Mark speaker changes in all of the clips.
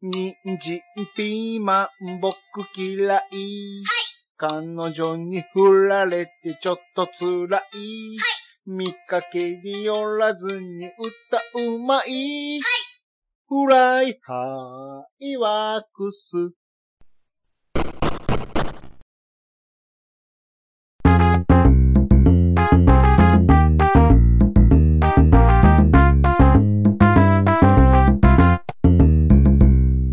Speaker 1: 人参、ピーマン、僕嫌い。彼女に振られてちょっと辛い。見かけによらずに歌うまい。フライハイワークス。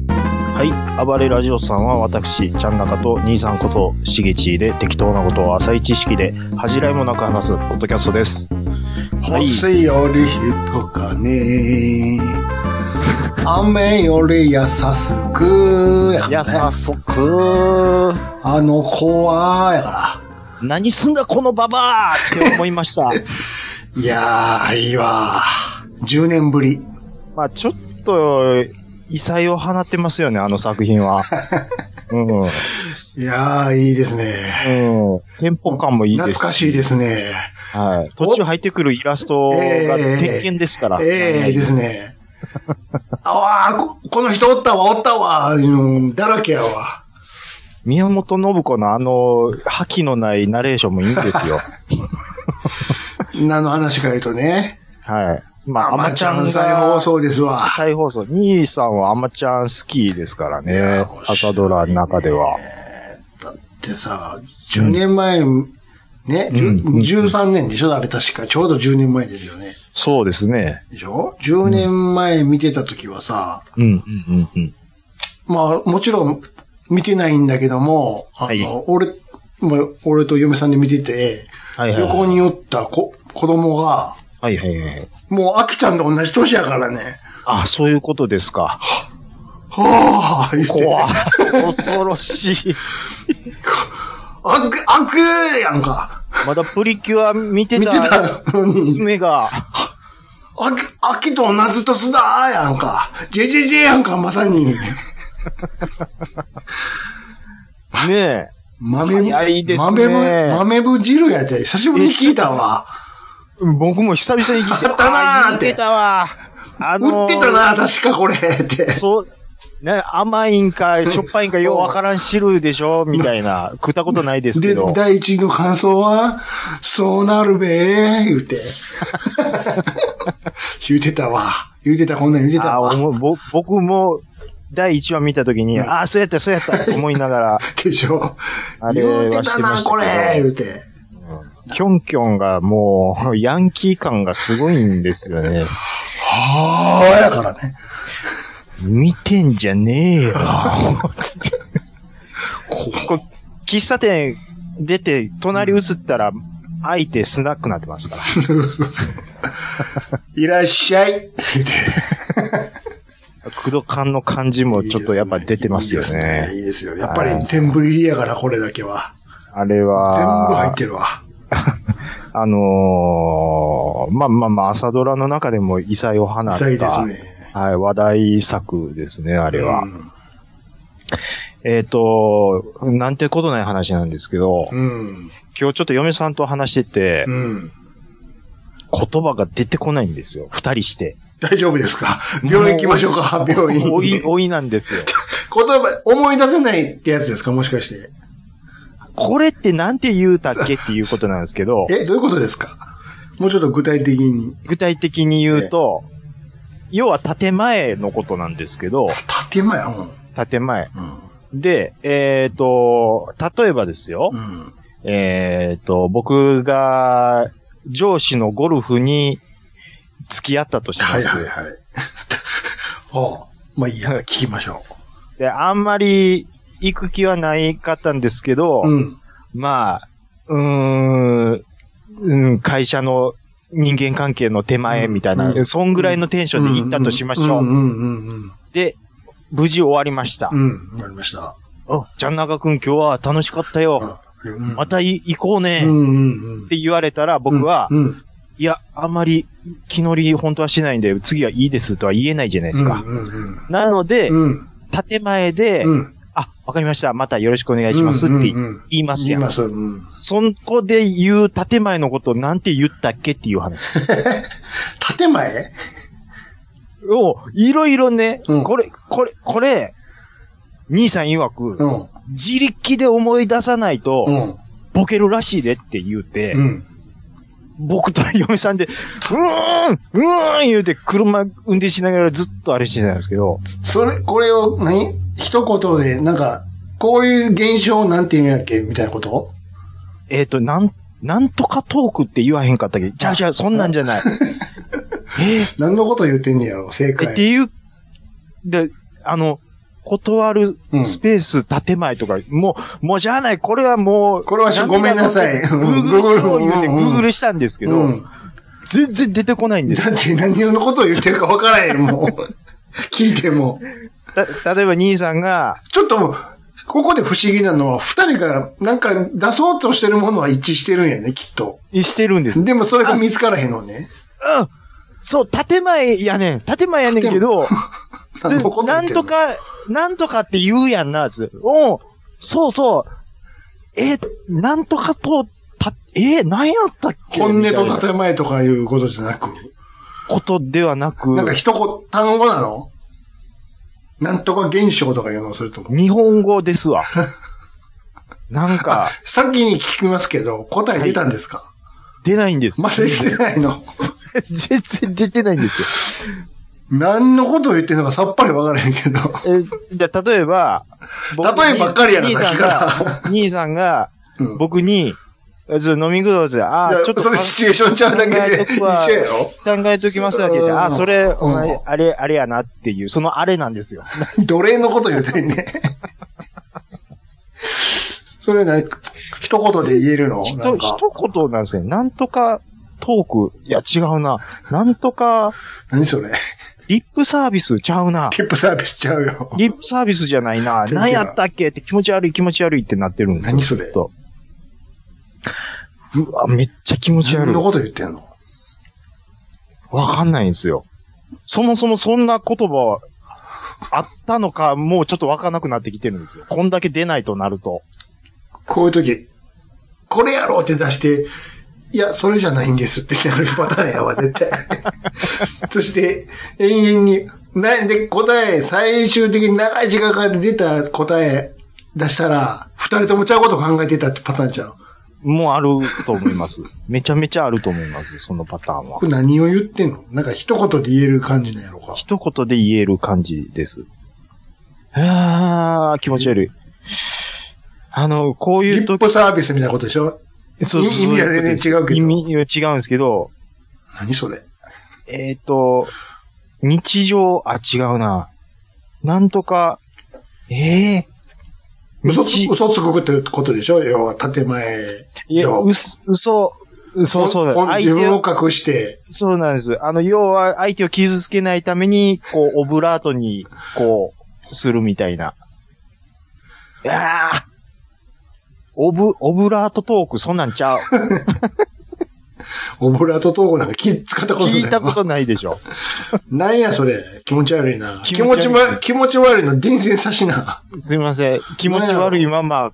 Speaker 2: はい。暴れラジオさんは私、ちゃんなかと兄さんこと、しげちで適当なことを浅い知識で恥じらいもなく話すポッドキャストです。はい
Speaker 1: 星より人かね。雨より優しくや、ね。
Speaker 2: や、早速、
Speaker 1: あの子は、やか
Speaker 2: 何すんだこのババアって思いま した。
Speaker 1: ら。いやー、いいわ。10年ぶり。
Speaker 2: まあちょっと、異彩を放ってますよね、あの作品 は。うん。うん。
Speaker 1: いやー、いいですね。
Speaker 2: テンポ感もいいです。
Speaker 1: 懐かしいですね。
Speaker 2: はい。途中入ってくるイラストが鉄拳ですから。
Speaker 1: ええですね。 ああ、ここの人おったわ、おったわ、うんだらけやわ。
Speaker 2: 宮本信子のあの、覇気のないナレーションもいいんです よ。
Speaker 1: 何の話か言うとね。
Speaker 2: はい。ま
Speaker 1: あまちゃん再放。送ですわ。
Speaker 2: 再放送。兄さんはアマちゃん好きですから
Speaker 1: いや
Speaker 2: ね
Speaker 1: 面白いね。
Speaker 2: 朝ドラの中では。
Speaker 1: だってさ、10年前、ね、じゅ
Speaker 2: うん
Speaker 1: 13年でしょあれ確か。ちょうど10年前ですよね。
Speaker 2: そうですね。
Speaker 1: でしょ ?10 年前見てた時はさ、
Speaker 2: うん、うん、うん。
Speaker 1: まあ、もちろん見てないんだけども、あの、
Speaker 2: はい
Speaker 1: 俺、もう俺と嫁さんで見てて、
Speaker 2: はいはいはい
Speaker 1: 旅行に寄った子子供が、
Speaker 2: はいはいはい。
Speaker 1: もう、アキちゃんと同じ年やからね。
Speaker 2: あ、そういうことですか。
Speaker 1: はぁ、言って。
Speaker 2: 怖い。恐ろしい。
Speaker 1: あく、あくーやんか。
Speaker 2: まだプリキュア見て
Speaker 1: 見て
Speaker 2: た
Speaker 1: たのに。
Speaker 2: 娘が、
Speaker 1: あき、あきと同じ年だーやんか。JJJ やんか、まさに。
Speaker 2: ねえ。
Speaker 1: 豆ぶ、
Speaker 2: 早いですね
Speaker 1: 豆ぶ、豆ぶ汁やて。久しぶりに聞いたわ。
Speaker 2: 僕も久々に聞いて、
Speaker 1: あったなーって
Speaker 2: あー言ってたわ。あ
Speaker 1: 売ってたな、確かこれ、って。
Speaker 2: そう、ね、甘いんか、しょっぱいんか、ようわからん汁でしょみたいな。食ったことないですけ
Speaker 1: で、
Speaker 2: ど。
Speaker 1: 第一の感想は、そうなるべー、言 うて。言うてたわ。言うてた、こんなん言うてた
Speaker 2: あ
Speaker 1: わ。
Speaker 2: ーもうぼ僕も、第1話見たときに、
Speaker 1: うん
Speaker 2: ああ、そうやった、そうやった、と思いながら、
Speaker 1: でしょ。
Speaker 2: あれ
Speaker 1: 言う
Speaker 2: は
Speaker 1: て
Speaker 2: したてま
Speaker 1: な、
Speaker 2: した
Speaker 1: これ、
Speaker 2: け
Speaker 1: 言
Speaker 2: ど、
Speaker 1: うて。
Speaker 2: キョンキョンがもう、ヤンキー感がすごいんですよね。
Speaker 1: はあ、やからね。
Speaker 2: 見てんじゃねえ よ。つって
Speaker 1: こ
Speaker 2: 喫茶店出て、隣映ったら、開いてスナックなってますから。
Speaker 1: いらっしゃい。言うて
Speaker 2: 駆動感の感じも ちょっとやっぱ出てますよね。
Speaker 1: いいですねいいですよ。やっぱり全部入りやから、これだけは。
Speaker 2: あれ
Speaker 1: 全部入っ
Speaker 2: は、
Speaker 1: てるわ。
Speaker 2: あのー、まあまあまあ、朝ドラの中でも異彩を放った。
Speaker 1: 臭いですね。
Speaker 2: はい、話題作ですね、あ
Speaker 1: こ
Speaker 2: れは。
Speaker 1: うん
Speaker 2: えっ、と、なんてことない話なんですけど、
Speaker 1: うん。
Speaker 2: 今日ちょっと嫁さんと話してて、
Speaker 1: うん。
Speaker 2: 言葉が出てこないんですよ。二人して。
Speaker 1: 大丈夫ですか病院行きましょうか、病院。
Speaker 2: おい
Speaker 1: 言、
Speaker 2: おいなんですよ。
Speaker 1: 葉、思い出せないってやつですかもしかして。
Speaker 2: これってなんて言うたっけっていうことなんですけど、
Speaker 1: え、どういうことですかもうちょっと具体的に。
Speaker 2: 具体的に言うと、要は建前のことなんですけど、
Speaker 1: 建前やもん。
Speaker 2: 建前。
Speaker 1: うん。
Speaker 2: で、えっ、と、例えばですよ、
Speaker 1: うん。
Speaker 2: えっ、と、僕が上司のゴルフに付き合ったとし
Speaker 1: は
Speaker 2: ま
Speaker 1: い
Speaker 2: す。
Speaker 1: はいはい。は あ、まあいいや、聞きましょ
Speaker 2: で、あんまり行く気はないかったんですけど、
Speaker 1: う。うん。
Speaker 2: まあ、うーん、うん、会社の人間関係の手前みたいな、
Speaker 1: うん
Speaker 2: そんぐらいのテンションで行ったとしましょう。
Speaker 1: うんうんうんうん。
Speaker 2: で、無事終わりました。
Speaker 1: うん、わかりました。
Speaker 2: おじゃんなかくん今日は楽しかったよ。
Speaker 1: うん
Speaker 2: またい行こうね。
Speaker 1: うん
Speaker 2: っ
Speaker 1: うんうん。
Speaker 2: て言われたら僕は、
Speaker 1: うん、うん
Speaker 2: いや、あんまり気乗り本当はしないんで、次はいいですとは言えないじゃないですか。
Speaker 1: うんうん
Speaker 2: なので、
Speaker 1: うん。
Speaker 2: 建前で、
Speaker 1: うん。
Speaker 2: あ、わかりました。またよろしくお願いしますって言
Speaker 1: 言
Speaker 2: います
Speaker 1: 言
Speaker 2: や
Speaker 1: い
Speaker 2: ん。
Speaker 1: ます。うん
Speaker 2: そこで言う建前のことをなんて言ったっけっていう話。
Speaker 1: 建前
Speaker 2: もう、いろいろね、
Speaker 1: うん
Speaker 2: これ、これ、これ、兄さん曰く、
Speaker 1: うん。
Speaker 2: 自力で思い出さないと
Speaker 1: う、ん。
Speaker 2: ボケるらしいでって言うて、
Speaker 1: うん。
Speaker 2: 僕と嫁さんで、うーんうーん言うて車運転しながらずっとあれしてたんですけど、
Speaker 1: それ、これを何、一言で、なんか、こういう現象をなんて言うんやっけみたいなこと
Speaker 2: えっ、と、なん、なんとかトークって言わへんかったっけじゃあじゃあ、そんなんじゃ ない。えー
Speaker 1: 何のこと言ってんねやろ正
Speaker 2: え、って
Speaker 1: 解。
Speaker 2: いう、で、あの、断る
Speaker 1: うん。
Speaker 2: スペース建前とか、もう、もうじゃあない、これはもう、
Speaker 1: これはしごめんなさい
Speaker 2: グ
Speaker 1: う
Speaker 2: ー
Speaker 1: ん
Speaker 2: グルしよう言うて、
Speaker 1: うん
Speaker 2: グーグルしたんですけど、
Speaker 1: うん。
Speaker 2: 全然出てこないんです
Speaker 1: だって何のことを言ってるか分からへん、 もう。聞いても。
Speaker 2: た例えば兄さんが、
Speaker 1: ちょっともう、ここで不思議なのは、二人がなんか出そうとしてるものは一致してるんやね、きっと。
Speaker 2: してるんです。うん
Speaker 1: でもそれが見つからへんのね。
Speaker 2: そう、建前やねん。建前やねんけど、
Speaker 1: 何のこと言
Speaker 2: な
Speaker 1: っ
Speaker 2: ん
Speaker 1: てるの
Speaker 2: とか、なんとかって言うやんな、つって。おうそうそう。え、なんとかと、た、え、なんやったっけ
Speaker 1: 本
Speaker 2: みたい
Speaker 1: 音
Speaker 2: な
Speaker 1: と建前とかいうことじゃなく、
Speaker 2: ことではなく、
Speaker 1: なんか一言、単語なのなんとか現象とかいうのをするとも。
Speaker 2: 日本語です わ。なんか、
Speaker 1: 先に聞きますけど、答え出たんですか、
Speaker 2: 出ないんです。
Speaker 1: まだ出てないの。
Speaker 2: 全然出てないんですよ。
Speaker 1: 何のことを言ってるのかさっぱりわからへんけど。
Speaker 2: えじゃあ、例えば、僕
Speaker 1: 例えばっかりやな
Speaker 2: 兄さ
Speaker 1: さっ
Speaker 2: ん
Speaker 1: き
Speaker 2: が
Speaker 1: か、
Speaker 2: 兄さんが、
Speaker 1: うん
Speaker 2: 僕に、えちょっと飲み食うぞって、 あ
Speaker 1: い
Speaker 2: ー
Speaker 1: や
Speaker 2: ちょっと
Speaker 1: それシチュエーションちゃうだけで一緒やろ
Speaker 2: 考えときますだけ
Speaker 1: う
Speaker 2: で、
Speaker 1: ん
Speaker 2: あ、それ、
Speaker 1: うん
Speaker 2: お前、あれ、あれやなっていう、そのあれなんですよ。
Speaker 1: 奴隷のこと言うてんね。 それな、一言で言えるの
Speaker 2: ひ
Speaker 1: な
Speaker 2: と、
Speaker 1: んか
Speaker 2: 一言なんですけど、なんとかトーク、いや、違うな。なんとか、
Speaker 1: 何それ
Speaker 2: リップサービスちゃうな。
Speaker 1: リップサービスちゃうよ。
Speaker 2: リップサービスじゃないな。
Speaker 1: 違う
Speaker 2: 何やったっけって気持ち悪い気持ち悪いってなってるんですよ。
Speaker 1: 何それ
Speaker 2: ずっとうわ、めっちゃ気持ち
Speaker 1: 自
Speaker 2: 悪
Speaker 1: 分
Speaker 2: い。
Speaker 1: のこと言ってんの
Speaker 2: わかんないんですよ。そもそもそんな言葉はあったのか、もうちょっとわかんなくなってきてるんですよ。こんだけ出ないとなると。
Speaker 1: こういう時、これやろうって出して、いや、それじゃないんですってなるパターンやわ、絶 対。そして、永遠に、なんで答え、最終的に長い時間かかって出た答え出したら、二人ともちゃうこと考えてたってパターンちゃう。
Speaker 2: もうあると思います。 めちゃめちゃあると思います、そのパターンは
Speaker 1: こ。れ何を言ってんのなんか一言で言える感じなんやろか。
Speaker 2: 一言で言える感じです。あー、気持ち悪い。あの、こうい
Speaker 1: リ
Speaker 2: う
Speaker 1: ッ
Speaker 2: 時、
Speaker 1: プサービスみたいなことでしょ
Speaker 2: そう
Speaker 1: 意
Speaker 2: そう
Speaker 1: 意味は全然違うけど
Speaker 2: 意味は違うんですけど、
Speaker 1: 何それ
Speaker 2: えっ、と、日常、あ、違うな。なんとか、ええー、
Speaker 1: 嘘つ
Speaker 2: 日、
Speaker 1: 嘘つくってことでしょ要は建前。
Speaker 2: いや、
Speaker 1: 嘘
Speaker 2: うす嘘、そうそうだ。
Speaker 1: ほん
Speaker 2: 相
Speaker 1: 自
Speaker 2: 手
Speaker 1: 分
Speaker 2: を
Speaker 1: を、隠して、
Speaker 2: そうなんです。あの、要は相手を傷つけないために、こ う、オブラートに、こう、するみたいな。いやーオブ、オブラートトー ク、そんなんちゃう。
Speaker 1: オブラート統合なんか聞使ったことない。
Speaker 2: 聞いたことないでしょ。
Speaker 1: なんやそれ。気持ち悪いな。
Speaker 2: 気
Speaker 1: 気
Speaker 2: 持
Speaker 1: 持
Speaker 2: ち
Speaker 1: ち
Speaker 2: 悪い
Speaker 1: 悪い、気持ち悪いの伝染さし な。
Speaker 2: すいません。気持ち悪いまま、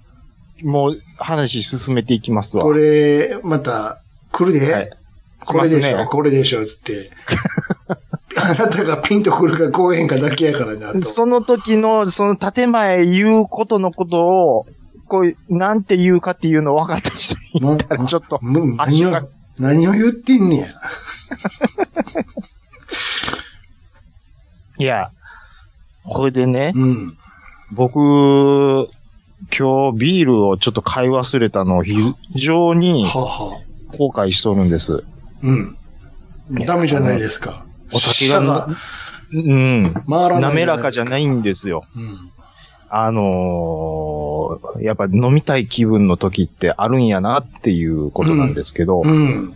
Speaker 2: もう、話進めていきますわ。
Speaker 1: これ、また、来るで、
Speaker 2: はい
Speaker 1: これで
Speaker 2: 来
Speaker 1: し
Speaker 2: ま
Speaker 1: ょ、
Speaker 2: すね
Speaker 1: これでしょ、つ って。あなたがピンと来るか来えへんかだけやからな、と。
Speaker 2: その時の、その建前言うことのことを、こう、なんて言うかっていうの分かった人いたら、ちょっと、
Speaker 1: もう
Speaker 2: ハッシ
Speaker 1: 何
Speaker 2: ュ
Speaker 1: を
Speaker 2: タグ、
Speaker 1: 何を言ってんねや。
Speaker 2: いや、これでね、
Speaker 1: うん。
Speaker 2: 僕、今日ビールをちょっと買い忘れたのを非常に
Speaker 1: はあはあ
Speaker 2: 後悔しとるんです。
Speaker 1: うん。ダメじゃないですか。
Speaker 2: お酒が
Speaker 1: 舌が
Speaker 2: うん。
Speaker 1: 回らない。
Speaker 2: 滑らかじゃ
Speaker 1: い。
Speaker 2: ないんですよ。
Speaker 1: うん。
Speaker 2: あのー、やっぱ飲みたい気分の時ってあるんやなっていうことなんですけど、
Speaker 1: うん。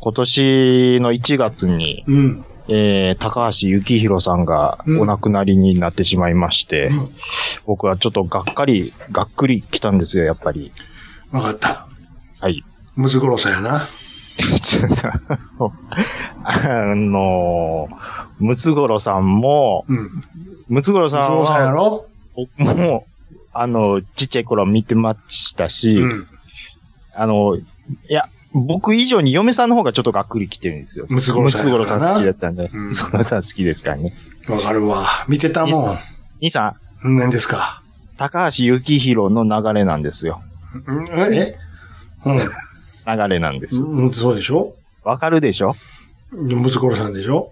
Speaker 2: 今年の1月に、
Speaker 1: うん。
Speaker 2: えー、高橋幸宏さんがお亡くなりになってしまいまして、
Speaker 1: うん
Speaker 2: 僕はちょっとがっかり、がっくり来たんですよ、やっぱり。
Speaker 1: わかった。
Speaker 2: はい。
Speaker 1: ムズゴロさんやな。
Speaker 2: ちょっとあのー、ムツゴロウさんも、
Speaker 1: うん。ムズ
Speaker 2: ムツゴロウ
Speaker 1: ゴ
Speaker 2: さん
Speaker 1: ロさん
Speaker 2: は、
Speaker 1: やろ
Speaker 2: もう、あの、ちっちゃい頃見てましたし、
Speaker 1: うん。
Speaker 2: あの、いや、僕以上に嫁さんの方がちょっとがっくり来てるんですよ。
Speaker 1: ムツゴロウさん
Speaker 2: ムツゴロウさん好きだったんで。
Speaker 1: うん
Speaker 2: ムツゴロウさん好きですからね。
Speaker 1: わかるわ。見てた
Speaker 2: いいっす
Speaker 1: もん
Speaker 2: か。兄さん、
Speaker 1: 何ですか。
Speaker 2: 高橋幸宏の流れなんですよ。
Speaker 1: うんえうん
Speaker 2: 流れなんです。
Speaker 1: うん。そうでしょ
Speaker 2: わかるでしょ
Speaker 1: ムツゴロウさんで しょ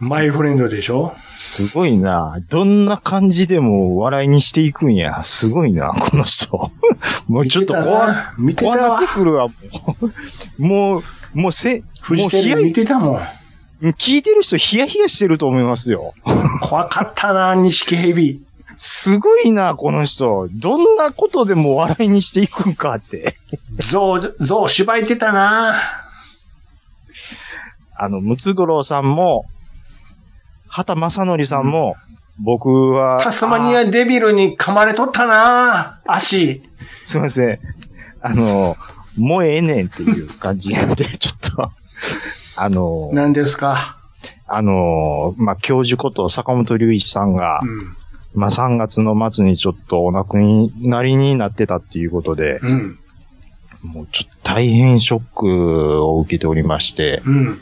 Speaker 1: マイフレンドでしょ
Speaker 2: すごいなどんな感じでも笑いにしていくんや。すごいなこの人。 もうちょっと怖い。
Speaker 1: 見てた
Speaker 2: 怖なっ
Speaker 1: わ
Speaker 2: て。くるわ。もう、もうせ、
Speaker 1: フジ
Speaker 2: もう
Speaker 1: テ
Speaker 2: ヒ
Speaker 1: レ
Speaker 2: ヤ
Speaker 1: ビ見てたもん。
Speaker 2: 聞いてる人ヒヤヒヤしてると思いますよ。
Speaker 1: 怖かったな、錦蛇。
Speaker 2: すごいな、この人。どんなことでも笑いにしていくんかって。
Speaker 1: ゾウ、ゾウ芝居てたな。
Speaker 2: あの、ムツゴロウさんも、畑正則さんも、僕は、
Speaker 1: タスマニアデビルに噛まれとったな。足。
Speaker 2: あすいません。あの、もうええねんっていう感じなんで、ちょっと、 あの、
Speaker 1: 何ですか。
Speaker 2: あの、まあ、教授こと坂本隆一さんが
Speaker 1: う、ん。
Speaker 2: まあ、3月の末にちょっとお亡くなりになってたっていうことで、
Speaker 1: うん。
Speaker 2: もうちょっと大変ショックを受けておりまして、
Speaker 1: うん。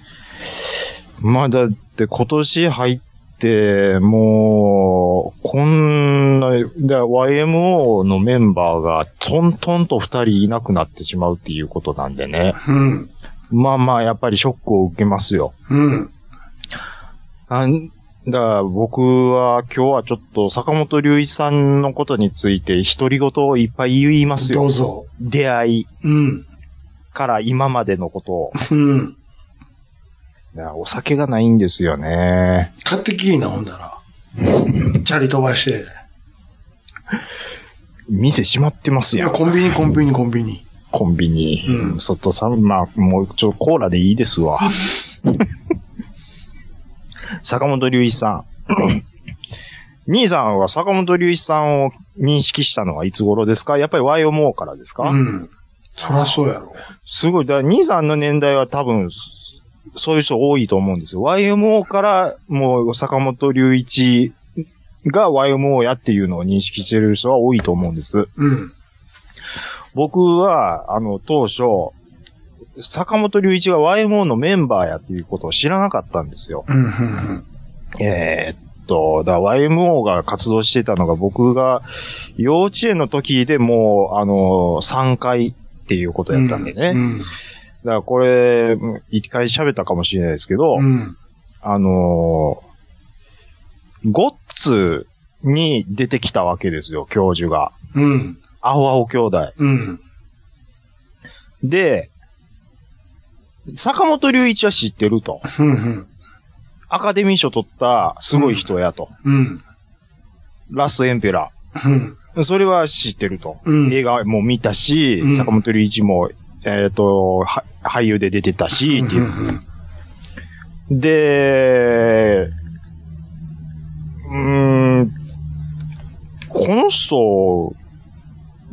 Speaker 2: まあだって今年入って、もう、こんな、で YMO のメンバーがトントンと二人いなくなってしまうっていうことなんでね。
Speaker 1: うん。
Speaker 2: まあまあ、やっぱりショックを受けますよ。
Speaker 1: うん。
Speaker 2: あんだから僕は今日はちょっと坂本隆一さんのことについて独り言をいっぱい言います
Speaker 1: ど
Speaker 2: よ。
Speaker 1: うぞ。
Speaker 2: 出会い
Speaker 1: うん。
Speaker 2: から今までのことを。
Speaker 1: うん。
Speaker 2: だからお酒がないんですよね。
Speaker 1: 買ってきいな、ほんだら。チャリ飛ばして。
Speaker 2: 店閉まってます
Speaker 1: い
Speaker 2: や
Speaker 1: や、
Speaker 2: ん。
Speaker 1: コンビニ、コンビニ、コンビニ。
Speaker 2: コンビニ。
Speaker 1: うん
Speaker 2: 外さん、まあ、もう、ちょ、コーラでいいですわ。 坂本隆一さん。 兄さんは坂本隆一さんを認識したのはいつ頃ですかやっぱり YMO からですか、
Speaker 1: うん。そらそうやろ。
Speaker 2: すごい。だから兄さんの年代は多分、そういう人多いと思うんですよ。YMO から、もう、坂本隆一が YMO やっていうのを認識してる人は多いと思うんです。
Speaker 1: うん。
Speaker 2: 僕は、あの、当初、坂本隆一が YMO のメンバーやっていうことを知らなかったんですよ。
Speaker 1: うん、うん、
Speaker 2: えーっと、だから YMO が活動してたのが僕が幼稚園の時でもう、あの、3回っていうこと
Speaker 1: う
Speaker 2: や
Speaker 1: ん。
Speaker 2: ったんでね。だ
Speaker 1: うん。
Speaker 2: からこれ、うん一回喋ったかもしれないですけど、
Speaker 1: うん。
Speaker 2: あのーゴッツに出てきたわけですよ、教授が。
Speaker 1: うん。
Speaker 2: 青青兄弟。
Speaker 1: うん。
Speaker 2: で、坂本隆一は知ってると。
Speaker 1: うん。うん。
Speaker 2: アカデミー賞取ったすごい人やと。
Speaker 1: うん。
Speaker 2: ラストエンペラ
Speaker 1: うん。
Speaker 2: ー。それは知ってると。
Speaker 1: うん。
Speaker 2: 映画も見たし、
Speaker 1: うん
Speaker 2: 坂本隆一も、えっ、と、は俳優で出てたし、っていう。で、うーん、この人、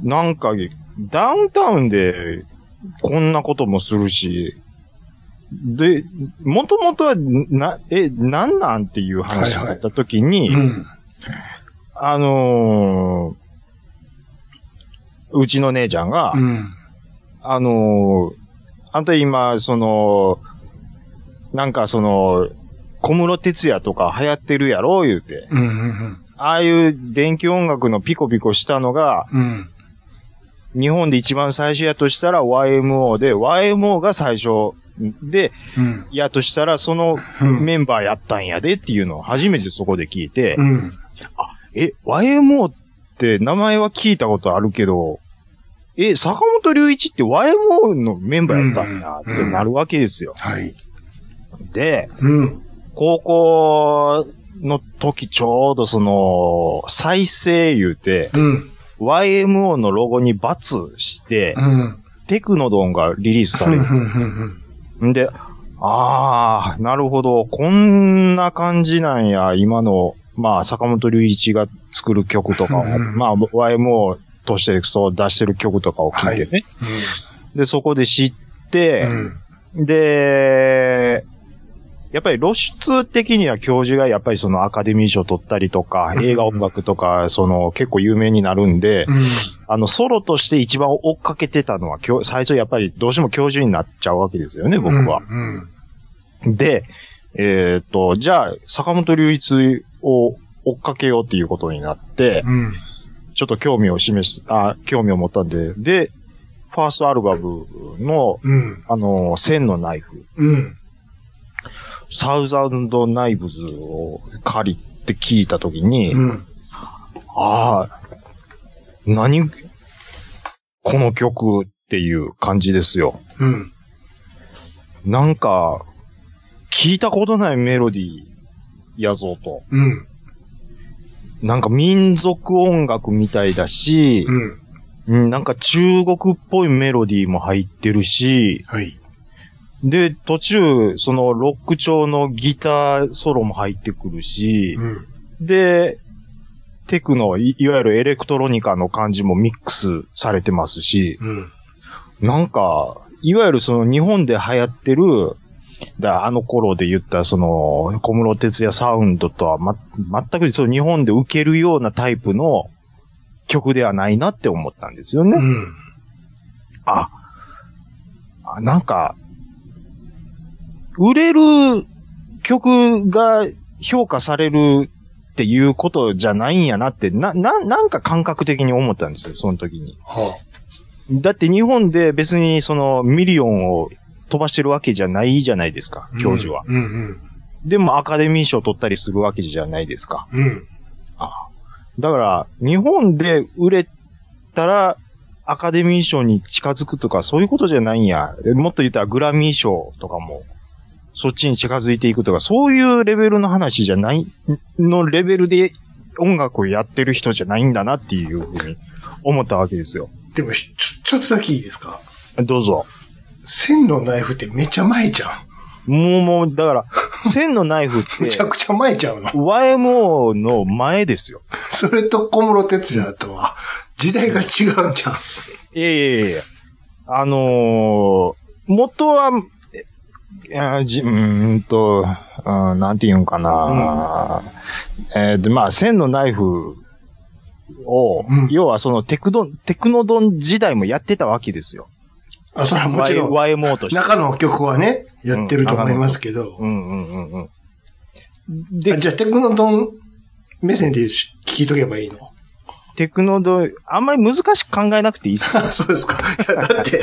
Speaker 2: なんか、ダウンタウンで、こんなこともするし、で、もともとは、な、え、なんなんっていう話になった時に、
Speaker 1: うん。
Speaker 2: あのーうちの姉ちゃんが、
Speaker 1: うん。
Speaker 2: あのーあんた今、その、なんかその、小室哲也とか流行ってるやろ言うて。
Speaker 1: うん。うん。
Speaker 2: ああいう電気音楽のピコピコしたのが、
Speaker 1: うん。
Speaker 2: 日本で一番最初やとしたら YMO で、YMO が最初で、
Speaker 1: うん。
Speaker 2: やとしたらその
Speaker 1: うん。
Speaker 2: メンバーやったんやでっていうのを初めてそこで聞いて
Speaker 1: う、ん。
Speaker 2: え、YMO って名前は聞いたことあるけど、え、坂本隆一って YMO のメンバーやったんやってなるわけですよ。
Speaker 1: はい。
Speaker 2: で、
Speaker 1: うん。
Speaker 2: 高校の時ちょうどその、再生言うて、
Speaker 1: うん。
Speaker 2: YMO のロゴに×して
Speaker 1: う、ん。
Speaker 2: テクノドンがリリースさ
Speaker 1: う
Speaker 2: れ
Speaker 1: ん。
Speaker 2: るんです。んで、あー、なるほど、こんな感じなんや、今の、まあ、坂本隆一が作る曲とかを、
Speaker 1: うん
Speaker 2: まあ、YMO としてそう出してる曲とかを聴いてね。で、そこで知って、で、やっぱり露出的には教授がやっぱりそのアカデミー賞取ったりとか、映画音楽とか、その結構有名になるんで、
Speaker 1: うん。
Speaker 2: あの、ソロとして一番追っかけてたのは、教最初やっぱりどうしても教授になっちゃうわけですよね、僕は。
Speaker 1: うん。
Speaker 2: で、えーっと、じゃあ、坂本隆一を追っかけようっていうことになって、
Speaker 1: うん。
Speaker 2: ちょっと興味を示す、あ、興味を持ったんで、で、ファーストアルバムの、
Speaker 1: うん。
Speaker 2: あの、千のナイフ、
Speaker 1: うん。
Speaker 2: サウザンドナイブズを借りて聞いたときに、
Speaker 1: うん。
Speaker 2: ああ、何この曲っていう感じですよ。
Speaker 1: うん。
Speaker 2: なんか、聞いたことないメロディーやぞと。
Speaker 1: うん。
Speaker 2: なんか民族音楽みたいだし
Speaker 1: う、ん。
Speaker 2: うんなんか中国っぽいメロディーも入ってるし、
Speaker 1: はい。
Speaker 2: で、途中、そのロック調のギターソロも入ってくるし
Speaker 1: う、ん。
Speaker 2: で、テクノい、いわゆるエレクトロニカの感じもミックスされてますし、
Speaker 1: うん。
Speaker 2: なんか、いわゆるその日本で流行ってる、だあの頃で言ったその小室哲也サウンドとはま、全くその日本で受けるようなタイプの曲ではないなって思ったんですよね。
Speaker 1: うん。
Speaker 2: あ、あなんか、売れる曲が評価されるっていうことじゃないんやなって、な、な、なんか感覚的に思ったんですよ、その時に。
Speaker 1: は
Speaker 2: だって日本で別にそのミリオンを飛ばしてるわけじゃないじゃないですか
Speaker 1: あ。、
Speaker 2: 教授は。
Speaker 1: うん。うん。
Speaker 2: でもアカデミー賞取ったりするわけじゃないですか。
Speaker 1: うん。
Speaker 2: だから、日本で売れたら、アカデミー賞に近づくとか、そういうことじゃないんや。えもっと言ったらグラミー賞とかも、そっちに近づいていくとか、そういうレベルの話じゃない、のレベルで音楽をやってる人じゃないんだなっていうふうに思ったわけですよ。
Speaker 1: でも、ちょ、ちょっとだけいいですか
Speaker 2: どうぞ。
Speaker 1: 千のナイフってめちゃ前じゃん。
Speaker 2: もうもう、だから、千のナイ フっ
Speaker 1: め
Speaker 2: て
Speaker 1: ち、ゃくちゃ前ちゃうの。
Speaker 2: YMO の前ですよ。
Speaker 1: それと小室哲也とは、時代が違うじゃん。
Speaker 2: いやいやいやあのー、元は、えいやじうーんと、あーなんて言うんかな。えーで、まあ、千のナイフを、
Speaker 1: うん
Speaker 2: 要はそのテクドン、テクノドン時代もやってたわけですよ。
Speaker 1: あ、それはもち
Speaker 2: Y-
Speaker 1: ろん。
Speaker 2: YMO として。
Speaker 1: 中の曲はね、やってると思いますけど。
Speaker 2: うんうんうんうん。
Speaker 1: あ
Speaker 2: で、
Speaker 1: じゃあ、テクノドン目線でし聞いとけばいいの
Speaker 2: テクノドン、あんまり難しく考えなくていいっす。
Speaker 1: そうですか。いや、だって、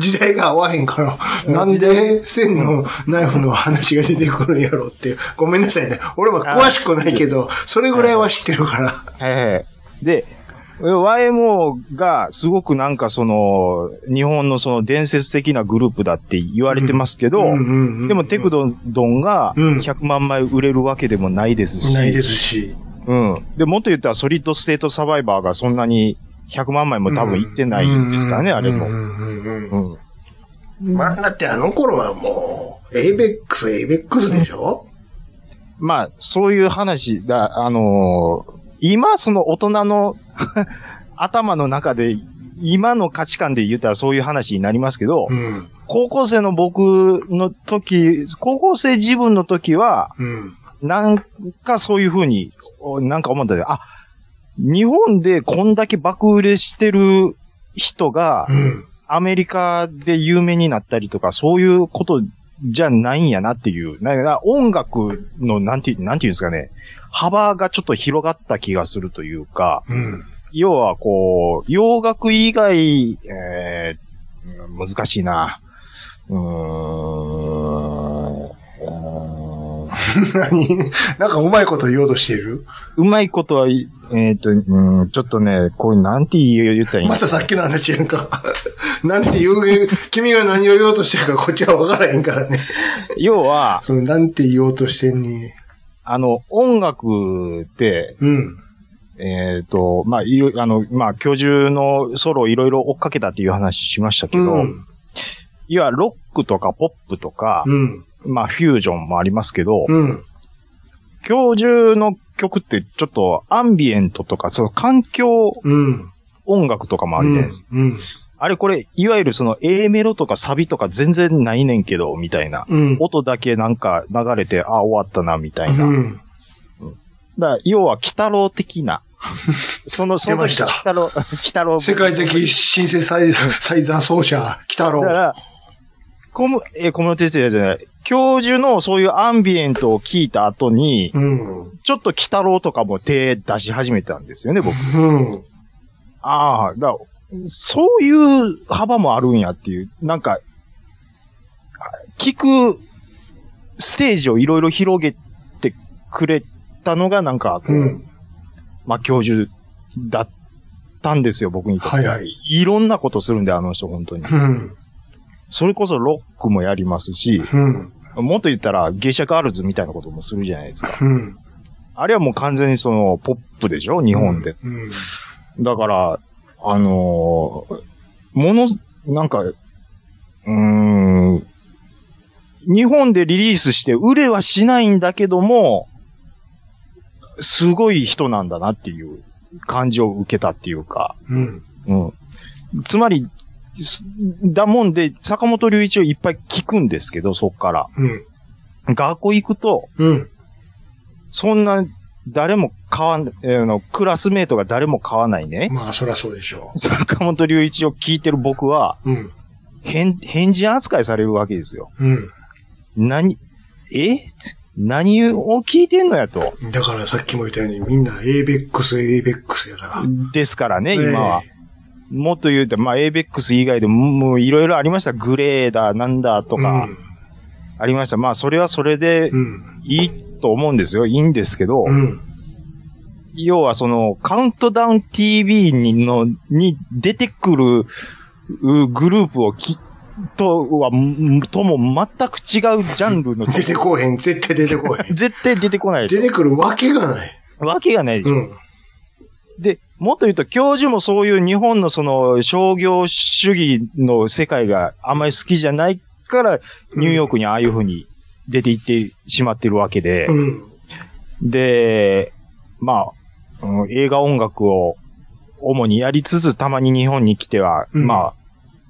Speaker 1: 時代が合わへん から、なんで、線のナイフの話が出てくるんやろって。ごめんなさいね。俺は詳しくないけど、それぐらいは知ってる から。
Speaker 2: はいはいはい。で、YMO がすごくなんかその、日本のその伝説的なグループだって言われてますけど、
Speaker 1: うんうんうん
Speaker 2: でもテクドドンが
Speaker 1: うん
Speaker 2: 100万枚売れるわけでもないですし、
Speaker 1: ないですし。
Speaker 2: うん。で、もっと言ったらソリッドステートサバイバーがそんなに100万枚も多分いってないんですからね、あれ
Speaker 1: う
Speaker 2: も。
Speaker 1: んうんうんうん
Speaker 2: うん。
Speaker 1: まあ、だってあの頃はもう、エイベックス、エイベックスでしょ
Speaker 2: まあ、そういう話だ、あのー今、その大人の 頭の中で、今の価値観で言ったらそういう話になりますけど、
Speaker 1: うん。
Speaker 2: 高校生の僕の時、高校生自分の時は、
Speaker 1: うん。
Speaker 2: なんかそういう風に、おなんか思ったで、あ、日本でこんだけ爆売れしてる人が
Speaker 1: う、ん。
Speaker 2: アメリカで有名になったりとか、そういうことじゃないんやなっていう、なんか音楽の、なんて、なんていうんですかね、幅がちょっと広がった気がするというか、
Speaker 1: うん。
Speaker 2: 要はこう、洋楽以外、えーうん難しいな。うーん。うーん
Speaker 1: 何 なんかうまいこと言おうとしてる
Speaker 2: うまいことは、えっ、と、うん、ちょっとね、こういう、なんて言う言ったらいいん
Speaker 1: ま
Speaker 2: だ
Speaker 1: たさっきの話やんか。 なんて言う、君が何を言おうとしてるかこっちは分からへんからね。
Speaker 2: 要は、
Speaker 1: その、なんて言おうとしてんに。
Speaker 2: あの、音楽って、
Speaker 1: うん。
Speaker 2: えっ、と、まあ、いろあの、まあ、教授のソロをいろいろ追っかけたっていう話しましたけ
Speaker 1: う
Speaker 2: ど、
Speaker 1: ん。
Speaker 2: いわゆるロックとかポップとか、
Speaker 1: うん。
Speaker 2: まあ、フュージョンもありますけど、
Speaker 1: うん。
Speaker 2: 教授の曲ってちょっとアンビエントとか、その環境
Speaker 1: うん。
Speaker 2: 音楽とかもあるじゃないですか。
Speaker 1: うん。
Speaker 2: あれこれ、いわゆるその A メロとかサビとか全然ないねんけど、みたいな。
Speaker 1: うん。
Speaker 2: 音だけなんか流れて、あ、終わったな、みたいな。
Speaker 1: う
Speaker 2: だか
Speaker 1: ん。
Speaker 2: ら要は、鬼太郎的 な。その、その、
Speaker 1: 出ました
Speaker 2: 鬼太郎、鬼太郎。
Speaker 1: 世界的シンセサイザー奏者、北
Speaker 2: だか
Speaker 1: 郎。
Speaker 2: ら、コム、えー、コムテテじゃない。教授のそういうアンビエントを聞いた後に、
Speaker 1: うん。
Speaker 2: ちょっと鬼太郎とかも手出し始めたんですよね、僕。
Speaker 1: うん。
Speaker 2: ああ、だからそういう幅もあるんやっていう。なんか、あ聞くステージをいろいろ広げてくれたのが、なんか、
Speaker 1: うん。
Speaker 2: まあ、教授だったんですよ、僕にとって。
Speaker 1: はいはい。
Speaker 2: いろんなことするんで、あの人、本当に。
Speaker 1: うん。
Speaker 2: それこそロックもやりますし、
Speaker 1: うん。
Speaker 2: もっと言ったら、芸者ガールズみたいなこともするじゃないですか。
Speaker 1: うん。
Speaker 2: あれはもう完全にその、ポップでしょ日本で。
Speaker 1: うん。
Speaker 2: だから、あのーもの、なんか、うーん、日本でリリースして売れはしないんだけども、すごい人なんだなっていう感じを受けたっていうか、
Speaker 1: うん。
Speaker 2: うん。つまり、すだもんで、坂本龍一をいっぱい聞くんですけど、そっから。
Speaker 1: うん。
Speaker 2: 学校行くと、
Speaker 1: うん。
Speaker 2: そんな、誰も買わん、えーあの、クラスメートが誰も買わないね。
Speaker 1: まあ、そりゃそうでしょ
Speaker 2: 坂本龍一を聞いてる僕は、
Speaker 1: う。うん。
Speaker 2: 変、変人扱いされるわけですよ。
Speaker 1: う
Speaker 2: 何、え何を聞いてんのやと。
Speaker 1: ん。だからさっきも言ったように、みんな ABEX、ABEX やから。
Speaker 2: ですからね、
Speaker 1: ええ
Speaker 2: 今は。。もっと言うと、まあ、ABEX 以外でも、もういろいろありました。グレーだ、なんだとか、ありました。まあ、それはそれで
Speaker 1: うん。
Speaker 2: いいと思うんですよ。いいんですけど、
Speaker 1: うん。
Speaker 2: 要はその、カウントダウン TV にの、に出てくるうグループをき、とは、んとも全く違うジャンルの
Speaker 1: うん。、 出てこへん。絶対出てこ へん。
Speaker 2: 絶対出てこないでし
Speaker 1: 出てくるわけがない。
Speaker 2: ょ。わけがないでしょ。
Speaker 1: うん。
Speaker 2: で、もっと言うと、教授もそういう日本のその商業主義の世界があんまり好きじゃないから、ニューヨークにああいう風に出て行ってしまってるわけで、
Speaker 1: うん。
Speaker 2: で、まあ、うん映画音楽を主にやりつつ、たまに日本に来ては、
Speaker 1: うん
Speaker 2: まあ、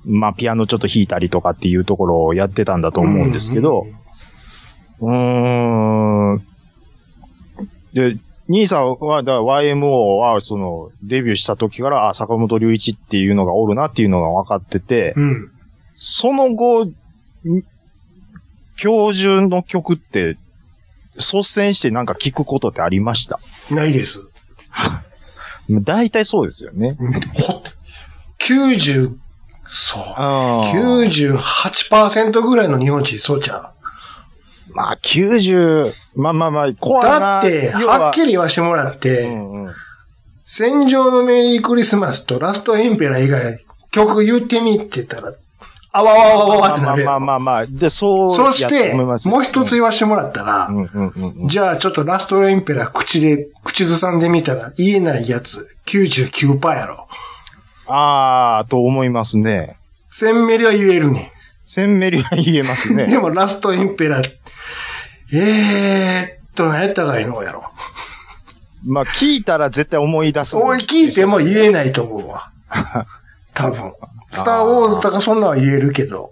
Speaker 2: まあ、ピアノちょっと弾いたりとかっていうところをやってたんだと思うんですけど、うーん。で、兄さんは、だから YMO は、その、デビューした時から、あ、坂本龍一っていうのがおるなっていうのが分かってて、
Speaker 1: うん。
Speaker 2: その後、ん教授の曲って、率先してなんか聞くことってありました
Speaker 1: うん。ないです。
Speaker 2: 大体そうですよね。
Speaker 1: うんほ、90、そう。
Speaker 2: あー
Speaker 1: 98%ぐらいの日本人、そうちゃう。
Speaker 2: まあ、90、まあまあまあ、コアな。
Speaker 1: だって、
Speaker 2: 要
Speaker 1: はっきり言わしてもらっ
Speaker 2: う
Speaker 1: て、
Speaker 2: んうん
Speaker 1: 戦場のメリークリスマスとラストエンペラー以外、曲言ってみって言ったら、あわわわわわってなる
Speaker 2: まあ
Speaker 1: やん。
Speaker 2: まあまあまあ、で、そう
Speaker 1: そ
Speaker 2: や
Speaker 1: し
Speaker 2: と思
Speaker 1: て、
Speaker 2: い
Speaker 1: もう
Speaker 2: ますよ。
Speaker 1: 一つ言わしてもらったら
Speaker 2: う、んうんうんうん。
Speaker 1: じゃあちょっとラストエンペラー口で、口ずさんでみたら言えないやつ、99%やろ。
Speaker 2: ああ、と思いますね。
Speaker 1: センメリは言えるね
Speaker 2: センメリは言えます
Speaker 1: ん。で
Speaker 2: ね。
Speaker 1: もラストエンペラー、えーっと、何やったかいのやろ。
Speaker 2: まあ、聞いたら絶対思い出す。
Speaker 1: そう聞いても言えないと思う わ。多分。スターウォーズとかそんなんは言えるけど。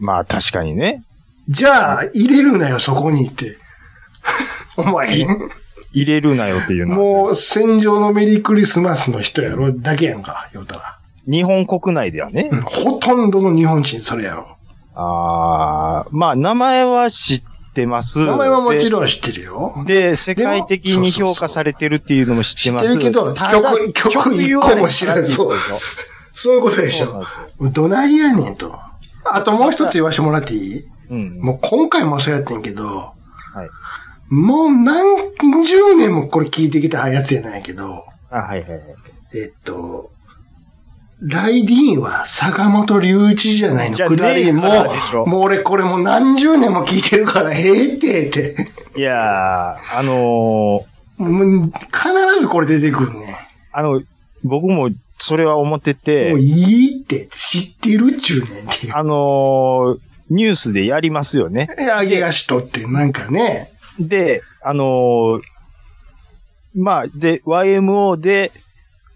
Speaker 2: まあ、確かにね。
Speaker 1: じゃあ、入れるなよ、そこにって。 お前、
Speaker 2: 入れるなよっていうのは。
Speaker 1: もう戦場のメリークリスマスの人やろ、だけやんか、言うたら。
Speaker 2: 日本国内ではね。
Speaker 1: うんほとんどの日本人それやろ。
Speaker 2: ああ、まあ、名前は知ってます。
Speaker 1: 名前はもちろん知ってるよ。
Speaker 2: で、で世界的に評価されてるっていうのも知ってます。
Speaker 1: 知ってるけど
Speaker 2: ただ
Speaker 1: 曲曲一個も知らんそうそういうことでし
Speaker 2: そうなん
Speaker 1: ょ
Speaker 2: ですよ。
Speaker 1: どないやねんと。あともう一つ言わしてもらっていい
Speaker 2: うん。
Speaker 1: もう今回もそうやってんけど、
Speaker 2: はい。
Speaker 1: もう何十年もこれ聞いてきたやつやないけど、
Speaker 2: あ、はいはいはい。
Speaker 1: えっと、ライディーンは坂本龍一じゃないの
Speaker 2: じゃ
Speaker 1: くだり
Speaker 2: ねえからでしょ
Speaker 1: も、もう俺これもう何十年も聞いてるから、ええって、って。
Speaker 2: いやー、あのー、
Speaker 1: もう必ずこれ出てくるね。
Speaker 2: あの、僕もそれは思って
Speaker 1: もう
Speaker 2: て、
Speaker 1: いいって、知ってるっちゅうねん っていう。
Speaker 2: あのー、ニュースでやりますよね。
Speaker 1: え揚げ足とって、なんかね。
Speaker 2: で、あのーまあ、で、YMO で、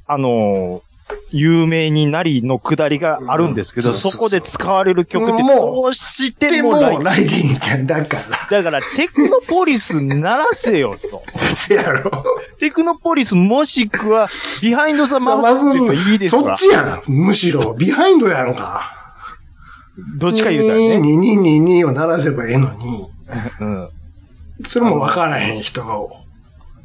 Speaker 2: あのー有名になりのくだりがあるんですけど、
Speaker 1: うんそ
Speaker 2: そう
Speaker 1: そうそう
Speaker 2: こで使われる曲って
Speaker 1: もう
Speaker 2: どうして
Speaker 1: で
Speaker 2: も
Speaker 1: も、
Speaker 2: ない。
Speaker 1: ライディンちゃんだから。
Speaker 2: だから、テクノポリス鳴らせよ と。
Speaker 1: せやろ。
Speaker 2: テクノポリスもしくは、ビハインドザマウスっていうのいいです
Speaker 1: そ
Speaker 2: か
Speaker 1: っちやな。むしろ、ビハインドやんか。
Speaker 2: どっちか言うたらね。
Speaker 1: 2222を鳴らせばええのに、
Speaker 2: うん。
Speaker 1: それもわからへん人が、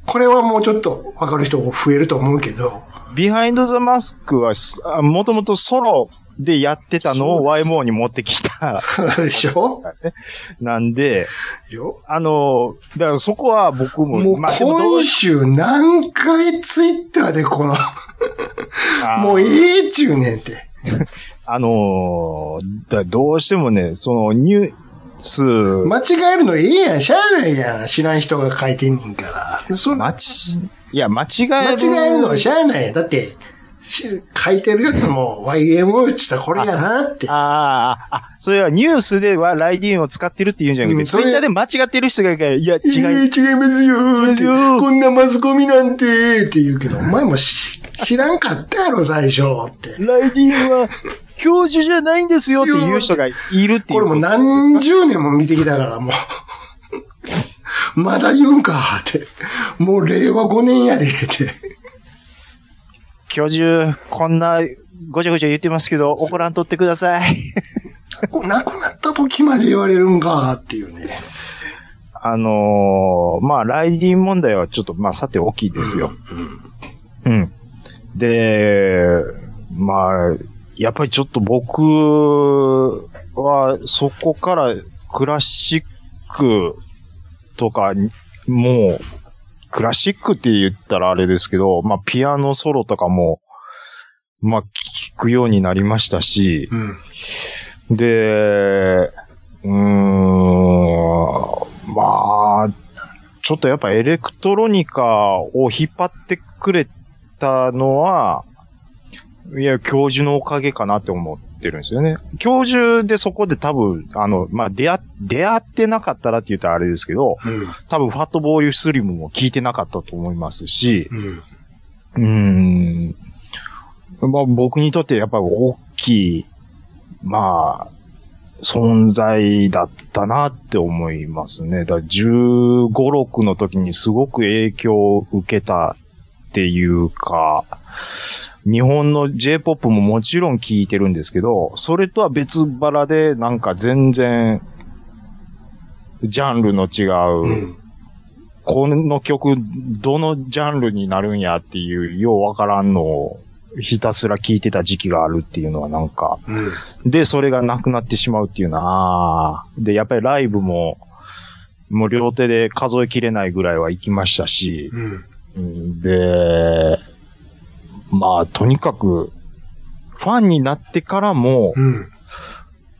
Speaker 1: これはもうちょっとわかる人増えると思うけど、
Speaker 2: ビハインドザマスクは、すあもともとソロでやってたのを YMO に持ってきた。
Speaker 1: でしょ
Speaker 2: なんで、
Speaker 1: よ
Speaker 2: あの、だからそこは僕も、
Speaker 1: もう
Speaker 2: まあでもどう
Speaker 1: 今週何回ツイッターでこの、
Speaker 2: あー
Speaker 1: もうええっちゅうねんって。
Speaker 2: あのーだどうしてもね、そのニュース、
Speaker 1: 間違えるのええやん、しゃあないやん。知らん人が書いてんねんから。そ
Speaker 2: 間
Speaker 1: 間
Speaker 2: 違いや、間違える。
Speaker 1: 違えるのはしゃあないやん。だって、し書いてるやつも YMO っちったらこれやなって。
Speaker 2: ああ、あ、それはニュースではライディーンを使ってるって言うんじゃなく
Speaker 1: う
Speaker 2: て、
Speaker 1: ん
Speaker 2: ツ
Speaker 1: それ
Speaker 2: イッターで間違ってる人がいるから、いや、
Speaker 1: ええ
Speaker 2: 違い、
Speaker 1: 違いますよーって
Speaker 2: 違いますよー
Speaker 1: こんなマスコミなんてーって言うけど、お前もし知らんかったやろ、最初って。
Speaker 2: ライディーンは教授じゃないんですよっていう人がいるってい
Speaker 1: こ
Speaker 2: う
Speaker 1: れ
Speaker 2: と。
Speaker 1: もう何十年も見てきたから、もう。 まだ言うんかって。もう令和5年やでって。
Speaker 2: 教授、こんなごちゃごちゃ言ってますけど、怒らんとってください。
Speaker 1: こう亡くなった時まで言われるんかっていうね。
Speaker 2: あのーまあ、ライディーン問題はちょっと、まあ、さて大きいですよ。うん。で、まあ、やっぱりちょっと僕は、そこからクラシックとかに、もう、クラシックって言ったらあれですけど、まあ、ピアノソロとかも、まあ、聞くようになりましたし、
Speaker 1: うん。
Speaker 2: で、うーん、まあ、ちょっとやっぱエレクトロニカを引っ張ってくれたのは、いや、教授のおかげかなって思ってるんですよね。教授でそこで多分、あの、まあ、出会、出会ってなかったらって言ったらあれですけど、
Speaker 1: うん。
Speaker 2: 多分ファットボーイスリムも聞いてなかったと思いますし、
Speaker 1: うん。
Speaker 2: うーん。まあ僕にとってやっぱり大きい、まあ、存在だったなって思いますね。だから15、6の時にすごく影響を受けたっていうか、日本の J-POP ももちろん聞いてるんですけど、それとは別腹でなんか全然、ジャンルの違
Speaker 1: う
Speaker 2: う、
Speaker 1: ん。
Speaker 2: この曲、どのジャンルになるんやっていう、ようわからんのを、ひたすら聴いてた時期があるっていうのはなんか、
Speaker 1: うん。
Speaker 2: で、それがなくなってしまうっていうのは、あーで、やっぱりライブも、もう両手で数えきれないぐらいは行きましたし、
Speaker 1: うん。
Speaker 2: うんで、まあ、とにかく、ファンになってからも、
Speaker 1: うん。うん。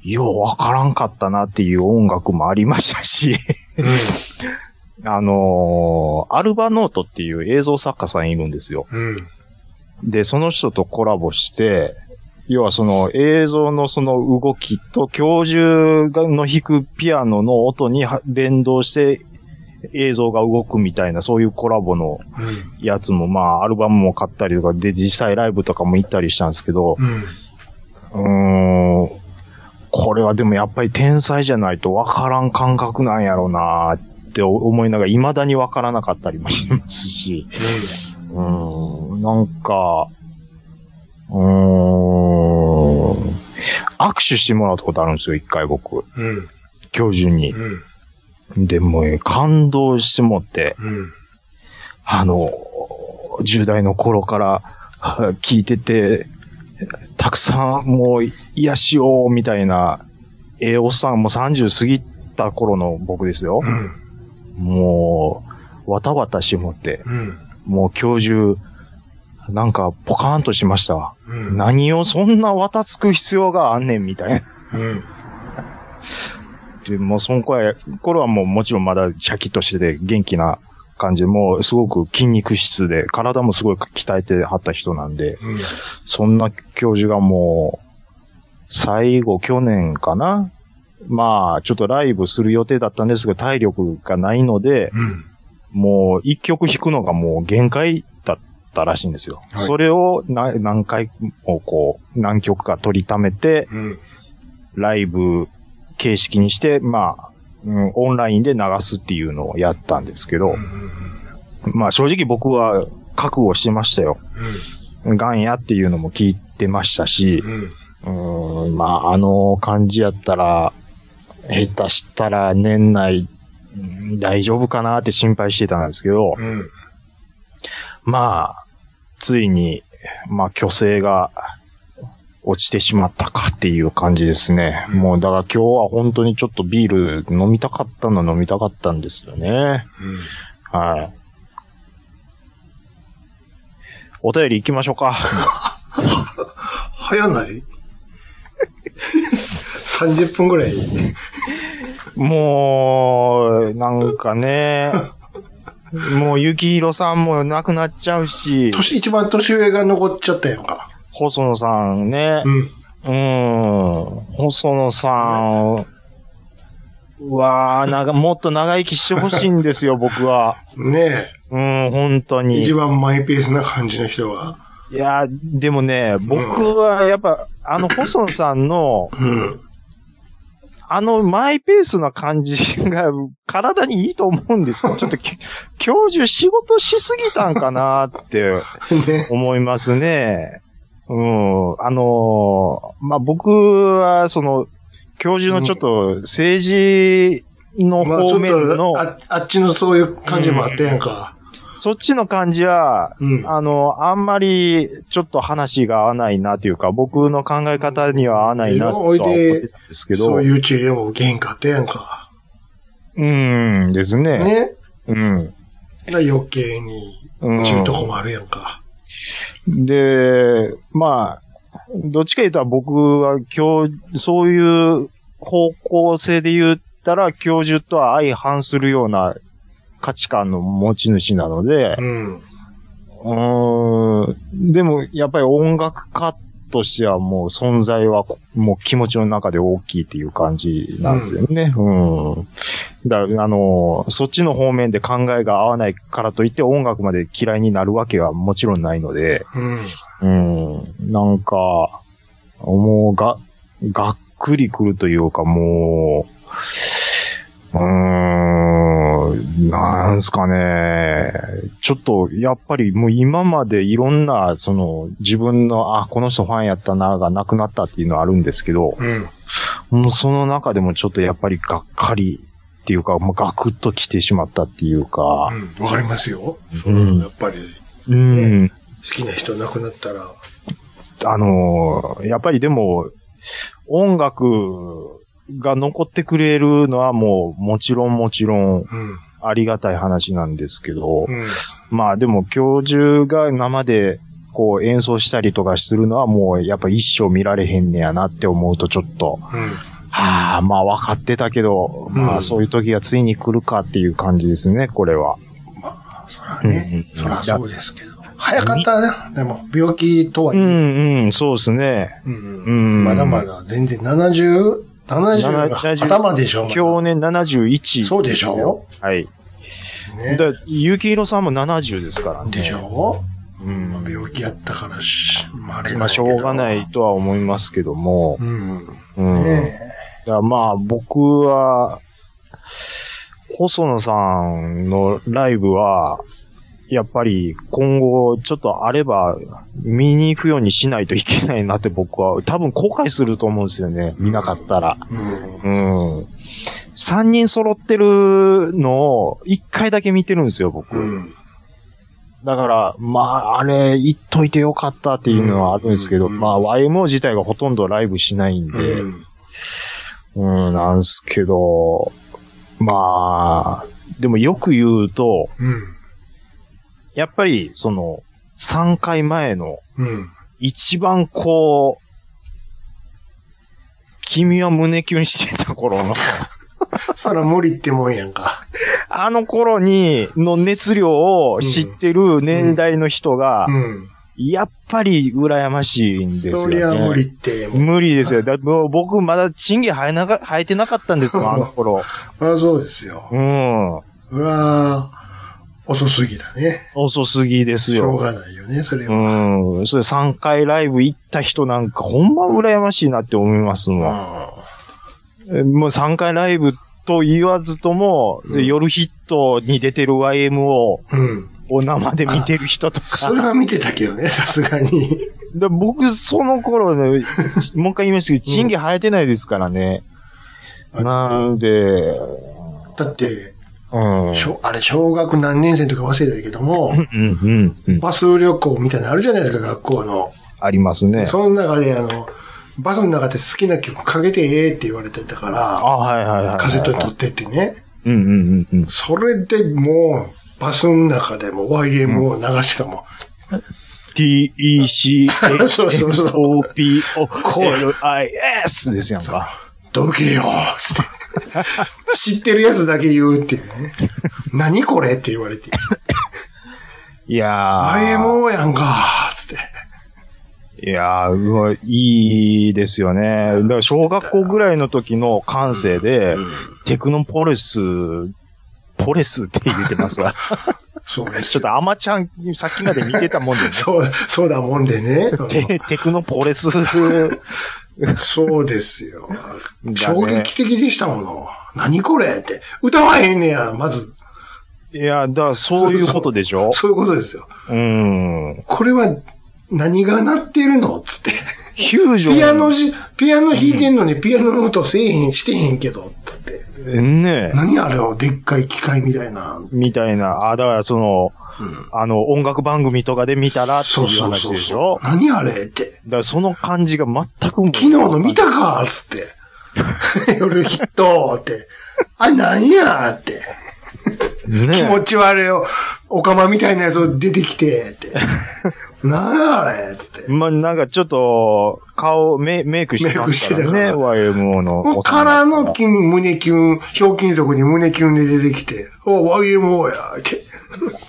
Speaker 2: ようわからんかったなっていう音楽もありましたし、 あのーアルバノートっていう映像作家さんいるんですよ。
Speaker 1: うん。
Speaker 2: で、その人とコラボして、要はその映像のその動きと教授がの弾くピアノの音には連動して映像が動くみたいな、そういうコラボの
Speaker 1: うん。
Speaker 2: やつも、まあ、アルバムも買ったりとか、で、実際ライブとかも行ったりしたんですけど、
Speaker 1: うん。
Speaker 2: うーん、これはでもやっぱり天才じゃないとわからん感覚なんやろうなって思いながら、未だにわからなかったりもしますし、うーん、なんか、うーん、握手してもらったことあるんですよ、一回僕、
Speaker 1: うん。
Speaker 2: 教授に。
Speaker 1: うん。
Speaker 2: でもう、感動してもって、
Speaker 1: うん。
Speaker 2: あの、10代の頃からは聞いてて、たくさんもう癒しようみたいな、ええおっさんもう30過ぎた頃の僕ですよ
Speaker 1: う。ん。
Speaker 2: もう、わたわたしもって、
Speaker 1: うん。
Speaker 2: もう教授、なんかポカーンとしましたわ。
Speaker 1: うん。
Speaker 2: 何をそんなわたつく必要があんねんみたいな。
Speaker 1: うん。
Speaker 2: で、もうその頃は頃はもうもちろんまだシャキッとしてて元気な感じで、もうすごく筋肉質で、体もすごい鍛えてはった人なんで、
Speaker 1: うん。
Speaker 2: そんな教授がもう、最後去年かなまあ、ちょっとライブする予定だったんですが、体力がないので、
Speaker 1: うん。
Speaker 2: もう一曲弾くのがもう限界だっったらしいんですよ。
Speaker 1: はい
Speaker 2: それをな何回もこう、何曲か取りためて、
Speaker 1: うん。
Speaker 2: ライブ形式にして、まあ、うんオンラインで流すっていうのをやったんですけど、まあ正直僕は覚悟してましたよ。ガンやっていうのも聞いてましたし
Speaker 1: う、ん。
Speaker 2: うーん、まああの感じやったら、下手したら年内、うん大丈夫かなって心配してたんですけど、
Speaker 1: うん。
Speaker 2: まあ、ついに、まあ、虚勢が落ちてしまったかっていう感じですね。
Speaker 1: うん
Speaker 2: もう、だから今日は本当にちょっとビール飲みたかったの飲みたかったんですよね。
Speaker 1: うん。
Speaker 2: はい。お便り行きましょうか。
Speaker 1: 早ない ?30 分ぐらい。
Speaker 2: もう、なんかね、もう、ゆきひろさんも亡くなっちゃうし、
Speaker 1: 年、一番年上が残っちゃったやんか。
Speaker 2: 細野さんね、
Speaker 1: ん。
Speaker 2: うーん。細野さ んは、なんか、もっと長生きしてほしいんですよ、僕は。
Speaker 1: ね
Speaker 2: うん、本当
Speaker 1: え。
Speaker 2: に。
Speaker 1: 一
Speaker 2: い
Speaker 1: 番マイペースな感じの人が。
Speaker 2: や、でもね、僕はやっぱ、あの、細野さんの、
Speaker 1: うん。
Speaker 2: あの、マイペースな感じが、体にいいと思うんですよ。ちょっとき、教授仕事しすぎたんかなって。
Speaker 1: ね。
Speaker 2: 思いますね。うん。あのーまあ、僕は、その、教授のちょっと政治の
Speaker 1: まあちょ
Speaker 2: 方
Speaker 1: っ
Speaker 2: 面の、
Speaker 1: と、ああっちのそういう感じもあったやんか。
Speaker 2: そっちの感じは、
Speaker 1: うん。
Speaker 2: あの、あんまり、ちょっと話が合わないなというか、僕の考え方には合わないなとは思ってたんですけど、
Speaker 1: そう
Speaker 2: う
Speaker 1: いう注意も受けへんかったやんか。
Speaker 2: んですね。
Speaker 1: ね。
Speaker 2: うん。
Speaker 1: が余計に、
Speaker 2: うん
Speaker 1: ちゅうとこもあるやんか。
Speaker 2: で、まあ、どっちか言うたら僕は今日、そういう方向性で言ったら、教授とは相反するような価値観の持ち主なので、
Speaker 1: うん。
Speaker 2: うーん、でもやっぱり音楽家としてはもう存在はこもう気持ちの中で大きいっていう感じなんですよね。うん。だあの、そっちの方面で考えが合わないからといって音楽まで嫌いになるわけはもちろんないので、
Speaker 1: うん。
Speaker 2: うん。なんか、もうが、がっくりくるというか、もう、うーん、なんすかね。ちょっと、やっぱりもう今までいろんな、その、自分の、あ、この人ファンやったな、がなくなったっていうのはあるんですけど、
Speaker 1: うん。
Speaker 2: もうその中でもちょっとやっぱりがっかりっていうか、もうガクッと来てしまったっていうか、
Speaker 1: わかりますよ。
Speaker 2: うん
Speaker 1: やっぱり、
Speaker 2: うん、
Speaker 1: 好きな人亡くなったら、
Speaker 2: あのーやっぱりでも、音楽が残ってくれるのはもう、もちろんもちろん
Speaker 1: うん。
Speaker 2: ありがたい話なんですけど、
Speaker 1: うん。
Speaker 2: まあでも教授が生でこう演奏したりとかするのはもうやっぱ一生見られへんねやなって思うとちょっと、
Speaker 1: うん。
Speaker 2: はあ、まあ分かってたけど、ま
Speaker 1: う
Speaker 2: あ
Speaker 1: ん
Speaker 2: そういう時がついに来るかっていう感じですね、これは。
Speaker 1: そらね、
Speaker 2: うん
Speaker 1: そらそうですけど。早かったな、でも、病気とは
Speaker 2: う
Speaker 1: いえ、
Speaker 2: んうん、そうですね。
Speaker 1: うん
Speaker 2: うん
Speaker 1: まだまだ全然70、70が
Speaker 2: 70
Speaker 1: 頭でしょ、まだ
Speaker 2: 去年71。
Speaker 1: そうでしょ
Speaker 2: はい。
Speaker 1: ね。
Speaker 2: だゆきひろさんも70ですからね。
Speaker 1: でしょ
Speaker 2: う
Speaker 1: まあ
Speaker 2: ん。
Speaker 1: 病気やったからし、まあ、あれだけど
Speaker 2: まあ、しょうがない。とは思いますけども。
Speaker 1: うん。
Speaker 2: うん。
Speaker 1: ね
Speaker 2: だからまあ、僕は、細野さんのライブは、やっぱり今後ちょっとあれば見に行くようにしないといけないなって僕は多分後悔すると思うんですよね。見なかったら。
Speaker 1: えうん。
Speaker 2: うん。三人揃ってるのを一回だけ見てるんですよ、僕。
Speaker 1: うん。
Speaker 2: だから、まあ、あれ、言っといてよかったっていうのはあるんですけど、
Speaker 1: うん
Speaker 2: まあ、YMO 自体がほとんどライブしないん
Speaker 1: う
Speaker 2: で、
Speaker 1: ん。
Speaker 2: うん、なんすけど、まあ、でもよく言うと、
Speaker 1: うん。
Speaker 2: やっぱり、その、3回前の、
Speaker 1: うん。
Speaker 2: 一番こう、君は胸キュンしてた頃 の、
Speaker 1: そら無理ってもんやんか。
Speaker 2: あの頃に、の熱量を知ってる年代の人が
Speaker 1: う、ん。
Speaker 2: やっぱり羨ましいんですよ、ね。
Speaker 1: そりゃ無理ってもん。
Speaker 2: 無理ですよ。だもう僕まだ賃金生えなか、生えてなかったんですもん、あの頃。
Speaker 1: あそうですよ。
Speaker 2: うん。
Speaker 1: うわ遅すぎだね。
Speaker 2: 遅すぎです
Speaker 1: しょう
Speaker 2: よ。
Speaker 1: がないよね、それは。
Speaker 2: うん。それ3回ライブ行った人なんか、ほんま羨ましいなって思いますもん。
Speaker 1: あ
Speaker 2: えもう3回ライブと言わずとも、
Speaker 1: うん
Speaker 2: 夜ヒットに出てる YMO を
Speaker 1: あうん。
Speaker 2: 生で見てる人とか
Speaker 1: そ。れは見てたけどね、さすがに。
Speaker 2: で僕、その頃 ね、ちもう一回言いますけど、チンゲ生えてないですからね。なんで、
Speaker 1: だって、
Speaker 2: うん。
Speaker 1: しょあれ、小学何年生とか忘れたけども、
Speaker 2: うん、うん、うん。
Speaker 1: バス旅行みたいなのあるじゃないですか、学校の。
Speaker 2: ありますね。
Speaker 1: その中で、あの、バスの中で好きな曲かけてええって言われてたから、
Speaker 2: あ、はいはいはいはい。
Speaker 1: カセットに撮ってってね。
Speaker 2: うん、うん、うん、うん。
Speaker 1: それでもう、バスの中でも YM を流してたもん。
Speaker 2: t, e, c,
Speaker 1: そうそうそう
Speaker 2: h, o, p, o,
Speaker 1: こう
Speaker 2: l, i, s ですやんか。
Speaker 1: どけよつって。 知ってるやつだけ言うっていうね。何これって言われて。
Speaker 2: いやー。
Speaker 1: YMO やんかつって。
Speaker 2: いやー、うわいいですよね。だから小学校ぐらいの時の感性で、テクノポレス、ポレスって言ってます わ。
Speaker 1: そう ね。
Speaker 2: ちょっとアマちゃん、さっきまで見てたもんでね。
Speaker 1: そう、そうだもんでね。
Speaker 2: テテクノポレス。
Speaker 1: そうですよ。衝撃的でしたもの。何これって。歌わへんねや、まず。
Speaker 2: いや、だからそういうことでしょ
Speaker 1: そういうことですよ。
Speaker 2: うん。
Speaker 1: これは、何が鳴ってるのつって。
Speaker 2: ヒュージョン。
Speaker 1: ピアノじ、ピアノ弾いてんのにピアノの音せえへん、してへんけど、つって。
Speaker 2: ねえ
Speaker 1: 何あれをでっかい機械みたいな。
Speaker 2: みたいな。あ、だからその、あの、音楽番組とかで見たらって
Speaker 1: そ
Speaker 2: いうう
Speaker 1: そう
Speaker 2: 話
Speaker 1: そう
Speaker 2: でし
Speaker 1: そ
Speaker 2: ょ
Speaker 1: う。何あれって。
Speaker 2: だからその感じが全くもう
Speaker 1: 昨日の見たかつって。 夜ヒットって。あれ何やって。
Speaker 2: ね
Speaker 1: 気
Speaker 2: え
Speaker 1: 持ち悪いよ。オカマみたいなやつ出てきて、って。何やあれつって。
Speaker 2: まあ、なんかちょっと、顔、メメイクしてましたから
Speaker 1: メイ
Speaker 2: ね。
Speaker 1: クしてた
Speaker 2: YMO の。
Speaker 1: からの筋、胸キュン、ひょうきん族に胸キュンで出てきて、お、YMO や、 って。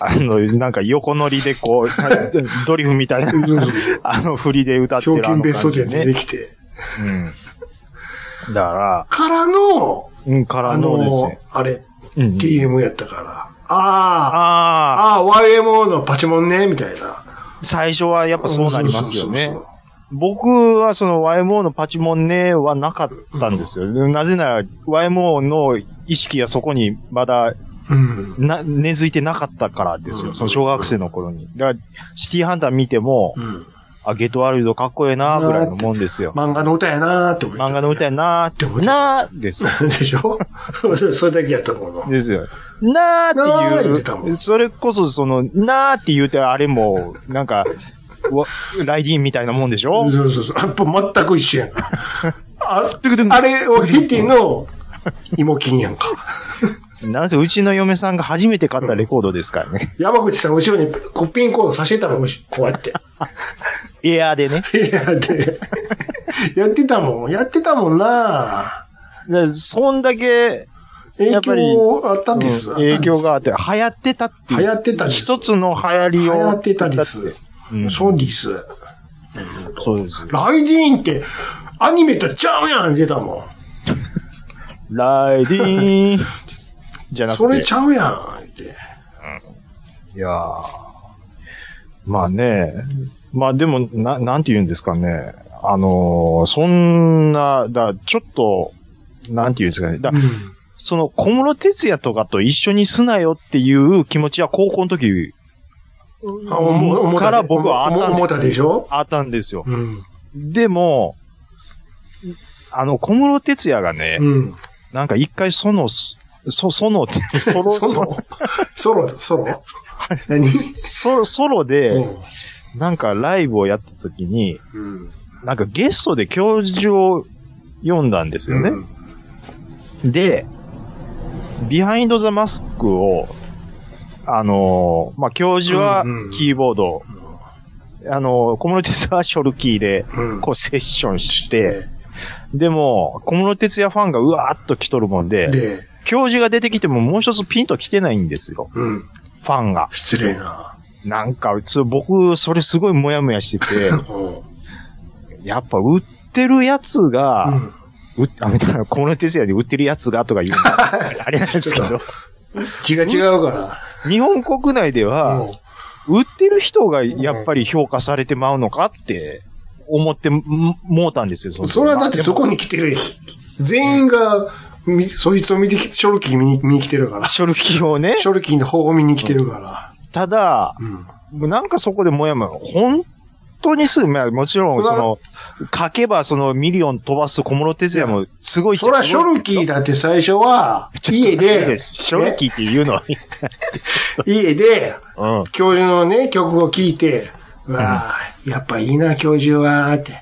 Speaker 2: あの、なんか横乗りでこう、 ドリフみたいな
Speaker 1: そうそう、
Speaker 2: あの振りで歌って
Speaker 1: ひょう
Speaker 2: る
Speaker 1: き
Speaker 2: あ
Speaker 1: ん
Speaker 2: の
Speaker 1: ベス
Speaker 2: 感
Speaker 1: ト
Speaker 2: じ
Speaker 1: で
Speaker 2: で
Speaker 1: 出
Speaker 2: ね。
Speaker 1: てきて。
Speaker 2: だから、
Speaker 1: からの、
Speaker 2: うん、から
Speaker 1: あ
Speaker 2: のです
Speaker 1: の
Speaker 2: ね、
Speaker 1: あれ、
Speaker 2: うん
Speaker 1: DM やったから。ああ、
Speaker 2: ああ、
Speaker 1: ああ、YMO のパチモンね、みたいな。
Speaker 2: 最初はやっぱそうなりますよ
Speaker 1: そう
Speaker 2: ね
Speaker 1: そうそう。
Speaker 2: 僕はその YMO のパチモンネはなかったんですよ。なぜなら YMO の意識がそこにまだ
Speaker 1: そううん。
Speaker 2: な、根付いてなかったからですよ。その小学生の頃に。だから、シティハンター見ても、
Speaker 1: うん。
Speaker 2: あ、ゲットワールドかっこええな、ぐらいのもんですよ。
Speaker 1: 漫画の歌やなーって思ってた
Speaker 2: 漫画の歌やなー
Speaker 1: でも
Speaker 2: なーですよ。
Speaker 1: でしょ それだけやと思うの。
Speaker 2: ですよ。な
Speaker 1: なー
Speaker 2: ー
Speaker 1: 言って
Speaker 2: ったて
Speaker 1: も
Speaker 2: い
Speaker 1: ん
Speaker 2: う、それこそその、なーって言うてあれも、なんか、わライディーンみたいなもんでしょ
Speaker 1: そうそうそう。やっぱ全く一緒やんか。あ
Speaker 2: ドゥクドゥン
Speaker 1: あれをヘティの芋金やんか。
Speaker 2: なんせうちの嫁さんが初めて買ったレコードですからね。
Speaker 1: 山口さん後ろにコピンコードさしてたもん、こ うやって。
Speaker 2: エアーでね。
Speaker 1: いや、で。やってたもん。やってたもんな
Speaker 2: でそんだけ、やっ
Speaker 1: 影
Speaker 2: ぱり
Speaker 1: 響あったんです。
Speaker 2: うん影響
Speaker 1: あっ
Speaker 2: があって、流行ってたっていう。
Speaker 1: 流行ってたんです
Speaker 2: 一つの流行り
Speaker 1: た
Speaker 2: を。
Speaker 1: んです。流行ってたで
Speaker 2: 作っ
Speaker 1: す
Speaker 2: って。。うん
Speaker 1: そうです。
Speaker 2: そうです。
Speaker 1: ライディーンって、アニメとちゃうやん、言ってたもん。
Speaker 2: ライディーン。 じゃなくて。
Speaker 1: それちゃうやん、って。
Speaker 2: いやーまあね。まあでも、な、なんて言うんですかね。あのーそんな、だ、ちょっと、なんて言うんですかね。だ、
Speaker 1: うん
Speaker 2: その、小室哲也とかと一緒にすなよっていう気持ちは高校の時、
Speaker 1: あ思思った
Speaker 2: から僕はあったんです
Speaker 1: 思思ったでしょ
Speaker 2: あったんですよ。
Speaker 1: うん。
Speaker 2: でも、あの、小室哲也がね、
Speaker 1: うん。
Speaker 2: なんか一回その、そ、そのって、ソロ、
Speaker 1: ソ ロソロソロ何
Speaker 2: ソロ、ソロで、
Speaker 1: うん
Speaker 2: なんかライブをやった時に、
Speaker 1: うん。
Speaker 2: なんかゲストで教授を読んだんですよね。で、ビハインドザマスクを、あのーまあ、教授は
Speaker 1: うんうん
Speaker 2: キーボード、あのー小室哲也はショルキーで、
Speaker 1: うん。
Speaker 2: こうセッションして、でも、小室哲也ファンがうわーっと来とるもんで、
Speaker 1: で、
Speaker 2: 教授が出てきてももう一つピンと来てないんですよ、
Speaker 1: うん。
Speaker 2: ファンが。
Speaker 1: 失礼な。
Speaker 2: なんか、そう僕、それすごいモヤモヤしてて、
Speaker 1: うん。
Speaker 2: やっぱ売ってるやつが、
Speaker 1: うん
Speaker 2: う、あ、みたいな、 小室哲也で売ってるやつがとか言うのあれなんですけど。
Speaker 1: 血が違うから。
Speaker 2: 日本国内では、
Speaker 1: う
Speaker 2: 売ってる人がやっぱり評価されてまうのかって思ってももうたんですよ、そ
Speaker 1: ん
Speaker 2: の時
Speaker 1: それはだってそこ
Speaker 2: ま
Speaker 1: に来てる、全員が、みそいつを見てき、ショルキー見に見に来てるか
Speaker 2: あ
Speaker 1: ら。
Speaker 2: ショルキーをね、
Speaker 1: ショルキーの方を見に来てるから。
Speaker 2: ただ、
Speaker 1: うん。
Speaker 2: なんかそこでもやもや、本当にすぐ、まあもちろん、その、書けばそのミリオン飛ばす小室哲也もすごいっちゃ
Speaker 1: そら、シ
Speaker 2: すご
Speaker 1: ョ
Speaker 2: い
Speaker 1: ルキーだって最初は、家で、
Speaker 2: ショルキーっていうのは、
Speaker 1: 家で、
Speaker 2: うん。
Speaker 1: 教授のね、曲を聴いて、うわあ、やっぱいいな、教授は、って。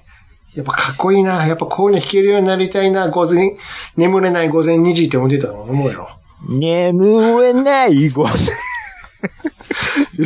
Speaker 1: やっぱかっこいいな、やっぱこういうの弾けるようになりたいな、午前、眠れない午前2時って思ってたの思うよ。
Speaker 2: 眠れないご飯。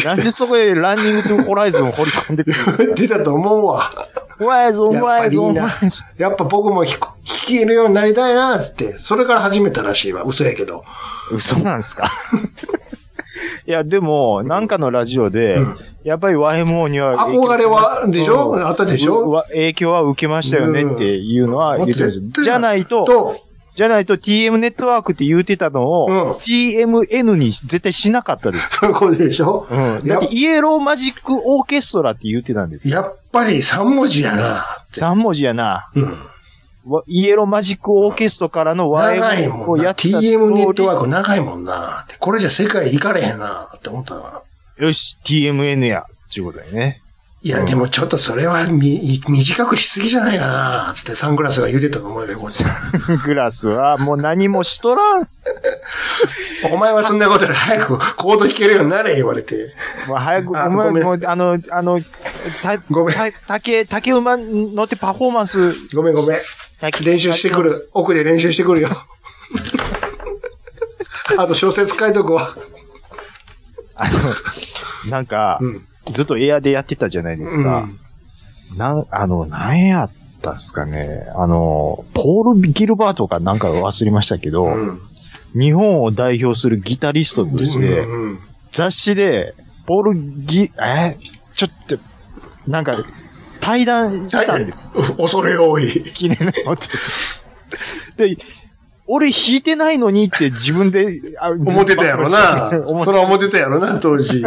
Speaker 2: なんでそこでランニングとホライズンを掘り込んでくる
Speaker 1: 言 ってたと思うわ。
Speaker 2: ホライゾン、
Speaker 1: やっ
Speaker 2: ホ
Speaker 1: ぱ
Speaker 2: ライ
Speaker 1: りい
Speaker 2: ゾ
Speaker 1: い
Speaker 2: ン、ホ
Speaker 1: な
Speaker 2: ライゾン。。
Speaker 1: やっぱ僕も弾く弾けるようになりたいな、つって。それから始めたらしいわ。嘘やけど。
Speaker 2: 嘘なんですか いや、でも、なんかのラジオで
Speaker 1: うん、
Speaker 2: やっぱり YMO には影響。
Speaker 1: 憧れは、でしょ
Speaker 2: うん
Speaker 1: あったでし
Speaker 2: う
Speaker 1: ょ
Speaker 2: わ影響は受けましたよねっていうのは言ってま
Speaker 1: もう絶
Speaker 2: した。
Speaker 1: 対
Speaker 2: じゃないと、
Speaker 1: と、
Speaker 2: じゃないと TM ネットワークって言ってたのを、
Speaker 1: うん
Speaker 2: TMN に絶対しなかったです。
Speaker 1: そういうことでしょ
Speaker 2: うん。だ
Speaker 1: や
Speaker 2: ってイエローマジックオーケストラって言ってたんですよ。
Speaker 1: やっぱり3文字やな。
Speaker 2: 3文字やな。
Speaker 1: うん。
Speaker 2: わイエローマジックオーケストラからの
Speaker 1: 長い
Speaker 2: YM
Speaker 1: も
Speaker 2: を
Speaker 1: ん
Speaker 2: や
Speaker 1: な。
Speaker 2: ってた
Speaker 1: TM ネットワーク長いもんな。ってこれじゃ世界行かれへんなって思ったから。
Speaker 2: よし、TMN や、ちゅうことだよね。
Speaker 1: いや、
Speaker 2: うん
Speaker 1: でもちょっとそれはみ短くしすぎじゃないかなつってサングラスが言うてたと思うよ、こ れ
Speaker 2: グラスはもう何もしとらん。
Speaker 1: お前はそんなことより早くコード弾けるようになれ、言われて。
Speaker 2: もう早く、
Speaker 1: あ
Speaker 2: お前
Speaker 1: ごめん
Speaker 2: もう、あの、あの、た、
Speaker 1: ごめん
Speaker 2: た竹、竹馬に乗ってパフォーマンス、
Speaker 1: ごめんごめん。
Speaker 2: 竹
Speaker 1: 練習して く。る。奥で練習してくるよ。あと小説書いとくわ。
Speaker 2: あの、なんか、
Speaker 1: うん。
Speaker 2: ずっとエアでやってたじゃないです
Speaker 1: う
Speaker 2: か。
Speaker 1: ん
Speaker 2: なん、あの、なんやったんすかね。あの、ポール・ギルバートかなんか忘れましたけど、
Speaker 1: うん。
Speaker 2: 日本を代表するギタリストとして、
Speaker 1: うん
Speaker 2: 雑誌で、ポールギ、えーちょっと、なんか、対談したんです。
Speaker 1: 恐れ多い。
Speaker 2: 記念のことで、俺弾いてないのにって自分で、あ
Speaker 1: 思ってたやろな。
Speaker 2: 思っ
Speaker 1: それは思ってたやろな、当 時。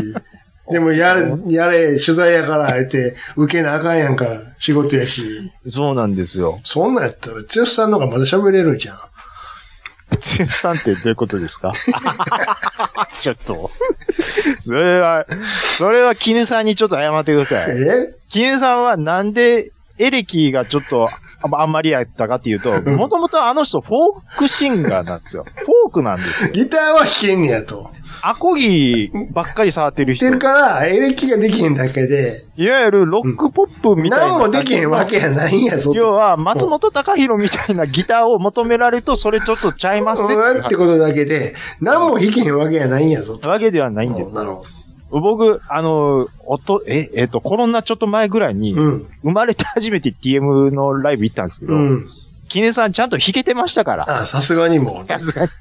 Speaker 1: でも、やれ、やれ、取材やから、えて、受けなあかんやんか、仕事やし。
Speaker 2: そうなんですよ。
Speaker 1: そんなんやったら、剛さんの方がまだ喋れるじゃん。
Speaker 2: つよさんってどういうことですか ちょっと。それは、それはキネさんにちょっと謝ってください。
Speaker 1: え
Speaker 2: キネさんはなんでエレキがちょっとああんまりやったかっていうと、
Speaker 1: ん
Speaker 2: もともとあの人フォークシンガーなんですよ。フォークなんですよ。
Speaker 1: ギターは弾けんねやと。
Speaker 2: アコギばっかり触ってる
Speaker 1: 弾
Speaker 2: 人。
Speaker 1: けるから、エレキができへんだけで、
Speaker 2: いわゆるロックポップみたいな。
Speaker 1: 何もできへんわけやないんやぞと。
Speaker 2: 要は、松本隆弘みたいなギターを求められると、それちょっとちゃいますっていう
Speaker 1: うんってことだけで、何も弾けへんわけやないんやぞと。
Speaker 2: わけではないんです
Speaker 1: な。るほ
Speaker 2: 僕、あの、おと、え、えっ、と、コロナちょっと前ぐらいに、
Speaker 1: ど。うん。
Speaker 2: 生まれて初めて TM のライブ行ったんですけど、
Speaker 1: うん。
Speaker 2: キネさんちゃんと弾けてましたから。
Speaker 1: あ、さすがにもう。
Speaker 2: さすがに。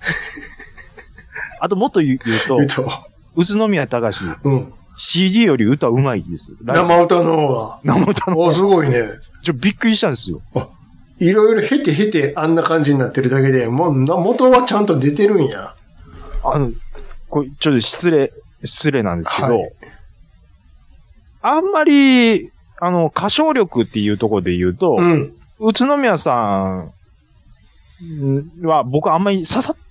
Speaker 2: あと、もっと言う言うと
Speaker 1: えっ、と、
Speaker 2: 宇都宮隆、
Speaker 1: うん。
Speaker 2: CD より歌うまいです。ライブ
Speaker 1: 生歌の方が。
Speaker 2: 生歌の。
Speaker 1: お、すごいね。
Speaker 2: ちょ、びっくりしたんですよ。
Speaker 1: いろいろ経て経てあんな感じになってるだけで、もうな元はちゃんと出てるんや。
Speaker 2: あの、これ、ちょっと失礼、失礼なんですけど、
Speaker 1: はい
Speaker 2: あんまり、あの、歌唱力っていうところで言うと、
Speaker 1: うん。
Speaker 2: 宇都宮さんは僕あんまり刺さって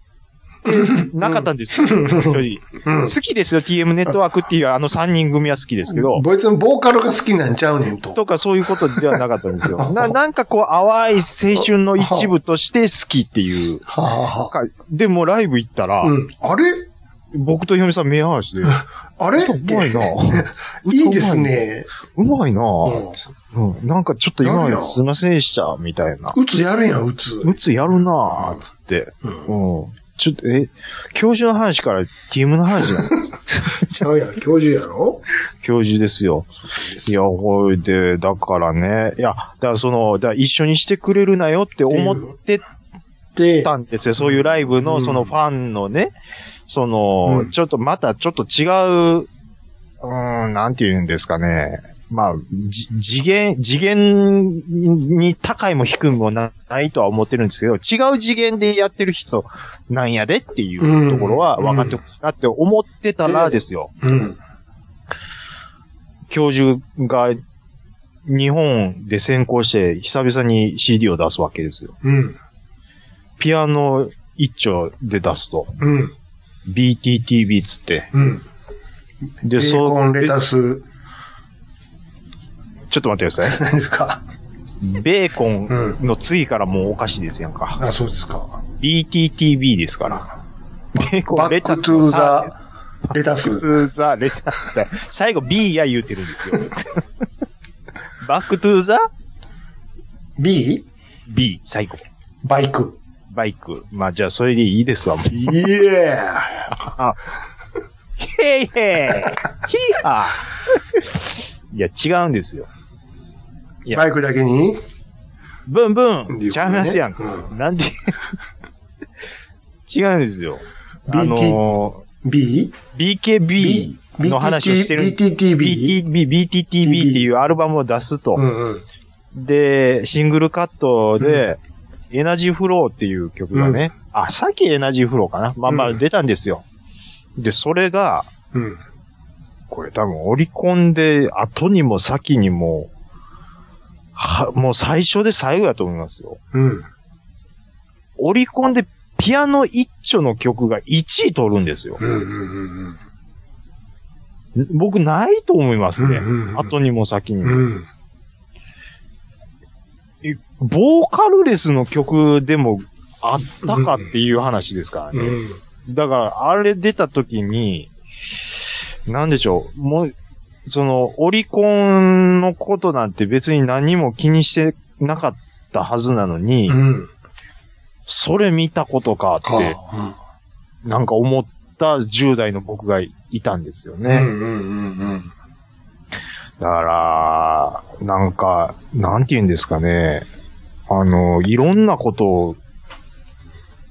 Speaker 2: なかったんですよ。正直
Speaker 1: うん。
Speaker 2: 好きですよ、TM ネットワークっていうあの3人組は好きですけど、
Speaker 1: 別にボーカルが好きなんちゃうねんと。
Speaker 2: とかそういうことではなかったんですよ。ななんかこう、淡い青春の一部として好きっていう。
Speaker 1: はあ、は
Speaker 2: かでもライブ行ったら
Speaker 1: あ、、うん。あれ
Speaker 2: 僕とひろみさん目合わ せて、
Speaker 1: あれ
Speaker 2: うまいな。
Speaker 1: いいですね。
Speaker 2: うまいな、
Speaker 1: うん
Speaker 2: うん、なんかちょっと今まですいませんでした、みたいな。
Speaker 1: うつやるやん、うつ。
Speaker 2: うつやるなぁ、つって。うん。ちょっと、え、教授の話から TM の話なん です。
Speaker 1: ちゃうやん、教授やろ
Speaker 2: 教授ですよ。いや、ほいで、だからね。いや、だからその、だから一緒にしてくれるなよって思って
Speaker 1: で、
Speaker 2: たんですよ。そういうライブ
Speaker 1: う
Speaker 2: の、
Speaker 1: ん
Speaker 2: そのファンのね、その、
Speaker 1: うん
Speaker 2: ちょっとまたちょっと違う、うーん、なんて言うんですかね。まあ、じ次元、次元に高いも低いもなないとは思ってるんですけど、違う次元でやってる人なんやでっていうところは
Speaker 1: うん
Speaker 2: 分かってほしいなって思ってたらですよ、
Speaker 1: うん。
Speaker 2: 教授が日本で先行して久々に CD を出すわけですよ。
Speaker 1: うん。
Speaker 2: ピアノ一丁で出すと、
Speaker 1: うん。
Speaker 2: BTTB つって。
Speaker 1: うん。ベ
Speaker 2: で、
Speaker 1: ー
Speaker 2: そう
Speaker 1: コン、レ
Speaker 2: で
Speaker 1: タス、
Speaker 2: ちょっと待ってくださ
Speaker 1: 何ですか
Speaker 2: い。ベーコンの次からもうお菓子ですやんか。
Speaker 1: あ、そうですか。
Speaker 2: BTTB ですから。ベーコ
Speaker 1: バ
Speaker 2: ン、レ
Speaker 1: ッ
Speaker 2: タ
Speaker 1: ク
Speaker 2: ス。
Speaker 1: ト
Speaker 2: あ。
Speaker 1: ゥーザ、レタ
Speaker 2: バック
Speaker 1: ス
Speaker 2: ト。ゥーザ、レタス。最後 B や言うてるん ですよ。バックトゥーザ、
Speaker 1: B?
Speaker 2: B、最後。
Speaker 1: バイク。
Speaker 2: バイク。まあじゃあそれでいいですわ。もう
Speaker 1: イエー
Speaker 2: へいへいヒーハーいや、違うんですよ。いや
Speaker 1: バイクだけに
Speaker 2: ブンブン
Speaker 1: 理由ね
Speaker 2: ちゃいますやんか。
Speaker 1: う
Speaker 2: なんで 違うんですよ。
Speaker 1: BT
Speaker 2: あの
Speaker 1: ?B?
Speaker 2: ー、BKB の話をしてる。
Speaker 1: BTTB?
Speaker 2: BTB、BTTB っていうアルバムを出すと。
Speaker 1: うんうん。
Speaker 2: で、シングルカットで、エナジーフローっていう曲がね、あ、さっきエナジーフローかな。まあまあ
Speaker 1: うん
Speaker 2: 出たんですよ。で、それが、
Speaker 1: うん。
Speaker 2: これ多分オリコンで後にも先にも、は、もう最初で最後やと思いますよ。
Speaker 1: うん。
Speaker 2: オリコンでピアノ一丁の曲が1位取るんですよ。
Speaker 1: うんうんうんうん。
Speaker 2: 僕ないと思いますね。
Speaker 1: うんうん
Speaker 2: 後にも先にも。
Speaker 1: うん。
Speaker 2: ボーカルレスの曲でもあったかっていう話ですからね。
Speaker 1: うん。
Speaker 2: だから、あれ出た時に、なんでしょう、もう、その、オリコンのことなんて別に何も気にしてなかったはずなのに、
Speaker 1: うん。
Speaker 2: それ見たことか
Speaker 1: か。
Speaker 2: って、なんか思った10代の僕がいたんですよ
Speaker 1: うんう
Speaker 2: ね。
Speaker 1: んうんうん。
Speaker 2: だから、なんか、なんて言うんですかね。あの、いろんなこと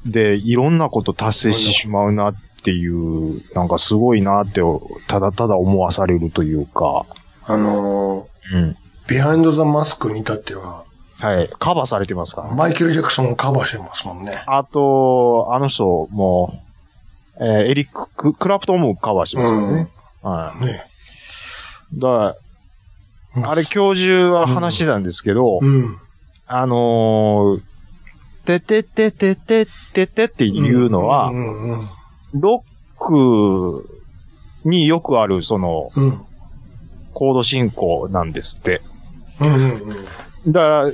Speaker 2: で、いろんなこと達成してしまうなっていう、なんかすごいなって、ただただ思わされるというか、
Speaker 1: あの
Speaker 2: うん。
Speaker 1: ー、ビハインドザマスクに至っては、
Speaker 2: はい。カバーされてますから。
Speaker 1: マイケル・ジャクソンをカバーしてますもんね。
Speaker 2: あと、あの人も、えーエリックク・クラプトンもカバーしてますからね。は
Speaker 1: ね。
Speaker 2: い。だから、
Speaker 1: うん
Speaker 2: あれ教授は話してたんですけど、
Speaker 1: うん。
Speaker 2: あのー、てててててててっていうのは
Speaker 1: う、んうん
Speaker 2: ロックによくある、その、
Speaker 1: うん。
Speaker 2: コード進行なんですって。
Speaker 1: うんうんうん。
Speaker 2: だから、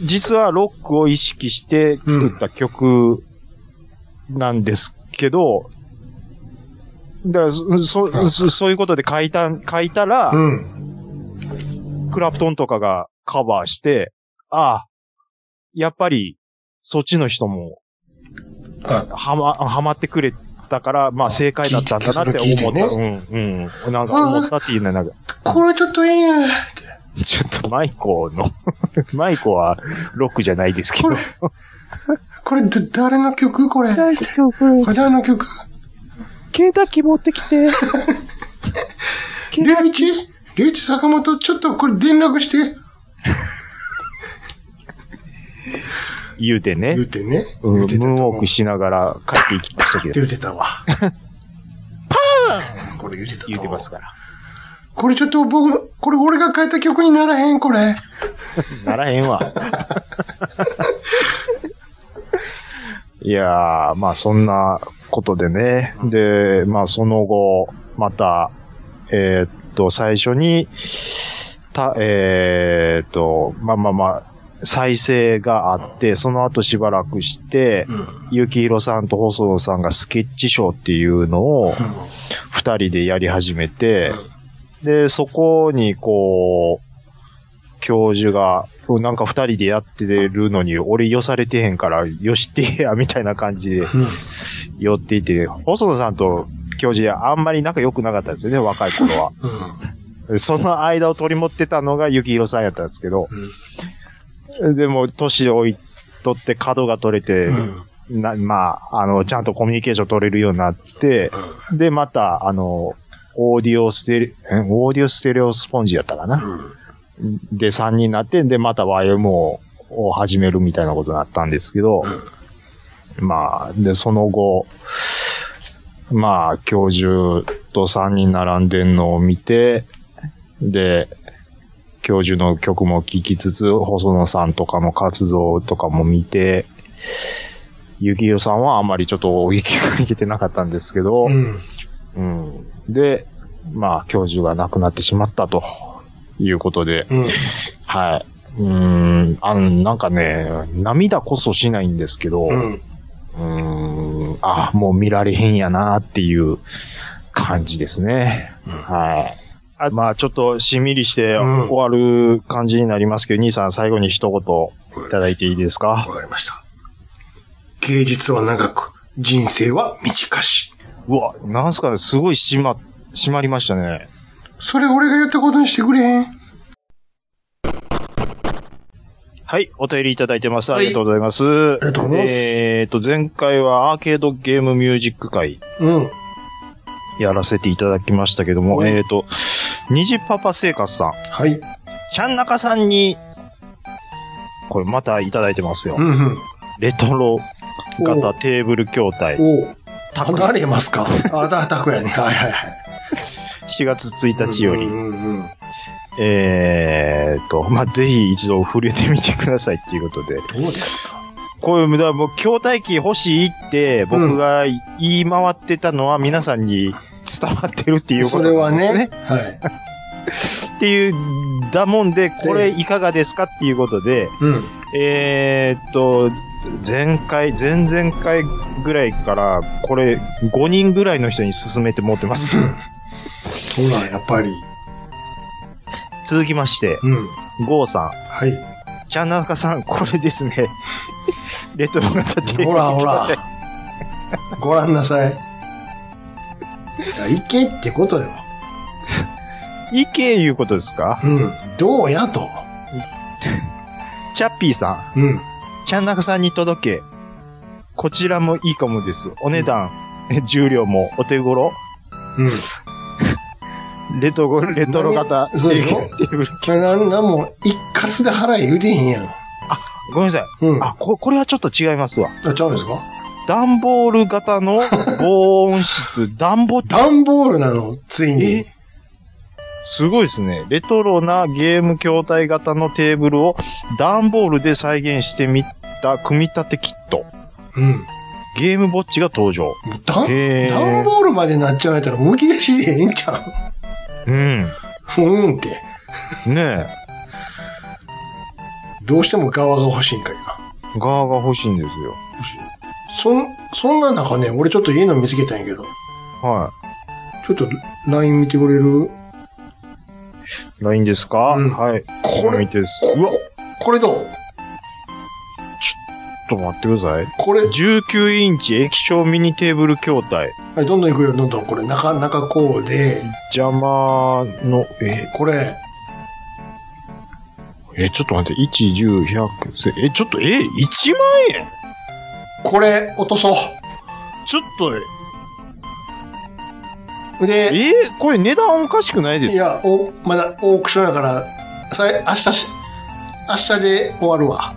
Speaker 2: 実はロックを意識して作った曲なんですけど、だからそそそ、そういうことで書いた、書いたら、
Speaker 1: うん。
Speaker 2: クラプトンとかがカバーして、ああ、やっぱり、そっちの人も
Speaker 1: あ、
Speaker 2: はま、はまってくれたから、まあ正解だったんだなって
Speaker 1: 聞いて
Speaker 2: 思った。
Speaker 1: そ
Speaker 2: うん、うん。なんか思ったっていうのは、なんか、
Speaker 1: これちょっといいね。
Speaker 2: ちょっとマイコの、 マイコはロックじゃないですけ
Speaker 1: こ
Speaker 2: ど
Speaker 1: れ。、これだ誰の曲これ。これ誰の曲
Speaker 2: ケンタッキー持ってき て。
Speaker 1: リュウイチリュウイチ坂本、ちょっとこれ連絡して。
Speaker 2: 言うてね
Speaker 1: 言。ってね。
Speaker 2: うんム
Speaker 1: 言ってた
Speaker 2: ー
Speaker 1: と
Speaker 2: ンウ
Speaker 1: 思う
Speaker 2: ォークしながら帰っていきましたけ
Speaker 1: って
Speaker 2: ど、
Speaker 1: 言ってたわ。パーンこれ言ってたと
Speaker 2: 言
Speaker 1: 思う
Speaker 2: うてますから。
Speaker 1: これちょっと僕、これ俺が書いた曲にならへん、これ。
Speaker 2: ならへんわ。いやー、まあそんなことでね。で、まあその後、また、えーっと、最初に、た、えーっと、まあまあまあ、再生があって、その後しばらくして、ゆきひろさんと細野さんがスケッチショーっていうのを、二人でやり始めて、で、そこに、こう、教授が、なんか二人でやってるのに、俺寄されてへんから、よしてや、みたいな感じで寄っていて、細野さんと教授はあんまり仲良くなかったんですよね、若い頃は。その間を取り持ってたのが幸宏さんやったんですけど、でも、年をいとって角が取れて、なまあ、あの、ちゃんとコミュニケーション取れるようになって、で、また、あの、オーディオステレ、んオーディオステレオスポンジやったかな。で、3人になって、で、また YMO を始めるみたいなことになったんですけど、まあ、で、その後、まあ、教授と3人並んでんのを見て、で、教授の曲も聴きつつ、細野さんとかの活動とかも見て、ゆきよさんはあんまりちょっとお行きがいけてなかったんですけど、
Speaker 1: うん。
Speaker 2: うん。で、まあ、教授が亡くなってしまったということで、
Speaker 1: うん。
Speaker 2: はい。うーん、あの、なんかね、涙こそしないんですけど、
Speaker 1: う。
Speaker 2: うんーん、あ、もう見られへんやなっていう感じですね。はい。あまあ、ちょっとしんみりして
Speaker 1: うん
Speaker 2: 終わる感じになりますけど、兄さん最後に一言いただいていいですか
Speaker 1: わかりました。芸術は長く、人生は短し。
Speaker 2: うわ、なんすかね、すごい締ま、締まりましたね。
Speaker 1: それ俺が言ったことにしてくれへん。
Speaker 2: はい、お便りいただいてます。あ
Speaker 1: はい
Speaker 2: りがとうございます。あり
Speaker 1: がとうございます
Speaker 2: えっと、前回はアーケードゲームミュージック会
Speaker 1: うん。
Speaker 2: やらせていただきましたけども、
Speaker 1: はい
Speaker 2: えっと、虹パパ生活さん、
Speaker 1: はい。
Speaker 2: ちゃん中さんに、これまたいただいてますよ
Speaker 1: う。んうん。
Speaker 2: レトロ型テーブル筐体。
Speaker 1: おう。
Speaker 2: タク
Speaker 1: 離れますかあ、だ、たく やね。はいはいはい。
Speaker 2: 4月1日より、
Speaker 1: うんうんうん。
Speaker 2: えっと、まあ、ぜひ一度触れてみてくださいっていうことで。
Speaker 1: どうですか
Speaker 2: こういう無駄、もう、筐体機欲しいって、僕が言い回ってたのは皆さんに伝わってるっていうこ
Speaker 1: そ
Speaker 2: と
Speaker 1: れは
Speaker 2: なんですね。
Speaker 1: ね。はい。
Speaker 2: っていう、だもんで、これいかがですかっていうことで、
Speaker 1: うん。
Speaker 2: えーっと、前回、前々回ぐらいから、これ、5人ぐらいの人に勧めて持って ます。
Speaker 1: そうなん、やっぱり。
Speaker 2: 続きまして、
Speaker 1: うん。
Speaker 2: ゴーさ
Speaker 1: はい。
Speaker 2: ん。ちゃんなかさん、これです ね。レトロ型テーブル
Speaker 1: ほらほら。ご覧なさい。いや、行けってことよ。
Speaker 2: 意見いうことですか
Speaker 1: うん。どうやと。
Speaker 2: チャッピーさん。
Speaker 1: うん。
Speaker 2: ちゃんなかさんに届け。こちらもいいかもです。お値段、重量もお手頃。
Speaker 1: うん。
Speaker 2: レトロ、レトロ型テ
Speaker 1: そうでしょ
Speaker 2: ーブル。
Speaker 1: なんなんも、一括で払え言うてへんやん。
Speaker 2: ごめんなさい。
Speaker 1: うん。
Speaker 2: あ、ここれはちょっと違いますわ。
Speaker 1: あ、ちゃうんですか
Speaker 2: 段ボール型の防音室、 暖房
Speaker 1: 段ボールなの、ついに
Speaker 2: え。すごいですね。レトロなゲーム筐体型のテーブルを段ボールで再現してみた組み立てキット。
Speaker 1: うん。
Speaker 2: ゲームぼっちが登場。
Speaker 1: もう段、
Speaker 2: へ
Speaker 1: 段
Speaker 2: ー。
Speaker 1: ボールまでなっちゃうんやったら、むき出しでええんちゃう
Speaker 2: う ん。
Speaker 1: うんって。
Speaker 2: ね
Speaker 1: どうしても側が欲しいんかいな。
Speaker 2: え。側が欲しいんですよ。
Speaker 1: そん、そんな中ね、俺ちょっといいの見つけたんやけど、
Speaker 2: は
Speaker 1: ちょっと LINE 見てくれる
Speaker 2: い。LINE ですか、
Speaker 1: うん
Speaker 2: はい。
Speaker 1: これ
Speaker 2: 見てです。
Speaker 1: こ
Speaker 2: うわ、ちょ
Speaker 1: これどう
Speaker 2: っと待ってください。
Speaker 1: これ、
Speaker 2: 19インチ液晶ミニテーブル筐体。
Speaker 1: はい、どんどん行くよ、どんどん。これ、中、中こうで、
Speaker 2: 邪魔の、え、
Speaker 1: これ、
Speaker 2: え、ちょっと待って、1、10、100、せえ、ちょっと、え、1万円
Speaker 1: これ、落とそ
Speaker 2: ちょっと、
Speaker 1: う。で、
Speaker 2: え、これ値段おかしくないで
Speaker 1: い
Speaker 2: すか
Speaker 1: や、お、まだ、オークションやから、さい、明日し、明日で終わるわ。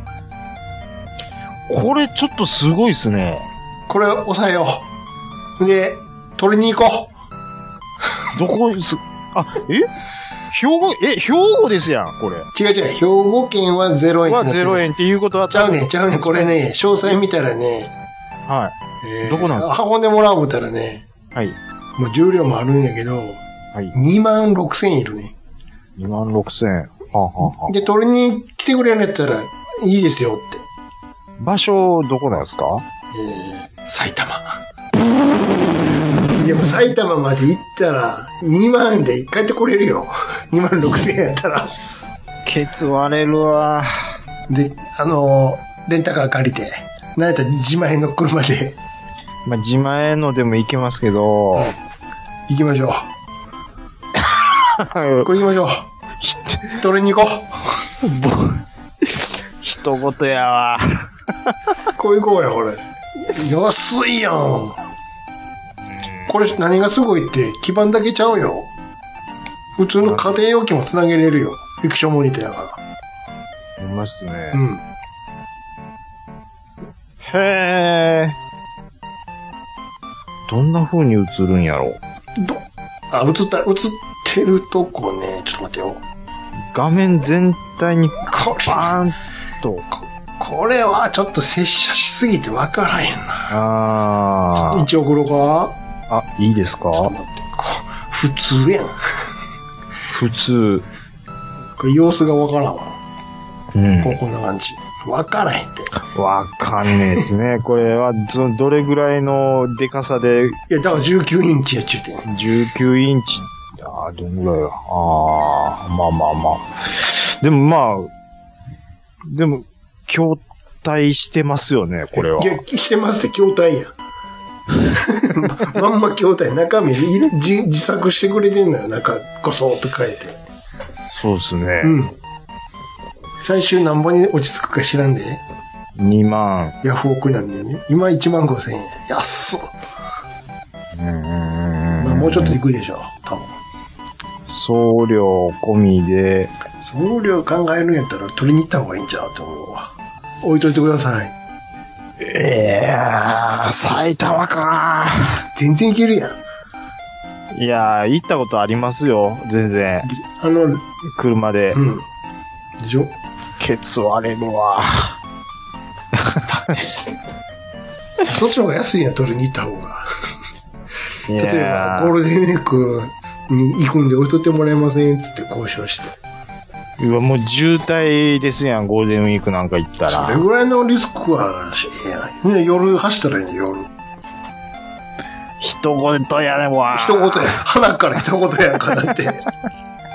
Speaker 2: これちょっとすごいですね。
Speaker 1: これ、押さえよう。で、取りに行こ
Speaker 2: どこ、す、あ、え兵庫、え、兵庫ですやん、これ。
Speaker 1: う。違う違う、兵庫県は0円にな
Speaker 2: は
Speaker 1: ってる。
Speaker 2: 0円っていうことは
Speaker 1: ちゃうね、ちゃうね、これね、詳細見たらね、
Speaker 2: は
Speaker 1: え
Speaker 2: どこなんですか
Speaker 1: 運んでもらおう思ったらね、
Speaker 2: い。はい。
Speaker 1: もう重量もあるんやけど、
Speaker 2: はい。
Speaker 1: 2万6千いるね。
Speaker 2: 2万6千円。はあ、はあはあ、
Speaker 1: で、取りに来てくれるんやったら、いいですよって。
Speaker 2: 場所、どこなんですか
Speaker 1: えー埼玉。でも埼玉まで行ったら、2万で帰ってこれるよ。2万6千円やったら。
Speaker 2: ケツ割れるわ。
Speaker 1: で、あのーレンタカー借りて、なんやったら自前の車で
Speaker 2: まあ、自前のでも行けますけど、
Speaker 1: 行きましょう。これ行きましょう。
Speaker 2: ひと
Speaker 1: 取りに行こう。
Speaker 2: ぼ 人ごとやわ。
Speaker 1: こう行こうや、これ。安いやん。これ何がすごいって、基板だけちゃうよ。普通の家庭用機も繋げれるよ。液晶モニターだか
Speaker 2: ほんまっすね
Speaker 1: ら。う。ん。
Speaker 2: へえ。どんな風に映るんやろ
Speaker 1: ど、あ、映った、映ってるとこね、ちょっと待ってよ。
Speaker 2: 画面全体に
Speaker 1: これ、
Speaker 2: バーンと。
Speaker 1: これはちょっと接写しすぎてわからへんな。
Speaker 2: あ
Speaker 1: 一応送ろうか
Speaker 2: あ。あ、いいですか
Speaker 1: ちょっと待ってこ普通やん。
Speaker 2: 普通。
Speaker 1: これ様子がわからんわ。
Speaker 2: うん
Speaker 1: こ。うこんな感じ。わからへんって。
Speaker 2: わかんねえです ね。これは、ど、どれぐらいのデカさで、
Speaker 1: いや、だから19インチやっちゅうてん。
Speaker 2: 19インチ、ああ、どんぐらいや。ああ、まあまあまあ。でもまあ、でも、筐体してますよね、これは。
Speaker 1: いや、してますって、筐体や。まんま筐体、中身い自、自作してくれてんのよ、中、こそっと変えて。
Speaker 2: そうですね
Speaker 1: う。ん。最終なんぼに落ち着くか知らんで、
Speaker 2: 2万。
Speaker 1: ヤフオクなんでね。今1万5千円。安っ、
Speaker 2: うんうんうん
Speaker 1: まあ、もうちょっといくでしょ、多分。
Speaker 2: 送料込みで、
Speaker 1: 送料考えるんやったら取りに行った方がいいんちゃうと思うわ。置いといてください。
Speaker 2: ええー、埼玉か。
Speaker 1: 全然いけるやん。
Speaker 2: いやー、行ったことありますよ、全然。
Speaker 1: あの、うん。
Speaker 2: 車で。
Speaker 1: でしょ
Speaker 2: ケツ割れる わ。
Speaker 1: そっちの方が安いやん、取りに行った方が。
Speaker 2: 例
Speaker 1: 例えば、ゴールデンウィークに行くんで置いとってもらえませんっつって交渉して。
Speaker 2: うわ、もう渋滞ですやん、ゴールデンウィークなんか行った
Speaker 1: それ
Speaker 2: ら。
Speaker 1: ぐらいのリスクは、ええやん。夜走ったらいいねん、夜。
Speaker 2: 一言やね、わ。
Speaker 1: 一言やん。鼻から一言やんか、だって。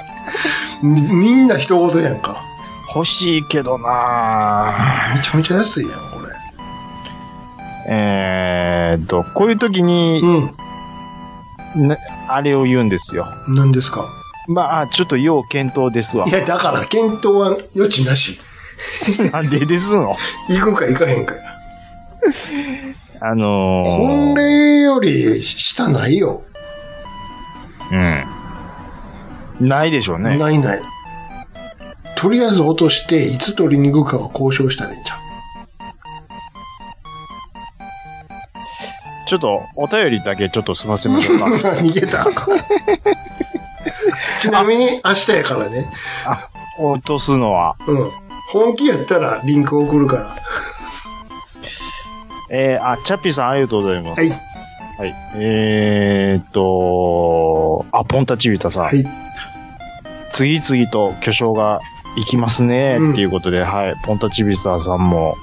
Speaker 1: みみんな一言やんか。
Speaker 2: 欲しいけどな
Speaker 1: めちゃめちゃ安いやん、これ。
Speaker 2: えーっと、こういう時に、
Speaker 1: う
Speaker 2: ねあれを言うんですよ。
Speaker 1: ん。何ですか
Speaker 2: まあ、ちょっと要検討ですわ
Speaker 1: い。や、だから、検討は余地なし。
Speaker 2: なんでですの
Speaker 1: 行くか行かへんかや。
Speaker 2: あのー、
Speaker 1: これより下ないよ。
Speaker 2: うん。ないでしょうね。
Speaker 1: ないない。とりあえず落として、いつ取りに行くかは交渉したらいいんじゃん。
Speaker 2: ちょっと、お便りだけちょっと済ませましょう か。
Speaker 1: 逃げ た。ちなみに、明日やからね。
Speaker 2: 落とすのは。
Speaker 1: うん。本気やったらリンク送るから。
Speaker 2: えー、あ、チャッピーさんありがとうございます。
Speaker 1: はい。
Speaker 2: はい。えーっと、あ、ポンタチビタさん。
Speaker 1: はい。
Speaker 2: 次々と巨匠が行きますね、
Speaker 1: うん
Speaker 2: っていうことで、はい。ポンタチビタさんも、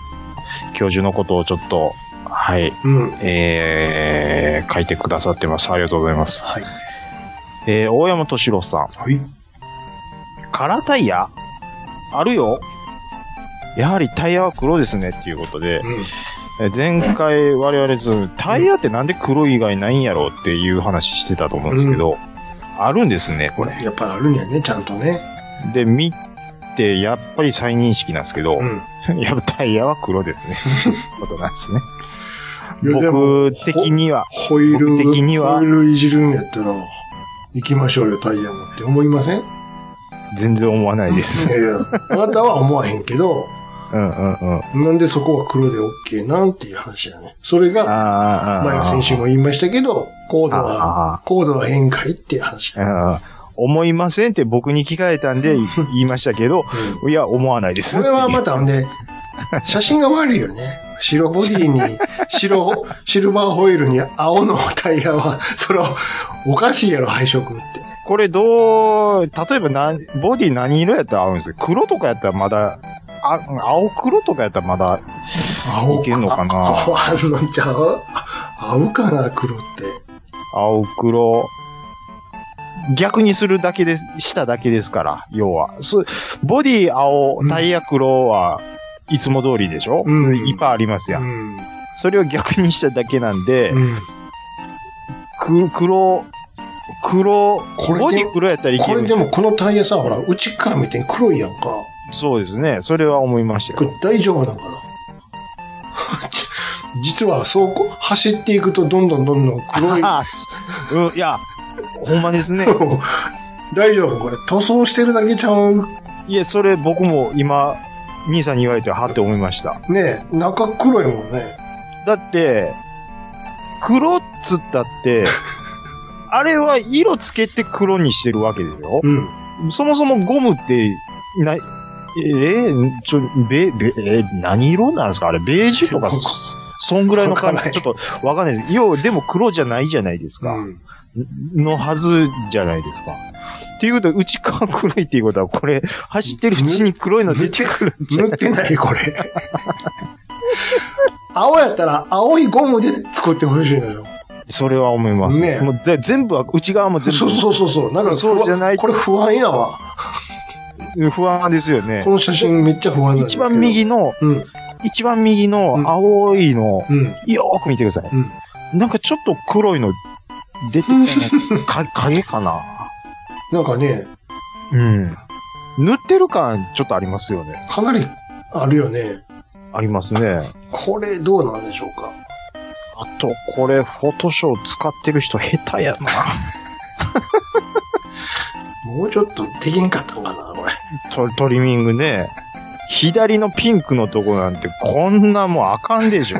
Speaker 2: 教授のことをちょっと、はい、
Speaker 1: うん。
Speaker 2: えー、書いてくださってます。ありがとうございます。
Speaker 1: はい。
Speaker 2: えー、大山敏郎さん。
Speaker 1: はい。
Speaker 2: カラータイヤあるよ。やはりタイヤは黒ですねっていうことで、
Speaker 1: う
Speaker 2: え前回我々そのタイヤってなんで黒以外ないんやろうっていう話してたと思うんですけど、あるんですね、こ
Speaker 1: こ
Speaker 2: れ。
Speaker 1: れ、やっぱりあるんやね、ちゃんとね。
Speaker 2: で、見て、やっぱり再認識なんですけど
Speaker 1: う、ん。
Speaker 2: やっぱタイヤは黒です ね。ことなんですね。
Speaker 1: いやでも
Speaker 2: 僕的には、
Speaker 1: ホイール、
Speaker 2: 僕的には
Speaker 1: ホイールいじるんやったら、行きましょうよ、タイヤもって思いません
Speaker 2: 全然思わないで
Speaker 1: い
Speaker 2: す。
Speaker 1: やいや、あなたは思わへんけど、
Speaker 2: うんうんうん。あ
Speaker 1: なんでそこは黒で OK なんていう話だね。それ
Speaker 2: ー
Speaker 1: が、
Speaker 2: あー、
Speaker 1: 前
Speaker 2: あ
Speaker 1: の
Speaker 2: ー
Speaker 1: 先週も言いましたけど、コード
Speaker 2: あ
Speaker 1: は、コードは変化いっていう話。 う
Speaker 2: うん思いませんって僕に聞かれたんでい言いましたけど、
Speaker 1: ん
Speaker 2: いや、思わないです。
Speaker 1: これはまたね、写真が悪いよね。白ボディに、白、シルバーホイールに青のタイヤは、それはおかしいやろ、配色って。
Speaker 2: これどう、例えばな、ボディ何色やったら合うんですか黒とかやったらまだ、あ青黒とかやったらまだ、
Speaker 1: 青
Speaker 2: いけんのかな
Speaker 1: 青あんのんちゃうあ合うかな、黒って。
Speaker 2: 青黒、逆にするだけです、しただけですから、要は。そボディ青
Speaker 1: う、ん
Speaker 2: タイヤ黒はいつも通りでしょ、
Speaker 1: うん
Speaker 2: いっぱいありますや。
Speaker 1: うんん。
Speaker 2: それを逆にしただけなんで、
Speaker 1: うん。
Speaker 2: く黒、黒、
Speaker 1: これで
Speaker 2: ボディ黒やったらいけ
Speaker 1: これ
Speaker 2: る
Speaker 1: で。もこのタイヤさ、ほら、内側見て黒いやんか。
Speaker 2: そうですね。それは思いました
Speaker 1: こ
Speaker 2: よ。
Speaker 1: れ大丈夫なのかな 実はそうこ、走っていくとどんどんどんどん黒 い。
Speaker 2: ああ、す うん、いや、ほんまですね。
Speaker 1: 大丈夫これ、塗装してるだけちゃう。
Speaker 2: いや、それ僕も今、兄さんに言われてはって思いました。
Speaker 1: ねえ中黒いもんね。
Speaker 2: だって、黒っつった って、あれは色つけて黒にしてるわけでしょ
Speaker 1: うん。
Speaker 2: そもそもゴムって、な、えー、ちょ、べ、べ、えー何色なんですかあれ、ベージュ とか、そそんぐらいの感
Speaker 1: わかんな
Speaker 2: じ、
Speaker 1: い
Speaker 2: ちょっとわかんないです。要は、でも黒じゃないじゃないですか。
Speaker 1: うん
Speaker 2: のはずじゃないですか。っていうことは、内側黒いっていうことは、これ、走ってるうちに黒いの出てくるんじゃ
Speaker 1: 塗ってない、これ。 青やったら、青いゴムで作ってほしいのよ。
Speaker 2: それは思います。
Speaker 1: ねえ
Speaker 2: もうぜ全部は、内側も全
Speaker 1: そうそうそうそう。なんか不安
Speaker 2: そうじゃない
Speaker 1: これ不安やわ。
Speaker 2: 部不安ですよね
Speaker 1: こ。の写真めっちゃ不安なんです
Speaker 2: 一
Speaker 1: けど
Speaker 2: 番。右の、
Speaker 1: うん。
Speaker 2: 一番右
Speaker 1: うん
Speaker 2: の青いの、
Speaker 1: うん。
Speaker 2: よーく見てください。
Speaker 1: うん
Speaker 2: なんかちょっと黒いの出てきたの か影かな
Speaker 1: なんかね、
Speaker 2: うん。塗ってる感ちょっとありますよね。
Speaker 1: かなりあるよね。
Speaker 2: ありますね。
Speaker 1: これどうなんでしょうか。
Speaker 2: あと、これ、フォトショー使ってる人下手やな。
Speaker 1: もうちょっとできんかったのかな、これ。
Speaker 2: トトリミングね。左のピンクのとこなんて、こんなもうあかんでしょ。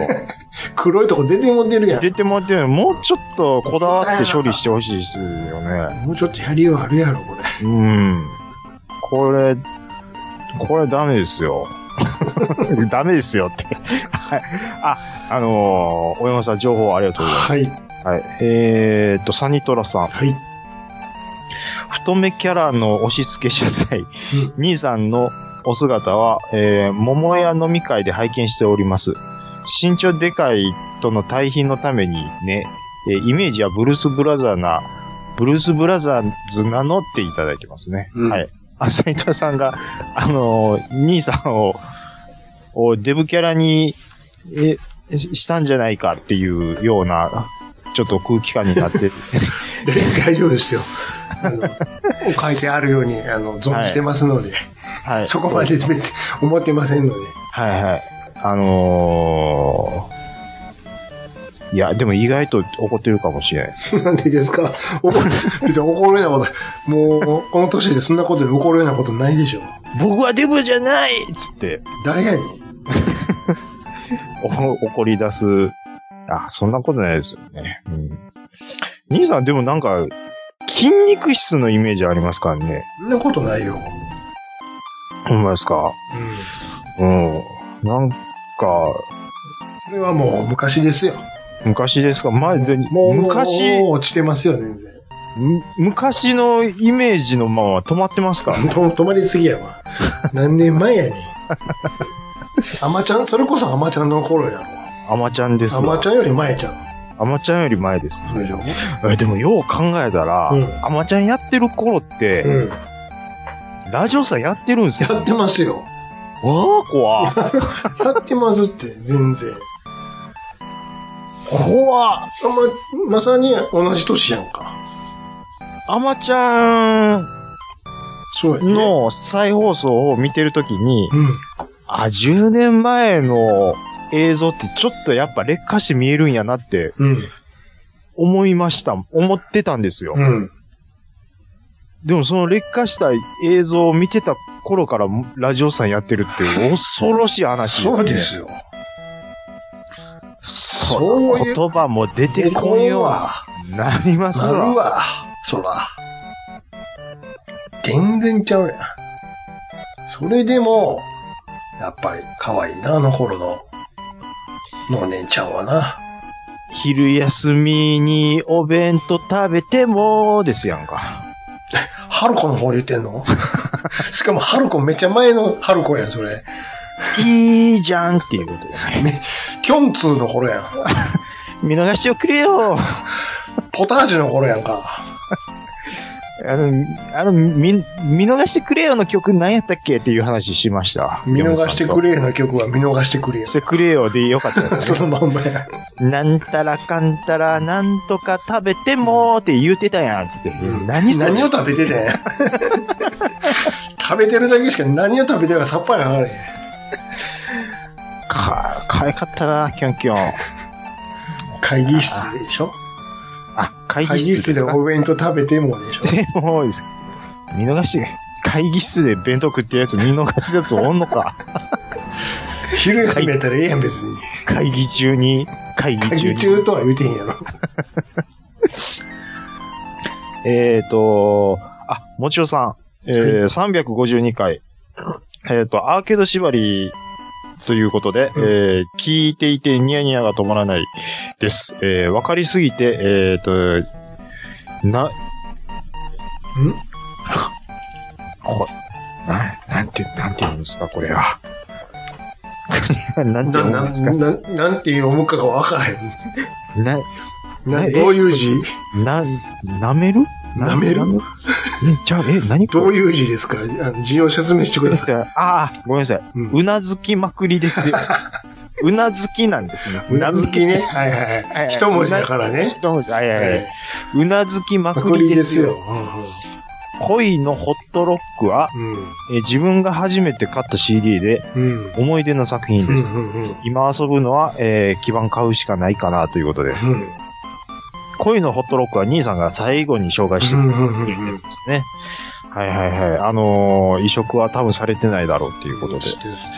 Speaker 1: 黒いとこ出ても出るやん。
Speaker 2: 出てもらってるのにもうちょっとこだわって処理してほしいですよね。
Speaker 1: もうちょっとやりようあるやろ、これ。
Speaker 2: うん。これ、これダメですよ。 ダメですよって。はい。あ、あのー、大山さん情報ありがとうございます。
Speaker 1: は
Speaker 2: は
Speaker 1: い、
Speaker 2: い。えーっと、サニトラさん。
Speaker 1: はい。
Speaker 2: 太めキャラの押し付け謝罪。兄さんのお姿は、えー、桃屋飲み会で拝見しております。身長でかいとの対比のためにね、えーイメージはブルースブラザーな、ブルースブラザーズなのっていただいてますね。
Speaker 1: うん
Speaker 2: はい。あ、斎藤さんが、あのー兄さんを、をデブキャラに、え、ししたんじゃないかっていうような、ちょっと空気感になって る、
Speaker 1: で大丈夫ですよ。あの、書いてあるように、あの、存じてますので、
Speaker 2: はい。
Speaker 1: そこまで別に思ってませんので。
Speaker 2: はいはい。あのー、いや、でも意外と怒ってるかもしれないです。
Speaker 1: なんでですか怒る、別に怒るようなこと、もう、この年でそんなことで怒るようなことないでしょ。
Speaker 2: 僕はデブじゃないっつって、
Speaker 1: 誰やねん。
Speaker 2: お怒り出す。あ、そんなことないですよね。うん。兄さん、でもなんか、筋肉質のイメージありますからね。
Speaker 1: そんなことないよ。
Speaker 2: ほんまですか
Speaker 1: うん。
Speaker 2: うん。なんか、
Speaker 1: それはもう昔ですよ。
Speaker 2: 昔ですか前で、
Speaker 1: もう、
Speaker 2: 昔、
Speaker 1: もう落ちてますよ、全然。
Speaker 2: む昔のイメージのまま止まってますからね。
Speaker 1: と止まりすぎやわ。何年前 やねん。アマちゃん、それこそアマちゃんの頃やろ。
Speaker 2: アマちゃんです
Speaker 1: ア
Speaker 2: わ
Speaker 1: マちゃんより前じゃん。
Speaker 2: アマちゃんより前です。
Speaker 1: それじゃん。
Speaker 2: えでもよう考えたら、
Speaker 1: うん
Speaker 2: アマちゃんやってる頃って、
Speaker 1: うん。
Speaker 2: ラジオさんやってるん ですよ。
Speaker 1: やってますよ。
Speaker 2: わあ、怖っ。
Speaker 1: やってますって、全然。
Speaker 2: 怖っ。
Speaker 1: あんま、まさに同じ年やんか。
Speaker 2: アマちゃん
Speaker 1: そうやね。
Speaker 2: の再放送を見てるときに、
Speaker 1: うん。
Speaker 2: あ、10年前の映像ってちょっとやっぱ劣化して見えるんやなって
Speaker 1: うん。
Speaker 2: 思いました。思ってたんですよ。
Speaker 1: うん。
Speaker 2: でもその劣化した映像を見てた頃からラジオさんやってるっていう恐ろしい話ですね。
Speaker 1: そうですよ。
Speaker 2: そ
Speaker 1: そう
Speaker 2: う
Speaker 1: いう
Speaker 2: 言葉も出てこん
Speaker 1: ん
Speaker 2: よう
Speaker 1: わ。
Speaker 2: になります
Speaker 1: な
Speaker 2: わ。
Speaker 1: るわ。そら。全然ちゃうやん。それでも、やっぱり可愛いな、あの頃の、のねんちゃんはな。
Speaker 2: 昼休みにお弁当食べても、ですやんか。
Speaker 1: 春子の方言ってん のしかも春子めっちゃ前の春子やん、それ。
Speaker 2: いいじゃんっていうことだね。
Speaker 1: キョンツーの頃やん。
Speaker 2: 見逃しておくれよ。
Speaker 1: ポタージュの頃やんか。
Speaker 2: あの、あの、み、見逃してくれよの曲何やったっけっていう話しました。
Speaker 1: 見逃してく
Speaker 2: れ。
Speaker 1: れの曲は見逃してくれやん。
Speaker 2: してくれよでよかったです
Speaker 1: そのまんまや。
Speaker 2: なんたらかんたらなんとか食べてもって言うてたやん、つって。何それ
Speaker 1: 何を食べて ねん食べてるだけしか何を食べてるかさっぱりわからへん。
Speaker 2: か、可愛かったな、キョンキョン。
Speaker 1: 会議室でしょ
Speaker 2: あ、会
Speaker 1: 会
Speaker 2: 議
Speaker 1: 議
Speaker 2: 室
Speaker 1: 室
Speaker 2: で
Speaker 1: です
Speaker 2: か
Speaker 1: お弁当食べて もでしょ
Speaker 2: でも多いです。見逃して、会議室で弁当食ってるやつ見逃すやつおんのか。
Speaker 1: 昼休みやったらええやん、別に。
Speaker 2: 会議中に、会議
Speaker 1: 会
Speaker 2: 中
Speaker 1: 議
Speaker 2: に。
Speaker 1: 中とは言うてへんやろ。
Speaker 2: えっ、と、あ、もちろさん、えー352回、 えっ、と、アーケード縛りということで、
Speaker 1: うん
Speaker 2: えー聞いていてニヤニヤが止まらないです。えーわかりすぎて、えっ、と、な、
Speaker 1: ん
Speaker 2: こ、な、なんて、なんて言うんですか、これ は。これはなんて
Speaker 1: な、
Speaker 2: 言うん
Speaker 1: な、
Speaker 2: ですか
Speaker 1: な、なんて読むかがわからへん。
Speaker 2: な、
Speaker 1: な、
Speaker 2: え
Speaker 1: どういう字
Speaker 2: な、なめる
Speaker 1: 舐める
Speaker 2: えじゃあ、え、何これ
Speaker 1: どういう字ですかあの字を説明してく ださい。
Speaker 2: ああ、ごめんなさい。
Speaker 1: うん
Speaker 2: うなずきまくりですね。うなずきなんですね。
Speaker 1: うなずきね。はいはい
Speaker 2: は
Speaker 1: はいい。
Speaker 2: はい
Speaker 1: 一文字だからね。
Speaker 2: 一文字。あいやいやい
Speaker 1: は
Speaker 2: や
Speaker 1: い。
Speaker 2: うなずきま
Speaker 1: パ
Speaker 2: く
Speaker 1: ク
Speaker 2: り
Speaker 1: リ
Speaker 2: で
Speaker 1: ですす
Speaker 2: よ
Speaker 1: よ。。
Speaker 2: 恋のホットロックは、
Speaker 1: うんうん。
Speaker 2: えー自分が初めて買った CD で
Speaker 1: うん。うん。
Speaker 2: 思い出の作品
Speaker 1: う
Speaker 2: です。
Speaker 1: ん。うん。
Speaker 2: 今遊ぶのは、えー基盤買うしかないかなということで。恋のホットロックは兄さんが最後に紹介して
Speaker 1: う
Speaker 2: く
Speaker 1: ん。うん。
Speaker 2: れ
Speaker 1: う
Speaker 2: た
Speaker 1: ん。
Speaker 2: やつですね。はいはいはい。あのー移植は多分されてないだろうっていうことで。
Speaker 1: で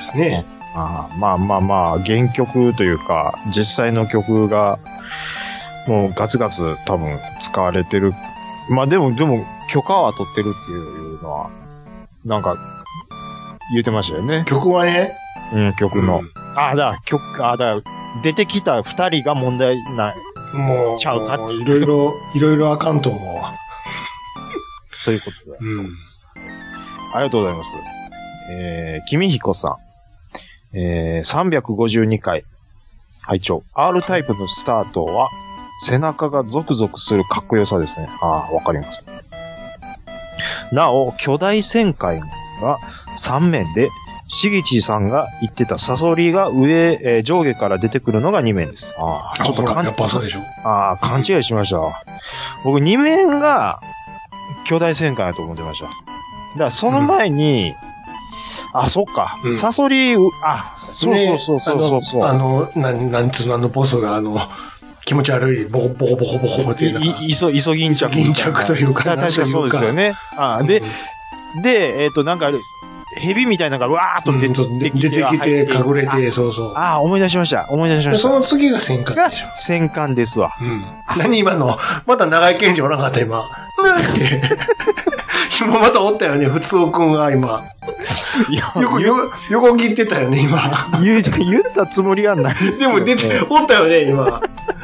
Speaker 1: すね。
Speaker 2: あーまあまあまあ、原曲というか、実際の曲が、もうガツガツ多分使われてる。まあでも、でも、許可は取ってるっていうのは、なんか、言ってましたよね。
Speaker 1: 曲はね、
Speaker 2: うん、曲の。
Speaker 1: うん
Speaker 2: あ、だ、曲、あ、だ、出てきた二人が問題ない。
Speaker 1: もう、
Speaker 2: ちゃうか
Speaker 1: もいろいろ、いろいろあかんと思うわ。
Speaker 2: そういうことで。
Speaker 1: うん
Speaker 2: そうです。ありがとうございます。えー、君彦さん。えー、352回。拝聴 R タイプのスタートは、背中がゾクゾクするかっこよさですね。ああ、わかります。なお、巨大旋回が3面で、しぎちさんが言ってたサソリが上、えー上下から出てくるのが2面です。ああ、ちょっと
Speaker 1: あほ
Speaker 2: 勘
Speaker 1: らやっぱそうでしょ。
Speaker 2: ああ、勘違いしましたわ。僕、二面が、巨大戦艦やと思ってました。だから、その前に、あ、そっか、
Speaker 1: うん
Speaker 2: サソリ、うあ、そうそうそうそうそうそう、
Speaker 1: あの、あのなん、なんつうの、あの、ボスが、あの、気持ち悪い、ボコボコボコボコっていうなんか
Speaker 2: い、い、いそ、急ぎん着。
Speaker 1: 急ぎん着というか
Speaker 2: だら確かそうですよね。ああ、で、で、えっ、と、なんか、蛇みたいなのがわーっ
Speaker 1: う
Speaker 2: と
Speaker 1: ん、
Speaker 2: 出て
Speaker 1: 出て
Speaker 2: き
Speaker 1: き
Speaker 2: て、
Speaker 1: て、隠れ
Speaker 2: 入って。
Speaker 1: て、そうそう。
Speaker 2: ああ、思い出しました。思い出しま
Speaker 1: で
Speaker 2: した。
Speaker 1: その次が戦艦
Speaker 2: が
Speaker 1: でしょ。
Speaker 2: 戦艦ですわ。
Speaker 1: うん。何今のまた長井健二おらんかった今。なんて。 今またおったよね、普通くんが今。
Speaker 2: いや
Speaker 1: 横、
Speaker 2: 言う
Speaker 1: 横、横切ってたよね、今。
Speaker 2: 言う言ったつもりはないですけ
Speaker 1: で
Speaker 2: ど
Speaker 1: も出て、おったよね、今。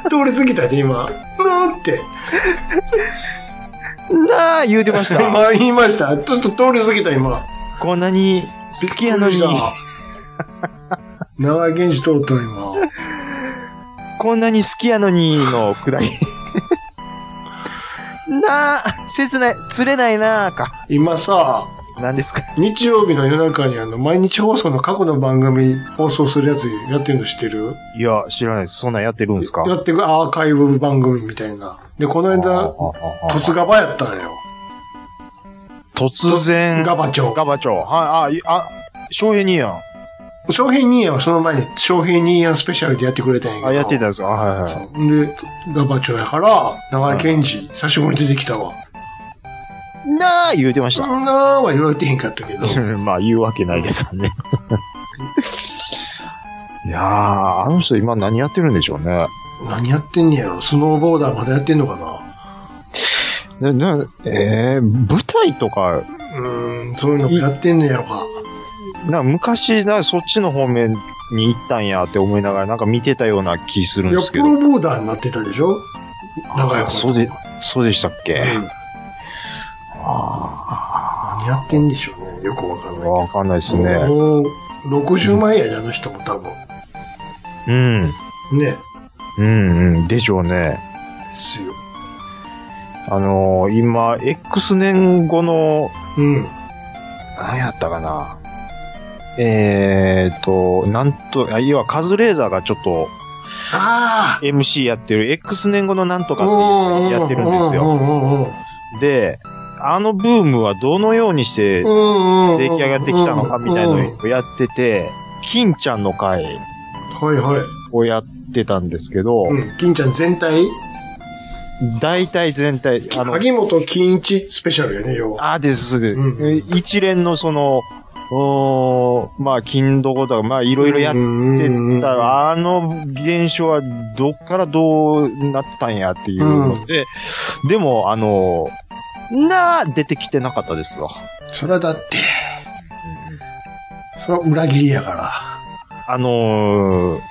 Speaker 1: 通り過ぎたね、今。なんて。
Speaker 2: なあ、言うてま した。
Speaker 1: 今言いました。ちょっと通り過ぎた、今。
Speaker 2: こんなに好きやのに
Speaker 1: びっく、りした。 長井健二通った、今。
Speaker 2: こんなに好きやのにのく だり。なあ、切ない、釣れないなあか。
Speaker 1: 今さ、
Speaker 2: なんですか
Speaker 1: 日曜日の夜中にあの、毎日放送の過去の番組放送するやつやってるの知ってる
Speaker 2: いや、知らないです。そんなんやってるんですか
Speaker 1: やってくアーカイブ番組みたいな。で、この間、
Speaker 2: 突
Speaker 1: 突ガバやったんよ。
Speaker 2: 突然、
Speaker 1: ガバ長。
Speaker 2: ガバチョウ。はい、あ、あ、翔平にやん。
Speaker 1: 翔平ニーヤンはその前に翔平ニーヤンスペシャルでやってくれたんやけど。
Speaker 2: あ、やってたんですかあはいはいはい。
Speaker 1: そうで、ガバ長やから、長井健二、久しぶりに出てきたわ。
Speaker 2: なあ、言うてまし
Speaker 1: そ
Speaker 2: た。
Speaker 1: んなーは言われてへんかったけど。
Speaker 2: まあ、言うわけないですよ ね。いやー、あの人今何やってるんでしょうね。
Speaker 1: 何やってんねやろスノーボーダーまだやってんのかな
Speaker 2: な、な、えー、舞台とか、
Speaker 1: うーん、そういうのもやってんねやろか。
Speaker 2: な昔な、そっちの方面に行ったんやって思いながら、なんか見てたような気するん
Speaker 1: い
Speaker 2: で
Speaker 1: や、
Speaker 2: すけ
Speaker 1: プ
Speaker 2: ど
Speaker 1: ロ。ボーダーになってたでしょ長井
Speaker 2: あそうで、そうでしたっけ、
Speaker 1: うん
Speaker 2: あ
Speaker 1: 何やってんでしょうね。よくわかん
Speaker 2: あ、
Speaker 1: ないけど。
Speaker 2: わかんないですね。
Speaker 1: もう、60万円やで、あの人も多分。
Speaker 2: うん。
Speaker 1: ね。
Speaker 2: うんうん。でしょうね。
Speaker 1: ですよ。
Speaker 2: あのー今、X 年後の、
Speaker 1: うん。
Speaker 2: 何やったかな。えーと、なんと、あ、いわ、カズレーザーがちょっと
Speaker 1: ああ
Speaker 2: MC やってる、X 年後のなんとかっていうのをやってるんです
Speaker 1: う
Speaker 2: よ。
Speaker 1: んうんうんうん
Speaker 2: で、あのブームはどのようにして
Speaker 1: うんうんうん
Speaker 2: 出来上がってきたのかみたいのをやってて、金ちゃんの回
Speaker 1: はいはい。
Speaker 2: をやってたんですけど、
Speaker 1: うん。金ちゃん全体
Speaker 2: 大体全体、あの、
Speaker 1: 萩本金一スペシャルやね、要は。
Speaker 2: あ、です、そうです。
Speaker 1: うん
Speaker 2: え一連のその、おーまあ、金どことか、まあ、い
Speaker 1: い
Speaker 2: ろいろやって
Speaker 1: て
Speaker 2: たら、あの現象はどっからどうなったんやっていうので、でも、あの、なあ、出てきてなかったですわ。
Speaker 1: それはだって、それは裏切りやから。
Speaker 2: あのー、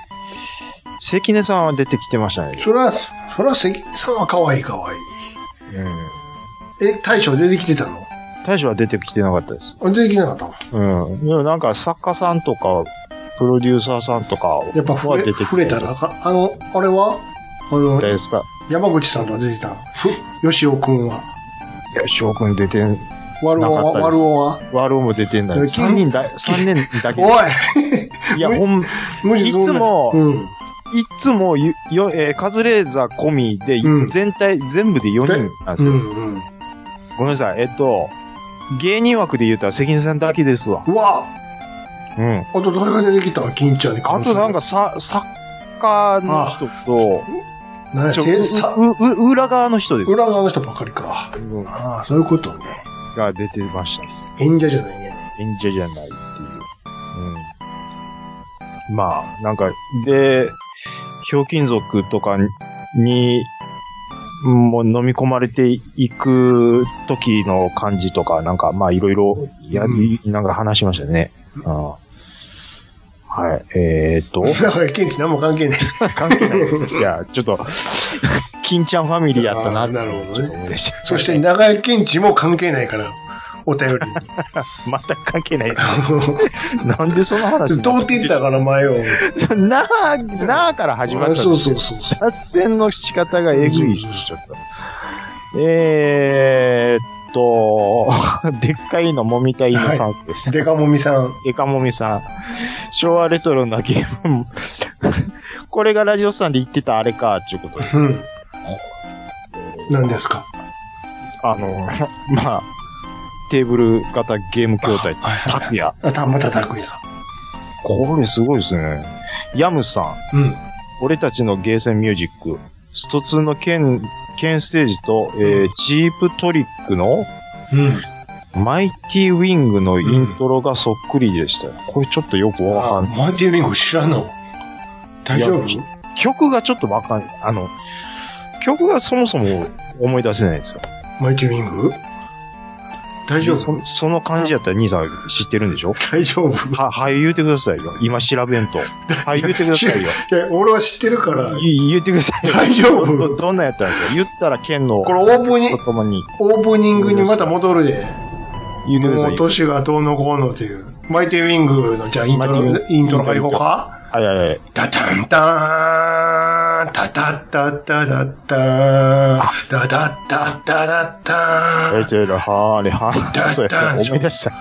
Speaker 2: 関根さんは出てきてましたね。
Speaker 1: それは、それは関根さんは可愛い可愛い。
Speaker 2: うん。
Speaker 1: え、大将出てきてたの
Speaker 2: 大将は出てきてなかったです。
Speaker 1: あ出てきなかったの
Speaker 2: うん。でもなんか作家さんとか、プロデューサーさんとかは
Speaker 1: やっぱ触れ
Speaker 2: 出てきて
Speaker 1: 触れたらあかん、あの、あれはあの、
Speaker 2: ですか。
Speaker 1: 山口さんとは出てたのふ、吉尾くんは。
Speaker 2: いや、翔くん出てん、
Speaker 1: 悪尾は、
Speaker 2: なかったで
Speaker 1: 悪
Speaker 2: す
Speaker 1: 尾は。
Speaker 2: ワルオも出てんだ
Speaker 1: いや
Speaker 2: よ。三人だ、三年だけ。
Speaker 1: おい
Speaker 2: いや、
Speaker 1: おい
Speaker 2: ほん、い
Speaker 1: 無理
Speaker 2: いつも
Speaker 1: うん。
Speaker 2: つもよ、よ、えーカズレーザー込みで
Speaker 1: う、ん
Speaker 2: 全体、全部で4人なんで
Speaker 1: う
Speaker 2: すよ。
Speaker 1: んうん。
Speaker 2: ごめんなさい。えっと、芸人枠で言うたら関根さんだけですわ。
Speaker 1: うわ
Speaker 2: うん。
Speaker 1: あと誰が出てきたの金ちゃんに
Speaker 2: あ
Speaker 1: 関す
Speaker 2: と
Speaker 1: る。
Speaker 2: なんか、さ、作家の人と、
Speaker 1: 何や、
Speaker 2: ちょ
Speaker 1: せさ
Speaker 2: ううう裏側の人です。
Speaker 1: 裏側の人ばっかりか。
Speaker 2: うん
Speaker 1: ああ、そういうことね。
Speaker 2: が出てました。
Speaker 1: 演者じゃないやね。
Speaker 2: 演者じゃないっていう。うん。まあ、なんか、で、ひょうきん族とかに、もう飲み込まれていく時の感じとか、なんか、まあ、いろいろ、や、
Speaker 1: うん
Speaker 2: なんか話しましたね。うん。はい。えー、っと、
Speaker 1: だから、ケンチ何も関係ない。
Speaker 2: 関係ない。いや、ちょっと、金ちゃんファミリーやったな
Speaker 1: あ
Speaker 2: っ
Speaker 1: ー
Speaker 2: て
Speaker 1: なるほどね。
Speaker 2: 思 いました。
Speaker 1: そして、長井ケンチも関係ないから、お便りに。
Speaker 2: また関係ないです。なんでその話にな
Speaker 1: ど
Speaker 2: っ
Speaker 1: うてったから、前を。
Speaker 2: たなあ、なあから始まったんです
Speaker 1: そうそうそうそう。
Speaker 2: 脱線の仕方がえぐいっす、ちょっと。えーっと、 でっかいのもみたいのサンスです。
Speaker 1: デカモミさん。
Speaker 2: でかもみさん。昭和レトロなゲーム。 これがラジオさんで言ってたあれか、っていうことで。
Speaker 1: うん。何ですか
Speaker 2: あの、 まあ、テーブル型ゲーム筐体、
Speaker 1: はいはい
Speaker 2: タクヤ。
Speaker 1: あ、た、また拓也。
Speaker 2: これすごいですね。ヤムさん。
Speaker 1: うん。
Speaker 2: 俺たちのゲーセンミュージック、スト2の剣、剣ステージと、えーチープトリックの
Speaker 1: うん。
Speaker 2: マイティウィングのイントロがそっくりでしたよ。これちょっとよくわかんない。
Speaker 1: マーティン・リンゴ知らんの大丈夫
Speaker 2: いや曲がちょっとわかんない。あの、曲がそもそも思い出せないんですよ。
Speaker 1: マイティ・ウィング大丈夫
Speaker 2: そその感じやったら兄さん知ってるんでしょ
Speaker 1: 大丈夫
Speaker 2: は、はい、言うてくださいよ。今調べんと。はい、言うてくださいよ。
Speaker 1: いや、俺は知ってるから、
Speaker 2: い言うてくださいよ。
Speaker 1: 大丈
Speaker 2: ど
Speaker 1: 夫
Speaker 2: どんなんやったんですか言ったら剣の
Speaker 1: これオープニン
Speaker 2: と
Speaker 1: グ、
Speaker 2: ともに
Speaker 1: オープニングにまた戻るで。
Speaker 2: 言うてくださ
Speaker 1: もう
Speaker 2: いよ。
Speaker 1: 年がどうのこうのっていう。マイティ・ウィングの、じゃあイント
Speaker 2: マイ
Speaker 1: ロ
Speaker 2: テ、ィ
Speaker 1: イントロからいこうか
Speaker 2: はいはいはい。
Speaker 1: タタンターン、タタッタッタタッターン、タタッタッタタッタ
Speaker 2: えいちょいろ、はーれ、はー
Speaker 1: だ
Speaker 2: れ。そうや、そうや
Speaker 1: だん
Speaker 2: 思い出した。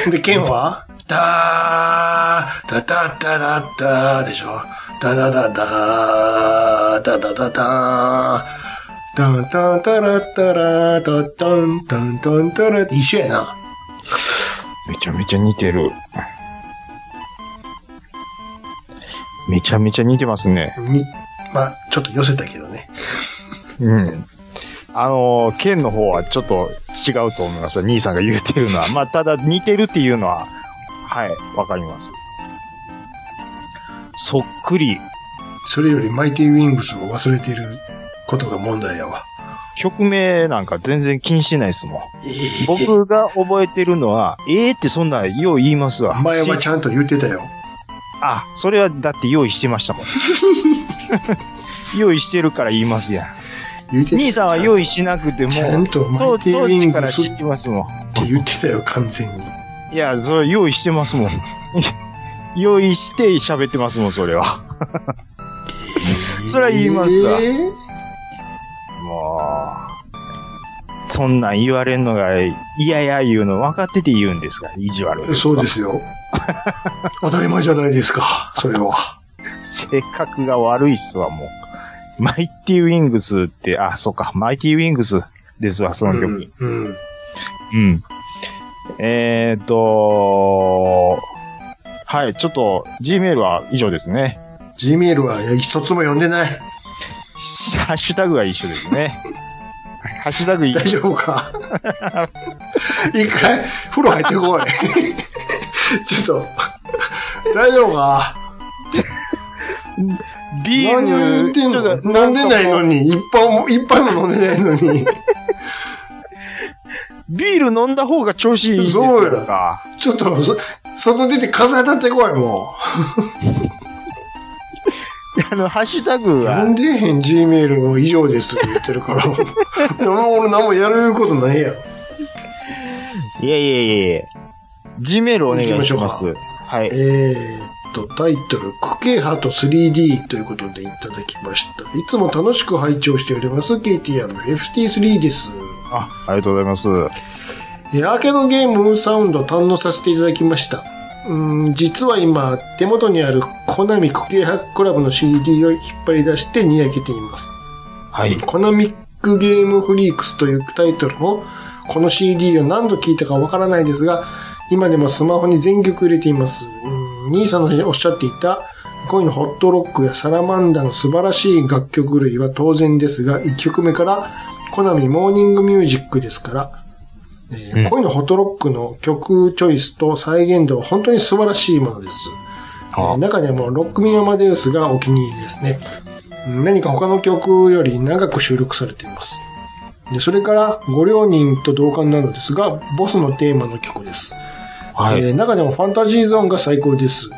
Speaker 1: ーン。で、剣はター、タタッタタッターでしょ。タタタター、タタタターン。タンタンタラッタラータッタンタンタンタラって一緒やな。
Speaker 2: めちゃめちゃ似てる。めちゃめちゃ似てますね。
Speaker 1: に、まあ、ちょっと寄せたけどね。
Speaker 2: うん。あのー、剣の方はちょっと違うと思います。兄さんが言うてる のは。まあ、ただ似てるっていうのは、はい、わかります。そっくり。
Speaker 1: それよりマイティウィングスを忘れてることが問題やわ。
Speaker 2: 曲名なんか全然気にしてないです もん。
Speaker 1: ええ
Speaker 2: 僕が覚えてるのは、ええってそんなんよう言いますわ。
Speaker 1: 前はちゃんと言ってたよ。
Speaker 2: あ、それはだって用意してました もん。用意してるから言いますやん。
Speaker 1: 言ってた
Speaker 2: 兄さんは用意しなくても、
Speaker 1: ちゃんとマ
Speaker 2: 当
Speaker 1: イティウ
Speaker 2: 当
Speaker 1: ィ
Speaker 2: 時
Speaker 1: ン
Speaker 2: か
Speaker 1: グ
Speaker 2: ら
Speaker 1: ス
Speaker 2: 知
Speaker 1: っ
Speaker 2: ってますもん。
Speaker 1: て言ってたよ、完全に。
Speaker 2: いや、それ用意してますもん。用意して喋ってますもん、それは。それは言いますわ
Speaker 1: ええ
Speaker 2: もう、そんなん言われんのが嫌や言うの分かってて言うんですが、意地悪ですわ。
Speaker 1: そうですよ。当たり前じゃないですか、それは。
Speaker 2: 性格が悪いっすわ、もう。マイティウィングスって、あ、そうか、マイティウィングスですわ、その曲。
Speaker 1: うん。うん
Speaker 2: うん。えっ、と、はい、ちょっと、Gmail は以上ですね。
Speaker 1: Gmail は一つも読んでない。
Speaker 2: ハッシュタグが一緒です ね。ハッシュタグい、
Speaker 1: 大丈夫か一回、風呂入ってこい。ちょっと、大丈夫か
Speaker 2: ビール、
Speaker 1: 何を言ってん
Speaker 2: ちょっと
Speaker 1: の飲んでないの
Speaker 2: んかこ
Speaker 1: に、一杯も、一杯も飲んでないのに。
Speaker 2: うビール飲んだ方が調子いいです
Speaker 1: そうや
Speaker 2: よか。
Speaker 1: ちょっと、そ外出て風当たってこい、も
Speaker 2: あの、ハッシュタグ
Speaker 1: う。飲
Speaker 2: は
Speaker 1: ん、でへん Gmail も以上ですって言ってる から。もう俺何もやることないやん。
Speaker 2: いやいやいやいや Gmail お願いします。
Speaker 1: 行
Speaker 2: はい。
Speaker 1: えーっと、タイトル、クケハと 3D ということでいただきました。いつも楽しく拝聴しております、KTRFT3 です。
Speaker 2: あ、ありがとうございます。
Speaker 1: えーアーケードゲームサウンド堪能させていただきました。うーん実は今、手元にあるコナミクケハクラブの CD を引っ張り出してにやけています。
Speaker 2: はい。
Speaker 1: コナミックゲームフリークスというタイトルのこの CD を何度聞いたかわからないですが、今でもスマホに全曲入れています。うん兄さんのおっしゃっていた恋のホットロックやサラマンダの素晴らしい楽曲類は当然ですが、1曲目からコナミモーニングミュージックですから、えー
Speaker 2: うん
Speaker 1: 恋のホットロックの曲チョイスと再現度は本当に素晴らしいものです。えー
Speaker 2: あ
Speaker 1: 中でもロックミアマデウスがお気に入りですね。うん何か他の曲より長く収録されています。でそれから、ご両人と同感なのですが、ボスのテーマの曲です。
Speaker 2: はい。
Speaker 1: えー中でもファンタジーゾーンが最高です。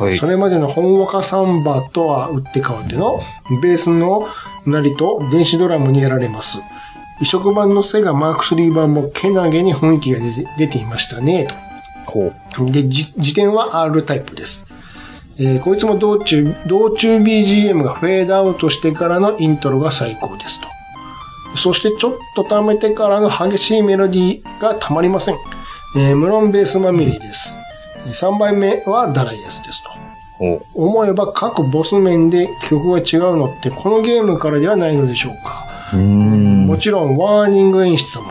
Speaker 2: はい
Speaker 1: そ。れまでの本若サンバとは打って変わっての、ベースのなりと電子ドラムにやられます。移植版のセガマーク3版もけなげに雰囲気が出て出ていましたね、と。
Speaker 2: こう。
Speaker 1: で、じ辞典は R タイプです。えーこいつも道中、道中 BGM がフェードアウトしてからのイントロが最高ですと。そしてちょっと溜めてからの激しいメロディーがたまりません。えー無論ベースまみれです。3倍目はダライアスですと。
Speaker 2: おう
Speaker 1: 思えば各ボス面で曲が違うのってこのゲームからではないのでしょうか。
Speaker 2: ーん。
Speaker 1: もちろんワーニング演出も、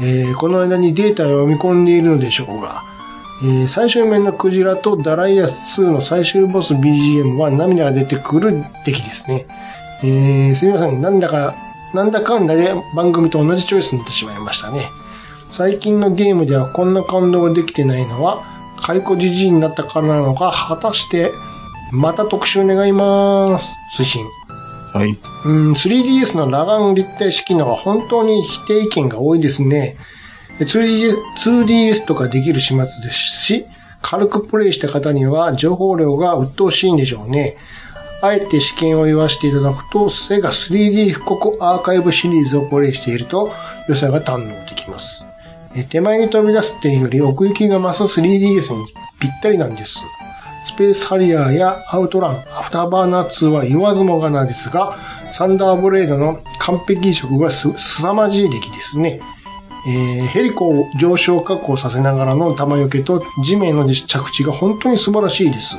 Speaker 1: えーこの間にデータを読み込んでいるのでしょうが、えー最終面のクジラとダライアス2の最終ボス BGM は涙が出てくる出来ですね。えーすみません、なんだか、なんだかんだで番組と同じチョイスになってしまいましたね。最近のゲームではこんな感動ができてないのは、解雇じじいになったからなのか、果たして、また特集願います。推進。
Speaker 2: はい。
Speaker 1: うん、3DS の裸眼立体式のは本当に否定意見が多いですね。で 2DS, 2DS とかできる始末ですし、軽くプレイした方には情報量が鬱陶しいんでしょうね。あえて試験を言わせていただくと、セガ 3D 復刻アーカイブシリーズをプレイしていると、良さが堪能できます。え手前に飛び出すっていうより奥行きが増す 3DS にぴったりなんです。スペースハリアーやアウトラン、アフターバーナー2は言わずもがなですが、サンダーブレードの完璧移植がす、凄まじい出来ですね。えーヘリコを上昇確保させながらの弾よけと地面の着地が本当に素晴らしいです。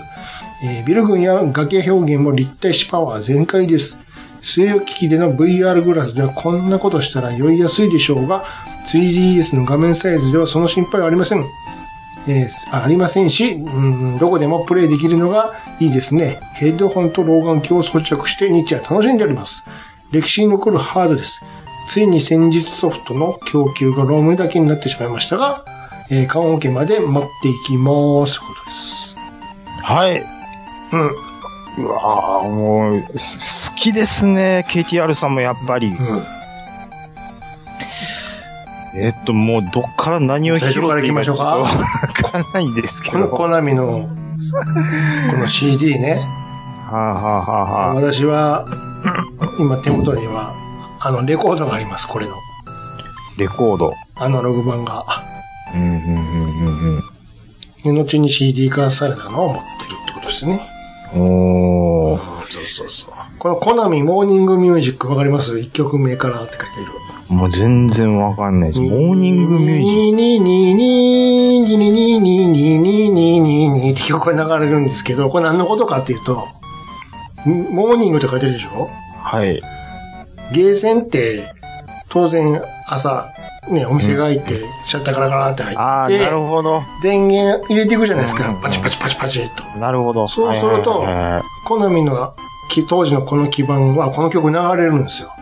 Speaker 1: えービル群や崖表現も立体視パワー全開です。据え置き機での VR グラスではこんなことしたら酔いやすいでしょうが、3DS の画面サイズではその心配はありません。えーあありませんし、うん、どこでもプレイできるのがいいですね。ヘッドホンと老眼鏡を装着して日夜楽しんでおります。歴史に残るハードです。ついに先日ソフトの供給がロムだけになってしまいましたが、えー、缶オケまで待っていきます。ということです。
Speaker 2: はい。
Speaker 1: うん。
Speaker 2: うわぁ、もう、す好きですね。KTR さんもやっぱり。
Speaker 1: うん。
Speaker 2: えっと、もう、どっから何を
Speaker 1: 最初から行きましょうか
Speaker 2: わかんないんですけ
Speaker 1: こ
Speaker 2: ど。
Speaker 1: の
Speaker 2: は
Speaker 1: コナミの、この CD ね。
Speaker 2: あ、はあはあはあ、
Speaker 1: 私は、今手元には、あの、レコードがあります、これの。
Speaker 2: レコード。
Speaker 1: アナログ版が。
Speaker 2: うん、うん、うん、うん、
Speaker 1: で、後に CD 化されたのを持ってるってことですね。
Speaker 2: うん。おー、
Speaker 1: そうそうそう。このコナミモーニングミュージックわかります ?1 曲目からって書いてる。
Speaker 2: もう全然わかんないです。モーニングミュージッ
Speaker 1: ック。ににににににににににににって曲が流れるんですけど、これ何のことかっていうと、モーニングって書いてるでしょ
Speaker 2: ク。はい。
Speaker 1: ゲーセンって、当然朝ね、お店が開いて、シャッターガラガラって
Speaker 2: あ
Speaker 1: 入
Speaker 2: あ、
Speaker 1: って
Speaker 2: な、るほど。
Speaker 1: 電源入れていくじゃないです
Speaker 2: うん
Speaker 1: か
Speaker 2: うん。
Speaker 1: パチパチパチパチと。
Speaker 2: なるほど。
Speaker 1: そうすると
Speaker 2: はいはいはいは
Speaker 1: 好みのき、当時のこの基盤は、この曲流れるんですよ。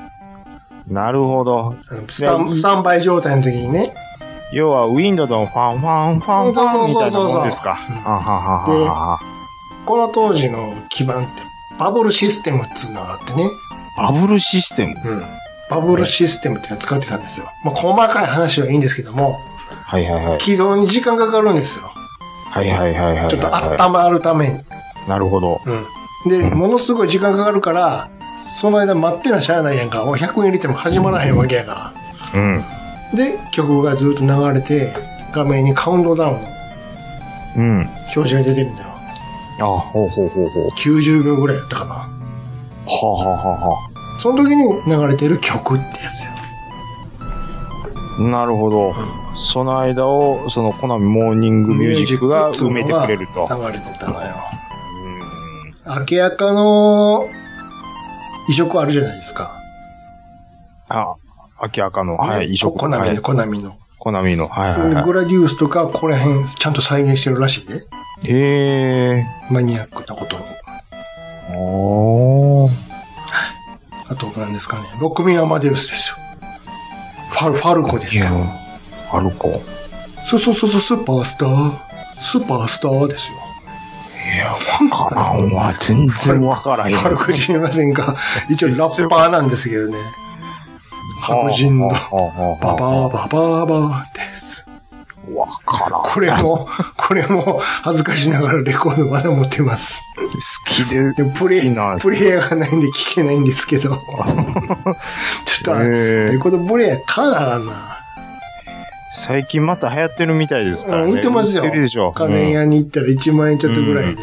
Speaker 2: いなるほど。
Speaker 1: あのスタ
Speaker 2: ね
Speaker 1: ンスタンバイ状態の時にね。
Speaker 2: 要は、ウィンドウのファンファンファンファンみたいなもんですか。
Speaker 1: そうそうそう
Speaker 2: あ
Speaker 1: そう
Speaker 2: ははははは
Speaker 1: この当時の基盤って、バブルシステムっつうのがあってね。
Speaker 2: バブルシステム。
Speaker 1: うん。バブルシステムっていうのを使ってたんですよ。まあ、細かい話はいいんですけども、
Speaker 2: はいはいはい。
Speaker 1: 起動に時間かかるんですよ。
Speaker 2: はいはいはいはいはい。
Speaker 1: ちょっと温まるために。
Speaker 2: なるほど。
Speaker 1: うん。で、ものすごい時間かかるから、その間待ってなしゃあないやんか。お100円入れても始まらへんわけやか
Speaker 2: うん。
Speaker 1: ら。で、曲がずっと流れて、画面にカウントダウンの
Speaker 2: うん。
Speaker 1: 表示が出てるんだよ。
Speaker 2: あ、ほうほうほうほう。
Speaker 1: 90秒ぐらいやったかな。
Speaker 2: はあ、はあはあは
Speaker 1: その時に流れてる曲ってやつよ。
Speaker 2: あ、なるほど。その間を、その、コナミモーニングミュージックが埋めてくれると。
Speaker 1: 流れてたのよ。
Speaker 2: うん
Speaker 1: 明けやかの移植あるじゃないですか。
Speaker 2: あ、秋赤の、はい、移植。
Speaker 1: コナ
Speaker 2: は
Speaker 1: ミの、
Speaker 2: い
Speaker 1: コナミの。
Speaker 2: コナミの、はいはいは
Speaker 1: グラディウスとか、ここら辺、ちゃんと再現してるらしいで。
Speaker 2: い。へえ。
Speaker 1: マニアックなことに。
Speaker 2: おー。
Speaker 1: あと、何ですかね。ロックミンアマデウスですよ。ファル、ファルコで
Speaker 2: い
Speaker 1: す
Speaker 2: や
Speaker 1: よ。、
Speaker 2: あるか。
Speaker 1: そうそうそうそう、スーパースター。スーパースターですよ。
Speaker 2: いや、わからんわ。全然わからへん。
Speaker 1: ファルコ知りませ んか一応ラッパーなんですけどね。白人の
Speaker 2: は。あはあはあ
Speaker 1: ババーババーバーってやつ。
Speaker 2: わからん。
Speaker 1: これ も、これも恥ずかしながらレコードまだ持ってます。
Speaker 2: 好きで、
Speaker 1: でもプレ
Speaker 2: 好き
Speaker 1: イ、
Speaker 2: なんです
Speaker 1: プレイヤーがないんで聞けないんですけど。ち ょっとあれ、
Speaker 2: へ
Speaker 1: レ
Speaker 2: ー
Speaker 1: コードプレイヤーかなあかんな。
Speaker 2: 最近また流行ってるみたいですから
Speaker 1: う
Speaker 2: ね。
Speaker 1: ん、売ってますよ。
Speaker 2: 売ってるでしょ。
Speaker 1: 家電屋に行ったら1万円ちょっとぐらいで。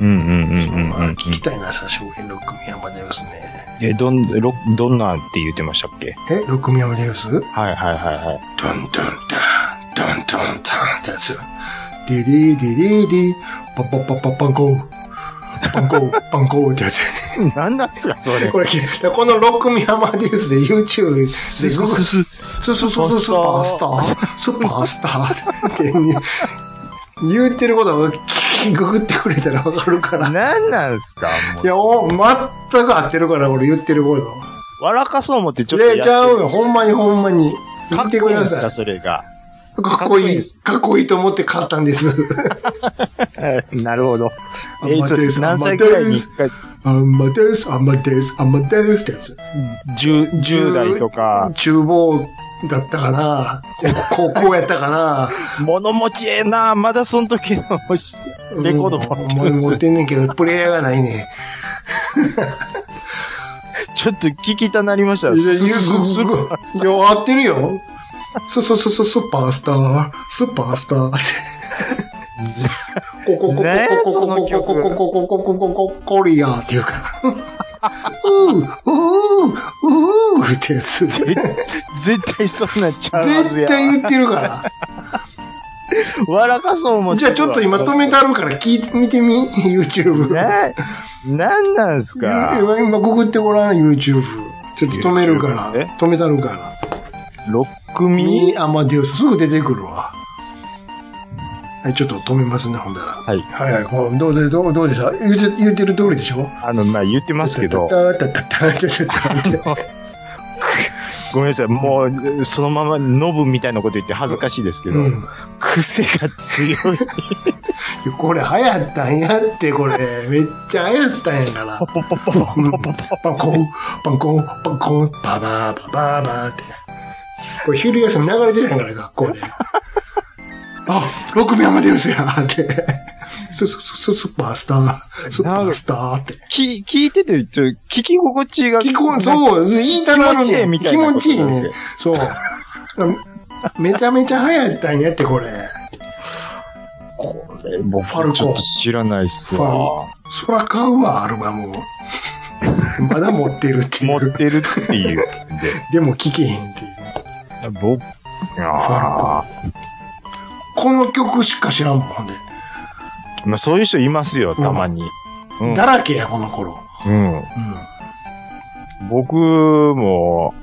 Speaker 2: うんうんうんうんうん
Speaker 1: まあ
Speaker 2: うん。
Speaker 1: 聞きたいな、久しぶりにロックミヤマデウスね。
Speaker 2: え、どん、ろどんなんって言ってましたっけ
Speaker 1: え、ロックミヤマデウスドン
Speaker 2: はいはいはいはい。
Speaker 1: ドンダン、ドンドンダンってやつ。ディディディディディ、パンパンパンパンパンコー。パンコー、パンコーってやつ。
Speaker 2: 何 なんですか、それ。
Speaker 1: これ、このロックミヤマデウスで YouTube で、
Speaker 2: す
Speaker 1: すごく、スースースースースーパースター、スーパースターってね言ってることをググってくれたらわかるから。
Speaker 2: 何なんですかも
Speaker 1: いうや、お、全く合ってるから、俺言ってること。
Speaker 2: 笑かそう思ってちょっとやっ
Speaker 1: で、
Speaker 2: て
Speaker 1: ちゃうよ。ほんまにほんまに。
Speaker 2: か
Speaker 1: 言
Speaker 2: っ
Speaker 1: って
Speaker 2: こい
Speaker 1: く
Speaker 2: いん
Speaker 1: だ
Speaker 2: です
Speaker 1: さ
Speaker 2: か、
Speaker 1: い。
Speaker 2: それが。
Speaker 1: かっこ
Speaker 2: かっこいい
Speaker 1: い
Speaker 2: で
Speaker 1: い
Speaker 2: す。
Speaker 1: かっこいいと思って買ったんです。
Speaker 2: なるほど。
Speaker 1: ア
Speaker 2: え、
Speaker 1: マ
Speaker 2: そ
Speaker 1: デ
Speaker 2: れ
Speaker 1: ウス、ア
Speaker 2: 何
Speaker 1: マ
Speaker 2: 歳
Speaker 1: デ
Speaker 2: くらいに
Speaker 1: ウ
Speaker 2: 一
Speaker 1: ス、
Speaker 2: 回、
Speaker 1: アマデウス、アマデウス、アマデウスってやつ。
Speaker 2: 10、10代とか、
Speaker 1: 厨房だったか な高校やったかな
Speaker 2: 物持ちええな、まだその時のレコード持って
Speaker 1: うん
Speaker 2: ま
Speaker 1: 持っ
Speaker 2: す。
Speaker 1: てんねんけど、プレイヤーがないね。
Speaker 2: ちょっと聞きたなりました。
Speaker 1: いや、
Speaker 2: すすす
Speaker 1: すごい。いや、合ってるよ。そうそうそうそう、スーパースター、スーパースターって。ここここ
Speaker 2: ねえ
Speaker 1: こ
Speaker 2: その
Speaker 1: ここ
Speaker 2: 曲
Speaker 1: ここここここここコリアっていうから。うー、うー、うーってやつ。絶
Speaker 2: 絶対そんなんちゃうはずや。
Speaker 1: 対言ってるから。
Speaker 2: 笑かそう思って。
Speaker 1: じゃあちょっと今止めてあるから聞いてみてみ、YouTube。
Speaker 2: な、なんなんすか
Speaker 1: 今、今ググってごらん、YouTube。ちょっと止めるから。
Speaker 2: YouTube ね
Speaker 1: 止めたるから。
Speaker 2: ロックミ
Speaker 1: ミ
Speaker 2: ー
Speaker 1: ーアマデウス、すぐ出てくるわ。はい、ちょっと止めますね、ほんだら。
Speaker 2: はい
Speaker 1: はいはい、こうどうで、どう、どうでした言うて、言うてる通りでしょ
Speaker 2: あの、まあ、言ってますけど、
Speaker 1: たたたたたたたたた
Speaker 2: ごめんなさい、もう、そのままノブみたいなこと言って恥ずかしいですけど、
Speaker 1: うん。い
Speaker 2: 癖が強い。
Speaker 1: やこれ流行ったんやって、これ。めっちゃ流行ったんやから。
Speaker 2: ポポポポポ
Speaker 1: うんパンコン、パンコン、パンコン、ババー、ババーバーって。これ昼休み流れてるやんから、学校で。あ、六名までウスやって。ススススーパースター、スーパースターって。
Speaker 2: き聞いてて、ちょ聞き心地が。
Speaker 1: 聞こえ、そう、言いたなる
Speaker 2: 気持ちええみたいな
Speaker 1: 気
Speaker 2: こ
Speaker 1: 持
Speaker 2: と
Speaker 1: ちいい
Speaker 2: です
Speaker 1: ね
Speaker 2: よ。
Speaker 1: そう。めちゃめちゃ流行ったんやって、これ。
Speaker 2: これ、僕、
Speaker 1: ファルコン
Speaker 2: ちょっと知らないっす
Speaker 1: フ
Speaker 2: わ
Speaker 1: ァ。そら買うわ、アルバムを。まだ持ってるってい
Speaker 2: 持っ
Speaker 1: う。
Speaker 2: てるっていう。で、
Speaker 1: でも聞けへんっていう。
Speaker 2: 僕、あ
Speaker 1: この曲しか知らんもん、ほんで。
Speaker 2: ーまあ、そういう人いますよ、たまに。うん
Speaker 1: だらけや、この頃。
Speaker 2: うん。
Speaker 1: う
Speaker 2: 僕も、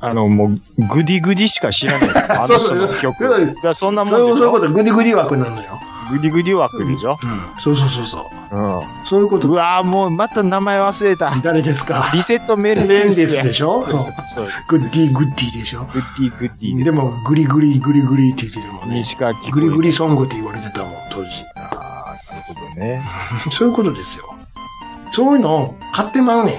Speaker 2: あの、もう、グディグディしか知 らない。あの人の曲。
Speaker 1: そうそうそう
Speaker 2: だからそんなもんでし
Speaker 1: そう
Speaker 2: ょ
Speaker 1: いうそういうこと、グディグディ枠なのよ。
Speaker 2: グディグディ枠でしょ、
Speaker 1: うん。そうそうそうそう。
Speaker 2: うん、
Speaker 1: そういうこ
Speaker 2: う
Speaker 1: と、
Speaker 2: わぁ、もうまた名前忘れた。
Speaker 1: 誰ですか
Speaker 2: リセットメル
Speaker 1: メ
Speaker 2: ディ
Speaker 1: ンデ
Speaker 2: ス
Speaker 1: スでしょ
Speaker 2: そう
Speaker 1: そう
Speaker 2: そう。
Speaker 1: グッディグッディでしょ
Speaker 2: グッディグッディ
Speaker 1: でも、グリグリグリグリって言ってたもんね
Speaker 2: に。しか聞こえな
Speaker 1: グリ
Speaker 2: い
Speaker 1: グリソングって言われてたもん、当時。
Speaker 2: ああ、なるほどね。
Speaker 1: そういうことですよ。そういうのを買ってまうね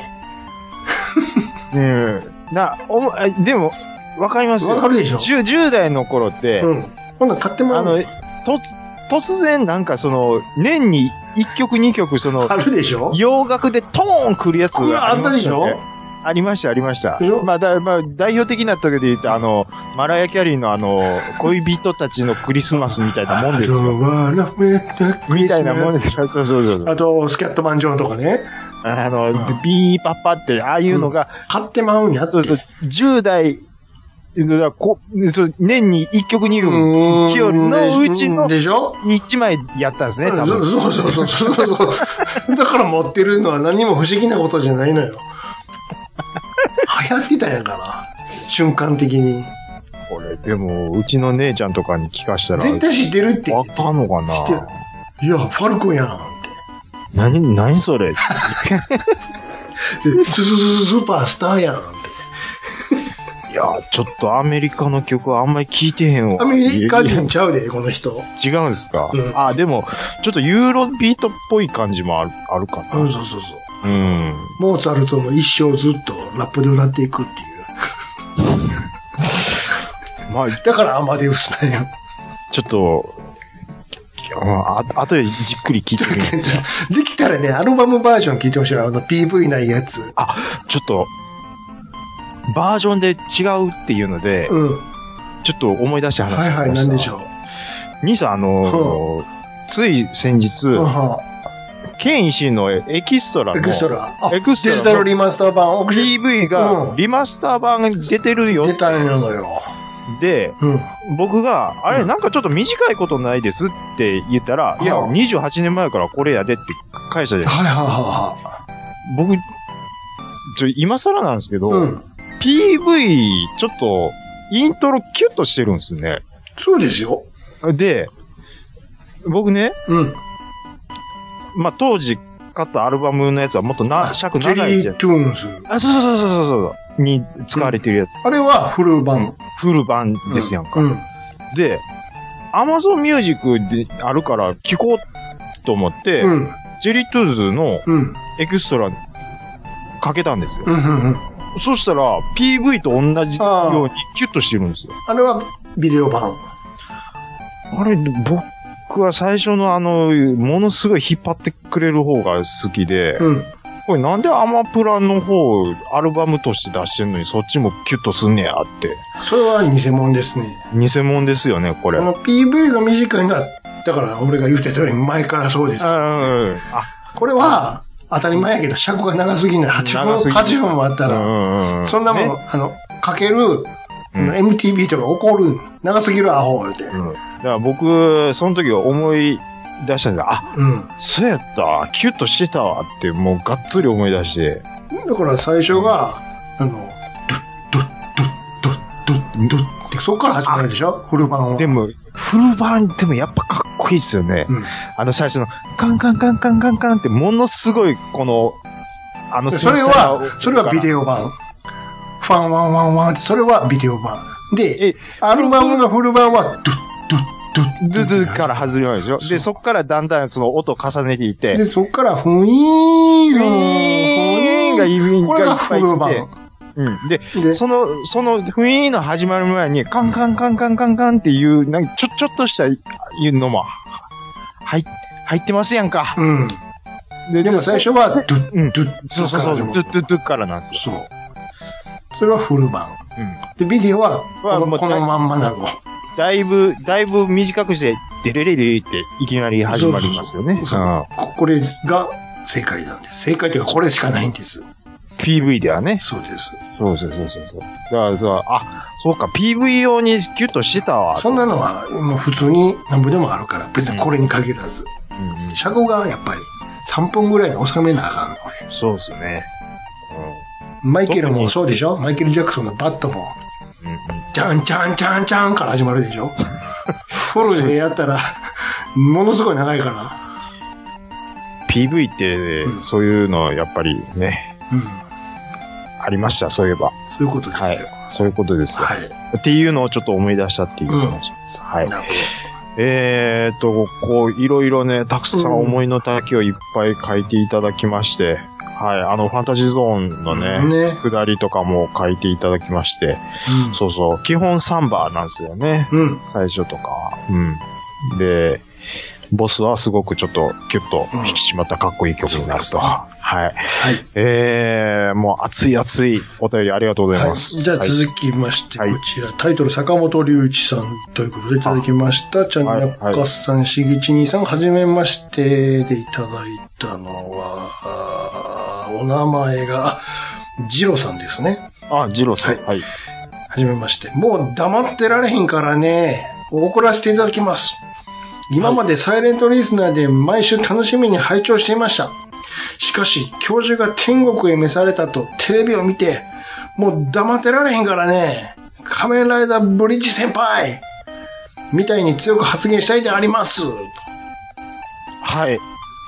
Speaker 1: ん。
Speaker 2: うん。な、おも、あでも、わかります
Speaker 1: わか
Speaker 2: よ。
Speaker 1: るでしょ
Speaker 2: 10, 10代の頃って、
Speaker 1: うん。ほんなら買ってま
Speaker 2: あ
Speaker 1: うね
Speaker 2: の、
Speaker 1: ん。
Speaker 2: とつ、突然なんかその、年に1曲2曲その
Speaker 1: あ、るでしょ
Speaker 2: 洋楽でトーン来るやつ
Speaker 1: これ
Speaker 2: が
Speaker 1: あ
Speaker 2: あり
Speaker 1: っ
Speaker 2: ま
Speaker 1: た
Speaker 2: した
Speaker 1: でし
Speaker 2: よ
Speaker 1: ょ
Speaker 2: ね。ありました、ありました
Speaker 1: でしょ。
Speaker 2: まあ、だまあ、代表的な時で言うと、あの、マライア・キャリーのあの、恋人たちのクリスマスみたいなもんですよ。
Speaker 1: はラフレック
Speaker 2: みたいなもんですよ。そうそうそうそう。
Speaker 1: あと、スキャットマンジョンとかね。
Speaker 2: あの
Speaker 1: ん、
Speaker 2: ビーパッパって、ああいうのが、
Speaker 1: 買ってまうんやって。
Speaker 2: そうそう、10代、だからこそう年に1曲2曲、
Speaker 1: う
Speaker 2: 清里のうちの
Speaker 1: でしょ
Speaker 2: 1枚やったんですね、多分。
Speaker 1: そうそうそうそうそう そう。だから持ってるのは何も不思議なことじゃないのよ。流行ってたんやから。瞬間的に。
Speaker 2: これ、でも、うちの姉ちゃんとかに聞かしたら、
Speaker 1: 絶対知ってるって言っ
Speaker 2: わ
Speaker 1: て
Speaker 2: かんのか
Speaker 1: 知ってる
Speaker 2: な
Speaker 1: て。いや、ファルコンやんっ
Speaker 2: 何、何それ
Speaker 1: て。でススススーパースターやんって。
Speaker 2: いや、ちょっとアメリカの曲はあんまり聞いてへんわ。
Speaker 1: アメリカ
Speaker 2: いや
Speaker 1: 人ちゃうで、この人。
Speaker 2: 違うんですか、
Speaker 1: うん
Speaker 2: あ、でも、ちょっとユーロビートっぽい感じもある、あるかな。
Speaker 1: うん、そうそうそ
Speaker 2: う
Speaker 1: う。
Speaker 2: ん。
Speaker 1: モーツァルトの一生ずっとラップで歌っていくっていう。
Speaker 2: まあ、
Speaker 1: だからアマデウスなんや。
Speaker 2: ちょっと、きああとでじっくり聞いてみます。
Speaker 1: できたらね、アルバムバージョン聞いてほしい。あの PV ないやつ。
Speaker 2: ちょっと、バージョンで違うっていうので、
Speaker 1: うん。
Speaker 2: ちょっと思い出して話
Speaker 1: はい
Speaker 2: して
Speaker 1: はい、
Speaker 2: ま
Speaker 1: な
Speaker 2: した
Speaker 1: んでしょう。
Speaker 2: 兄さん、あのーつい先日、
Speaker 1: うんは
Speaker 2: ケン石井のエキストラ
Speaker 1: エ
Speaker 2: の
Speaker 1: クストラ。あ
Speaker 2: エクストラ
Speaker 1: デジタルリマスター版、送り
Speaker 2: PV が
Speaker 1: うん
Speaker 2: リマスター版に出てるよ
Speaker 1: 出たんやのよ。
Speaker 2: で、
Speaker 1: うん。
Speaker 2: 僕が、あ
Speaker 1: う
Speaker 2: れ、
Speaker 1: ん
Speaker 2: なんかちょっと短いことないですって言ったら、いや、
Speaker 1: うん
Speaker 2: 28年前からこれやでって返したじゃん。
Speaker 1: はいは
Speaker 2: 僕、ちょ、今更なんですけど、
Speaker 1: いはいはい。うん。
Speaker 2: PV、ちょっと、イントロキュッとしてるんですね。
Speaker 1: そうですよ。
Speaker 2: で、僕ね、
Speaker 1: うん。
Speaker 2: まあ、当時買ったアルバムのやつはもっとな、尺
Speaker 1: チェ
Speaker 2: 長い
Speaker 1: リ
Speaker 2: じゃ
Speaker 1: ー
Speaker 2: ん。
Speaker 1: トゥーンズ。
Speaker 2: あ、そうそうそうそうそうそう。に使われてるやつ。
Speaker 1: あれはフル版。
Speaker 2: フル版ですやんか。
Speaker 1: うん。
Speaker 2: で、Amazon Music であるから聞こうと思って、
Speaker 1: うん。
Speaker 2: ジェリートゥーズの
Speaker 1: うん。
Speaker 2: エクストラかけたんですよ。
Speaker 1: うん。うん。
Speaker 2: そしたら PV と同じ
Speaker 1: あー
Speaker 2: ようにキュッとしてるんですよ。
Speaker 1: あれはビデオ版。
Speaker 2: あれ、僕は最初のあの、ものすごい引っ張ってくれる方が好きで、
Speaker 1: うん。
Speaker 2: これなんでアマプラの方、アルバムとして出してんのにそっちもキュッとすんねやって。
Speaker 1: それは偽物ですね。
Speaker 2: 偽物ですよね、これ。
Speaker 1: こ
Speaker 2: うんうん
Speaker 1: の PV が短いのは、だから俺が言ってたより前からそうです。
Speaker 2: うんあ、
Speaker 1: これは当たり前やけど尺が長すぎない。8分、
Speaker 2: 長すぎる
Speaker 1: 8分もあったら、
Speaker 2: ら
Speaker 1: そんなもん、
Speaker 2: ね
Speaker 1: あの、かける、
Speaker 2: うん
Speaker 1: MTV とか怒る。長すぎるアホ、言うて。
Speaker 2: うんだから僕、その時思い出したんですよ。あ、
Speaker 1: うん。
Speaker 2: そうやった。キュッとしてたわって、もうがっつり思い出して。
Speaker 1: だから最初が、あの、ドッドッドッドッドッドッって、そこから始まるでしょフル版は。
Speaker 2: でも、フル版でもやっぱかっこいいですよね。
Speaker 1: うん
Speaker 2: あの最初の、カンカンカンカンカンカンってものすごい、この、あの、
Speaker 1: それは、それはビデオ版。ファンワンワンワンって、それはビデオ版。で
Speaker 2: え、
Speaker 1: アルバムのフル版は、ドッドッド
Speaker 2: ド
Speaker 1: ッ
Speaker 2: ゥドゥから外れないでしょ
Speaker 1: そう
Speaker 2: で、そっからだんだんその音を重ねていって、
Speaker 1: で、そこから、ふんいーん、ふ
Speaker 2: ウィー
Speaker 1: ん
Speaker 2: ンが意味
Speaker 1: こ
Speaker 2: が
Speaker 1: れ
Speaker 2: い
Speaker 1: が
Speaker 2: っぱ
Speaker 1: フ
Speaker 2: いい
Speaker 1: ル
Speaker 2: って
Speaker 1: 版。。
Speaker 2: うん。で、
Speaker 1: で、
Speaker 2: その、その、雰囲気の始まる前に、カンカンカンカンカンカンっていう、なんかちょ、ちょっとした、いうのも、はい、入ってますやんか。
Speaker 1: うん。
Speaker 2: で
Speaker 1: でも最初は、ド
Speaker 2: そ
Speaker 1: ゥッ
Speaker 2: うん。
Speaker 1: ドゥッ
Speaker 2: そうそうそう、ドゥドゥドゥからなんですよ。
Speaker 1: そう。それはフル
Speaker 2: う
Speaker 1: 版。
Speaker 2: ん。
Speaker 1: で、ビデオは、
Speaker 2: は
Speaker 1: こ
Speaker 2: も
Speaker 1: の
Speaker 2: う
Speaker 1: このまんまなの。
Speaker 2: だいぶ、だいぶ短くして、デレレデレっていきなり始まりますよね。
Speaker 1: そう
Speaker 2: うん
Speaker 1: ここれが正解なんです。正解というか、これしかないんです。
Speaker 2: PV ではね。
Speaker 1: そうです。
Speaker 2: そうそうそうそうそう。だからさ、あ、そうか、PV 用にキュッとしてたわ。
Speaker 1: そんなのは、もう普通に何部でもあるから、別にこれに限らず。
Speaker 2: うんうん
Speaker 1: 車高がやっぱり、3分ぐらいに収めなあかんの。
Speaker 2: そうですね。
Speaker 1: マイケルもそうでしょマイケル・ジャクソンのバットも、ちゃんちゃんちゃんちゃんから始まるでしょフォローでやったら、ものすごい長いから。
Speaker 2: PV って、
Speaker 1: うん
Speaker 2: そういうの、やっぱりね、
Speaker 1: うん。
Speaker 2: ありました、そういえば。
Speaker 1: そういうことですよ。
Speaker 2: はい。そういうことですよ。
Speaker 1: はい。
Speaker 2: っていうのをちょっと思い出したっていう感じです。はい。
Speaker 1: なる
Speaker 2: えーっと、こう、いろいろね、たくさん思いの丈をいっぱい書いていただきまして、はい、あの、ファンタジーゾーンの
Speaker 1: ほど。
Speaker 2: ね、
Speaker 1: ね。
Speaker 2: 下りとかも書いていただきまして、そうそう、基本サンバーなんですよね。
Speaker 1: うん。うん。
Speaker 2: 最初とかは。うん。で、ボスはすごくちょっとキュッと引き締まったかっこいい曲になると。
Speaker 1: うん
Speaker 2: はい。
Speaker 1: はい。
Speaker 2: えー、もう熱い熱いお便りありがとうござい
Speaker 1: は
Speaker 2: ま
Speaker 1: い、
Speaker 2: す。
Speaker 1: じゃあ
Speaker 2: はい
Speaker 1: 続きまして、
Speaker 2: はい
Speaker 1: こちら、タイトル、坂本龍一さんということでいただきました。ちゃんにゃっかすさん、しぎちにさん、はじめましてでいただいたのは、あーお名前が、ジロさんですね。
Speaker 2: あ、ジローさん。
Speaker 1: は
Speaker 2: はい。
Speaker 1: はじめまして。もう黙ってられへんからね、怒らせていただきます。今までサイレントリスナーで毎週楽しみに拝聴していました。しかし、教授が天国へ召されたとテレビを見て、もう黙ってられへんからね、仮面ライダーブリッジ先輩みたいに強く発言したいであります。あ
Speaker 2: はい。ありがとう
Speaker 1: り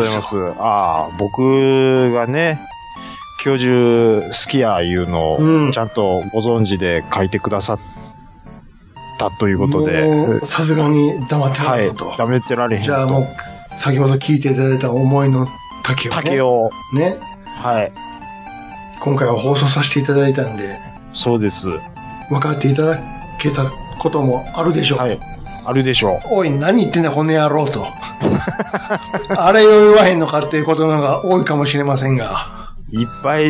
Speaker 2: ございま。す。ああ、僕がね、教授好きやいうの
Speaker 1: う
Speaker 2: を
Speaker 1: ん
Speaker 2: ちゃんとご存知で書いてくださったということで、
Speaker 1: もうさすがに黙ってら
Speaker 2: は
Speaker 1: れへ
Speaker 2: い
Speaker 1: んと。、
Speaker 2: ダメってられへんと。
Speaker 1: じゃあもう、先ほど聞いていただいた思いの丈をね。
Speaker 2: 竹を、
Speaker 1: ね。
Speaker 2: はい、
Speaker 1: 今回は放送させていただいたんで、
Speaker 2: そうです。
Speaker 1: 分かっていただけたこともあるでしょう。
Speaker 2: はい、あるでしょ
Speaker 1: おい、何言ってんだ、この野郎と。 あれを言わへんのかっていうことのが多いかもしれませんが。
Speaker 2: う。いっぱい、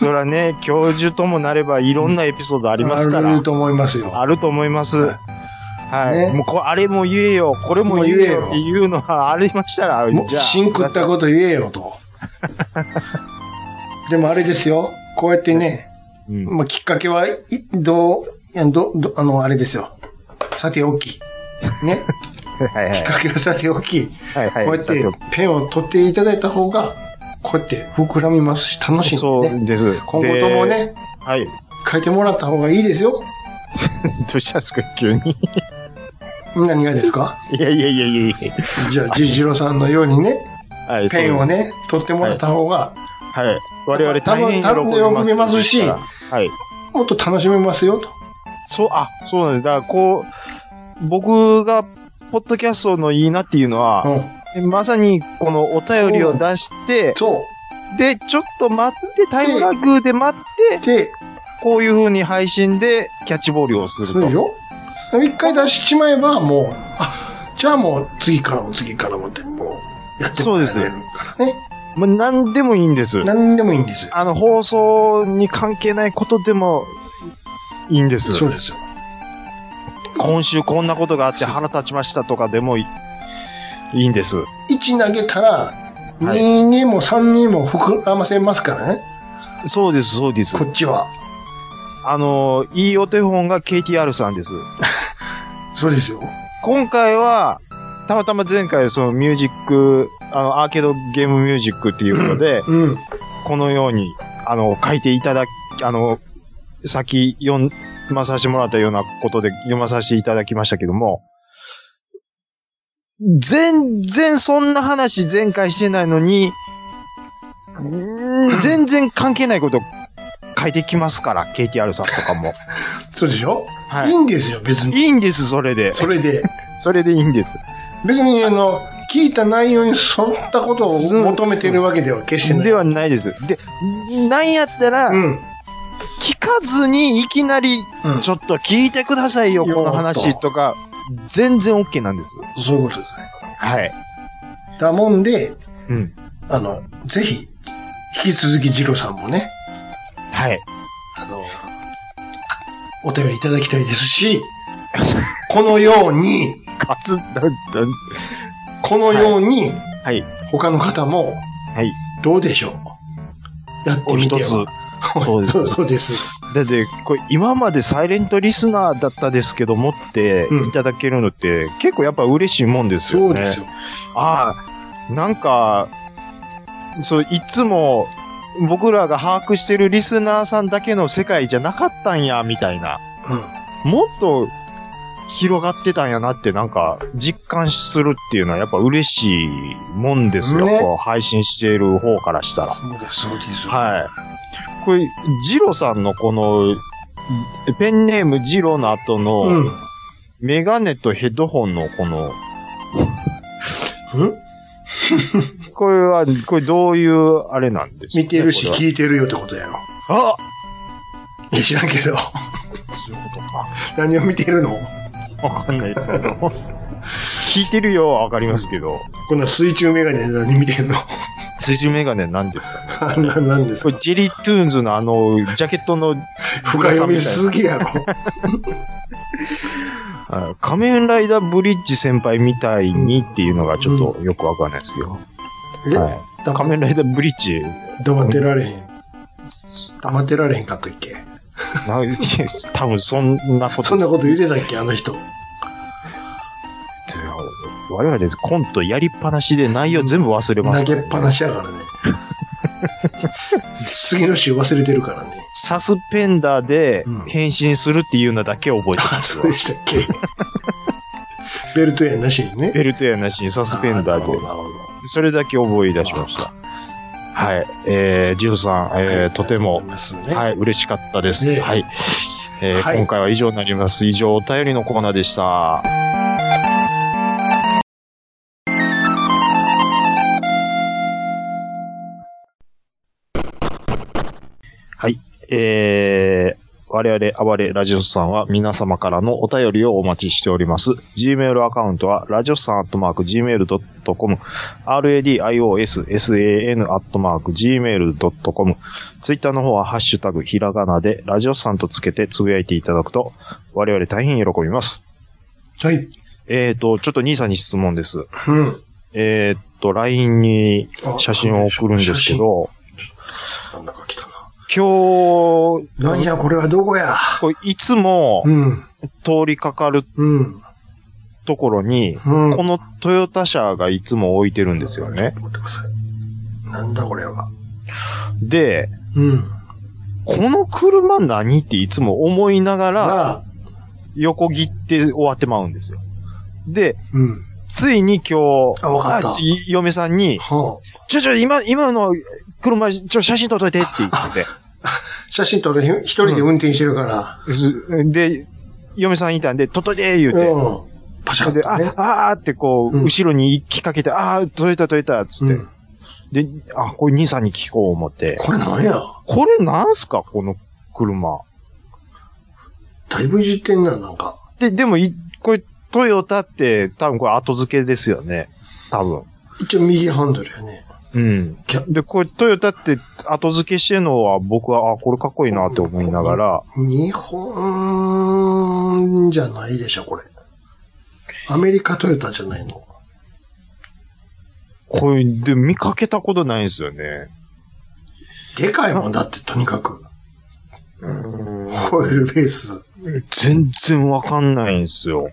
Speaker 2: そら ね、教授ともなればいろんなエピソードあ
Speaker 1: あ
Speaker 2: りますか
Speaker 1: る
Speaker 2: ら、
Speaker 1: と思いますよ。
Speaker 2: あると思います。はい。
Speaker 1: ね
Speaker 2: もうこ、あれも言えよ、これも言えよっていうのはありましたら、
Speaker 1: もう
Speaker 2: じゃあ。
Speaker 1: シンクったこと言え よと。でもあれですよ。こうやってね、
Speaker 2: うん
Speaker 1: まあ、きっかけはい、どう、いやど、ど、あの、あれですよ。さておき。ね。
Speaker 2: はいはい
Speaker 1: きっかけはさておき。
Speaker 2: はいはい。
Speaker 1: こうやっ
Speaker 2: さ
Speaker 1: て
Speaker 2: て
Speaker 1: ペンを取っていただいた方が、こうやって膨らみますし、楽しい
Speaker 2: そ
Speaker 1: んでね。
Speaker 2: うです。
Speaker 1: 今後ともね、
Speaker 2: で。はい。
Speaker 1: 書いてもらった方がいいですよ。
Speaker 2: どうしたんですか、急に。
Speaker 1: 何がで すか
Speaker 2: いやいやいやいやいや。
Speaker 1: じゃあ、ジジロさんのようにね、
Speaker 2: はい、
Speaker 1: ペンを
Speaker 2: そうで
Speaker 1: ね、取ってもらった方が、
Speaker 2: す。はい。我々大変喜
Speaker 1: 多分多分喜
Speaker 2: び
Speaker 1: び
Speaker 2: ま
Speaker 1: ますすし
Speaker 2: はい。
Speaker 1: もっと楽しめますよ、と。
Speaker 2: そう、あ、そうなんです。だから、こう、僕が、ポッドキャストのいいなっていうの
Speaker 1: う
Speaker 2: は、
Speaker 1: ん。
Speaker 2: まさにこのお便りを出して、
Speaker 1: そ
Speaker 2: で、ちょっと待って、タイムラグで待って
Speaker 1: う。、で、
Speaker 2: こういう風に配信でキャッチボールをする
Speaker 1: そうでし
Speaker 2: と。
Speaker 1: ょ一回出しちまえば、もう、あ、じゃあもう、次からも次からもって、もう、やってもらえるからね。
Speaker 2: もう何でもいいんです。
Speaker 1: 何でもいいんですよ。
Speaker 2: あの、放送に関係ないことでもいいんです。
Speaker 1: そうですよ。
Speaker 2: 今週こんなことがあって腹立ちましたとかでもいいいいんです。
Speaker 1: 1投げたら、
Speaker 2: はい
Speaker 1: 2にも3にも膨らませますからね、
Speaker 2: そうです、そうです
Speaker 1: こ。っちは。
Speaker 2: あの、いいお手本が KTR さんです。
Speaker 1: そうですよ。
Speaker 2: 今回は、たまたま前回そのミュージック、あの、アーケードゲームミュージックっていうので、
Speaker 1: うん。
Speaker 2: このように、あの、書いていただき、あの、先読まさせてもらったようなことで読まさせていただきましたけども、全然そんな話前回してないのに、うーん全然関係ないこと書いてきますから、KTR さんとかも。
Speaker 1: そうでしょ、、
Speaker 2: はい
Speaker 1: い
Speaker 2: い。
Speaker 1: んですよ、別に。
Speaker 2: いいんです、それで。
Speaker 1: それで。
Speaker 2: それでいいんです。
Speaker 1: 別に、あの、聞いた内容に沿ったことを
Speaker 2: そう
Speaker 1: 求めてるわけでは決してない。
Speaker 2: ではないです。で、なんやったら、
Speaker 1: うん。
Speaker 2: 聞かずにいきなり、
Speaker 1: うん。
Speaker 2: ちょっと聞いてくださいよ、
Speaker 1: よーっ
Speaker 2: ことの話とか、全然 OK なんです。
Speaker 1: そういうことですね。
Speaker 2: はい。
Speaker 1: だもんで、
Speaker 2: うん。
Speaker 1: あの、ぜひ、引き続きジロさんもね、
Speaker 2: はい。
Speaker 1: あの、お便りいただきたいです し、このように、
Speaker 2: かつ、だ、だ、
Speaker 1: このように、
Speaker 2: はい。
Speaker 1: 他の方も、
Speaker 2: はい。
Speaker 1: どうでしょうやって
Speaker 2: お
Speaker 1: みて
Speaker 2: 一つ。
Speaker 1: は。
Speaker 2: そうです
Speaker 1: そうです。
Speaker 2: だって、これ、今までサイレントリスナーだったですけどもって、
Speaker 1: うん
Speaker 2: いただけるのって、結構やっぱ嬉しいもんです
Speaker 1: そ
Speaker 2: よね。
Speaker 1: うですよ。
Speaker 2: ああ、なんか、そう、いつも、僕らが把握してるリスナーさんだけの世界じゃなかったんや、みたいな。もっと広がってたんやなってなんか実感するっていうのはやっぱ嬉しいもんですよ。
Speaker 1: ね
Speaker 2: こう配信している方からしたら。
Speaker 1: そうです、そうです。
Speaker 2: はい。これ、ジロさんのこの、ペンネームジロの後の、
Speaker 1: うん。
Speaker 2: メガネとヘッドホンのこの、
Speaker 1: ん
Speaker 2: これは、これどういうあれなんですか、
Speaker 1: 見てるし
Speaker 2: これは
Speaker 1: 聞いてるよってことやろ。
Speaker 2: あ
Speaker 1: いや、知らんけ
Speaker 2: そういう
Speaker 1: ど。
Speaker 2: ことか。
Speaker 1: 何を見てるの
Speaker 2: わかんないですけ ど。聞いてるよはわかりますけど。
Speaker 1: こんな水中メガネで何見てんの
Speaker 2: 水中メガネなんですかね
Speaker 1: あんな、なんです
Speaker 2: こ
Speaker 1: か
Speaker 2: れジェリートゥーンズのあの、ジャケットの、
Speaker 1: 深読みすぎやろ。
Speaker 2: あ仮面ライダーブリッジ先輩みたいにっていうのがちょっとよくわかんないですけど。
Speaker 1: え
Speaker 2: はい。
Speaker 1: だ
Speaker 2: 仮面ライダーブリッジ、
Speaker 1: 黙ってられへん。黙ってられへんかったっけ
Speaker 2: な多分そんなこ
Speaker 1: そ
Speaker 2: と
Speaker 1: んなこと言ってたっけあの人。
Speaker 2: って我々コントやりっぱなしで内容全部忘れま
Speaker 1: 投
Speaker 2: すか
Speaker 1: げ
Speaker 2: らね、
Speaker 1: っぱなしやからね。 次の週忘れてるからね。
Speaker 2: サスペンダーで
Speaker 1: うん
Speaker 2: 変身するっていうのだけ覚えて
Speaker 1: あ、
Speaker 2: ます
Speaker 1: そ
Speaker 2: わ
Speaker 1: うでしたっけ ベルトやなしにね。
Speaker 2: ベルトやなしにサスペンダー
Speaker 1: あなるほ
Speaker 2: で
Speaker 1: ど。なるほど
Speaker 2: それだけ覚え出しました。はい。えー、ジロさん、えー、とて
Speaker 1: あ
Speaker 2: も
Speaker 1: り、ますね
Speaker 2: はい、嬉しかったです。
Speaker 1: ね
Speaker 2: はい。えー
Speaker 1: はい
Speaker 2: 今回は以上になります。以上、お便りのコーナーでした。はい。えー、我々、暴れラジオスさんは皆様からのお便りをお待ちしております。Gmail アカウントは、ラジオスさんアットマーク Gmail.com、radiossan アットマーク Gmail.com、ツイッターの方は、ハッシュタグ、ひらがなで、ラジオさんとつけてつぶやいていただくと、我々大変喜びます。
Speaker 1: はい。
Speaker 2: えーと、ちょっと兄さんに質問です。
Speaker 1: うん。
Speaker 2: えーと、LINE に
Speaker 1: あ
Speaker 2: 写真を送るんですけ。ど、
Speaker 1: 写真なんか来たな。
Speaker 2: 今日、
Speaker 1: 何や、これはどこや。
Speaker 2: これいつも
Speaker 1: うん。
Speaker 2: 通りかかる
Speaker 1: うん。
Speaker 2: ところに、
Speaker 1: うん。
Speaker 2: このトヨタ車がいつも置いてるんですよね。
Speaker 1: 待ってください。なんだこれは。
Speaker 2: で、
Speaker 1: うん。
Speaker 2: この車何っていつも思いながら、
Speaker 1: まあ、
Speaker 2: 横切って終わってまうんですよ。で、
Speaker 1: うん。
Speaker 2: ついに今日、
Speaker 1: あわかった
Speaker 2: あい嫁さんに、
Speaker 1: はあ、
Speaker 2: ちょちょ、今、今の車、ちょ、写真撮っといてって言って
Speaker 1: 写真撮るひ一人で運転してるから。
Speaker 2: て。で、嫁さんいたんで、撮っといて言
Speaker 1: う。
Speaker 2: うん
Speaker 1: パシャ
Speaker 2: て。
Speaker 1: ッ
Speaker 2: で、
Speaker 1: とね。
Speaker 2: あ、あーってこう、
Speaker 1: うん
Speaker 2: 後ろに行きかけて、あー、撮れた撮れた、つって。
Speaker 1: うん
Speaker 2: で、あ、これ兄さんに聞こう思って。
Speaker 1: これなんや
Speaker 2: これなんすかこの車。
Speaker 1: だいぶいじってんな、なんか。
Speaker 2: で、でもい、これ、トヨタって、多分これ後付けですよね。多分。
Speaker 1: 一応右ハンドルやね。
Speaker 2: うん。で、これ、トヨタって後付けしてるのは、僕は、あ、これかっこいいなって思いながら、
Speaker 1: 日本じゃないでしょ、これ。アメリカトヨタじゃないの。
Speaker 2: これ、で、見かけたことないんですよね。
Speaker 1: でかいもんだって、とにかく。ホイールベース。
Speaker 2: 全然わかんないんですよ。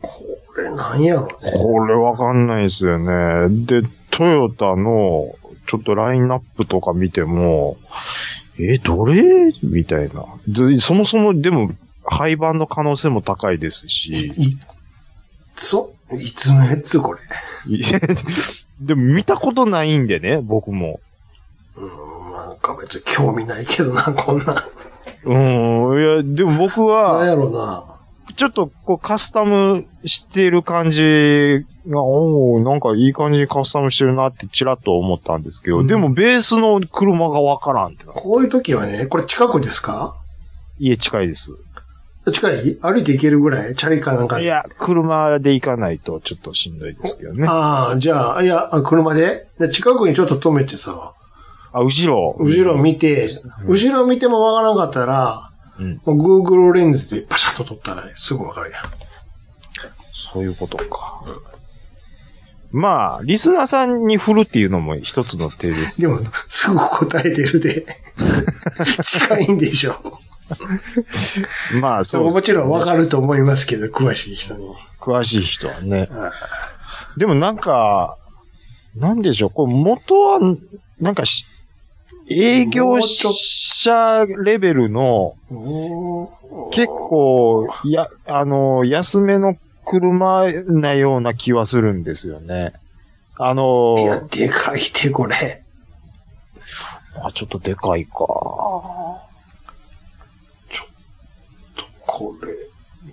Speaker 1: これなんやろね。
Speaker 2: これわかんないですよね。で、トヨタの、ちょっとラインナップとか見ても、え、どれみたいな。でそもそも、でも、廃盤の可能性も高いですし、
Speaker 1: い、そ、いつのやつこれ。
Speaker 2: いでも見たことないんでね、僕も。
Speaker 1: うーん、なんか別に興味ないけどな、 こんなん。
Speaker 2: うん、いや、でも僕
Speaker 1: なん
Speaker 2: は、
Speaker 1: やろな。
Speaker 2: ちょっとこうカスタムしてる感じが、おおなんかいい感じにカスタムしてるなってちらっと思ったんですけど、
Speaker 1: うん
Speaker 2: でもベースの車がわからんってな。
Speaker 1: こういう時はね、これ近くですか
Speaker 2: 家近いです。
Speaker 1: 近い歩いて行けるぐらいチャリかなんか
Speaker 2: い
Speaker 1: で。
Speaker 2: や、車で行かないとちょっとしんどいですけどね。
Speaker 1: ああ、じゃあ、いや、あ車でで近くにちょっと止めてさ、
Speaker 2: あ、後ろ。
Speaker 1: 後ろ見て、
Speaker 2: うん
Speaker 1: 後ろ見てもわからんかったら、
Speaker 2: うん。
Speaker 1: もう Google レンズでパシャッと撮ったらすぐわかるやん。
Speaker 2: そういうことか。まあ、リスナーさんに振るっていうのも一つの手です。
Speaker 1: でも、すぐ答えてるで。 近いんでしょ。
Speaker 2: まあ、
Speaker 1: そ
Speaker 2: そううですね
Speaker 1: もちろんわかると思いますけど、詳しい人に。
Speaker 2: 詳しい人はね
Speaker 1: は。
Speaker 2: でもなんか、なんでしょう、これ元はなんかし、営業者レベルの、結構、や、あの、安めの車なような気はするんですよね。あ
Speaker 1: いや、
Speaker 2: の、
Speaker 1: でかいて、これ。
Speaker 2: あ、ちょっとでかいか。
Speaker 1: これ、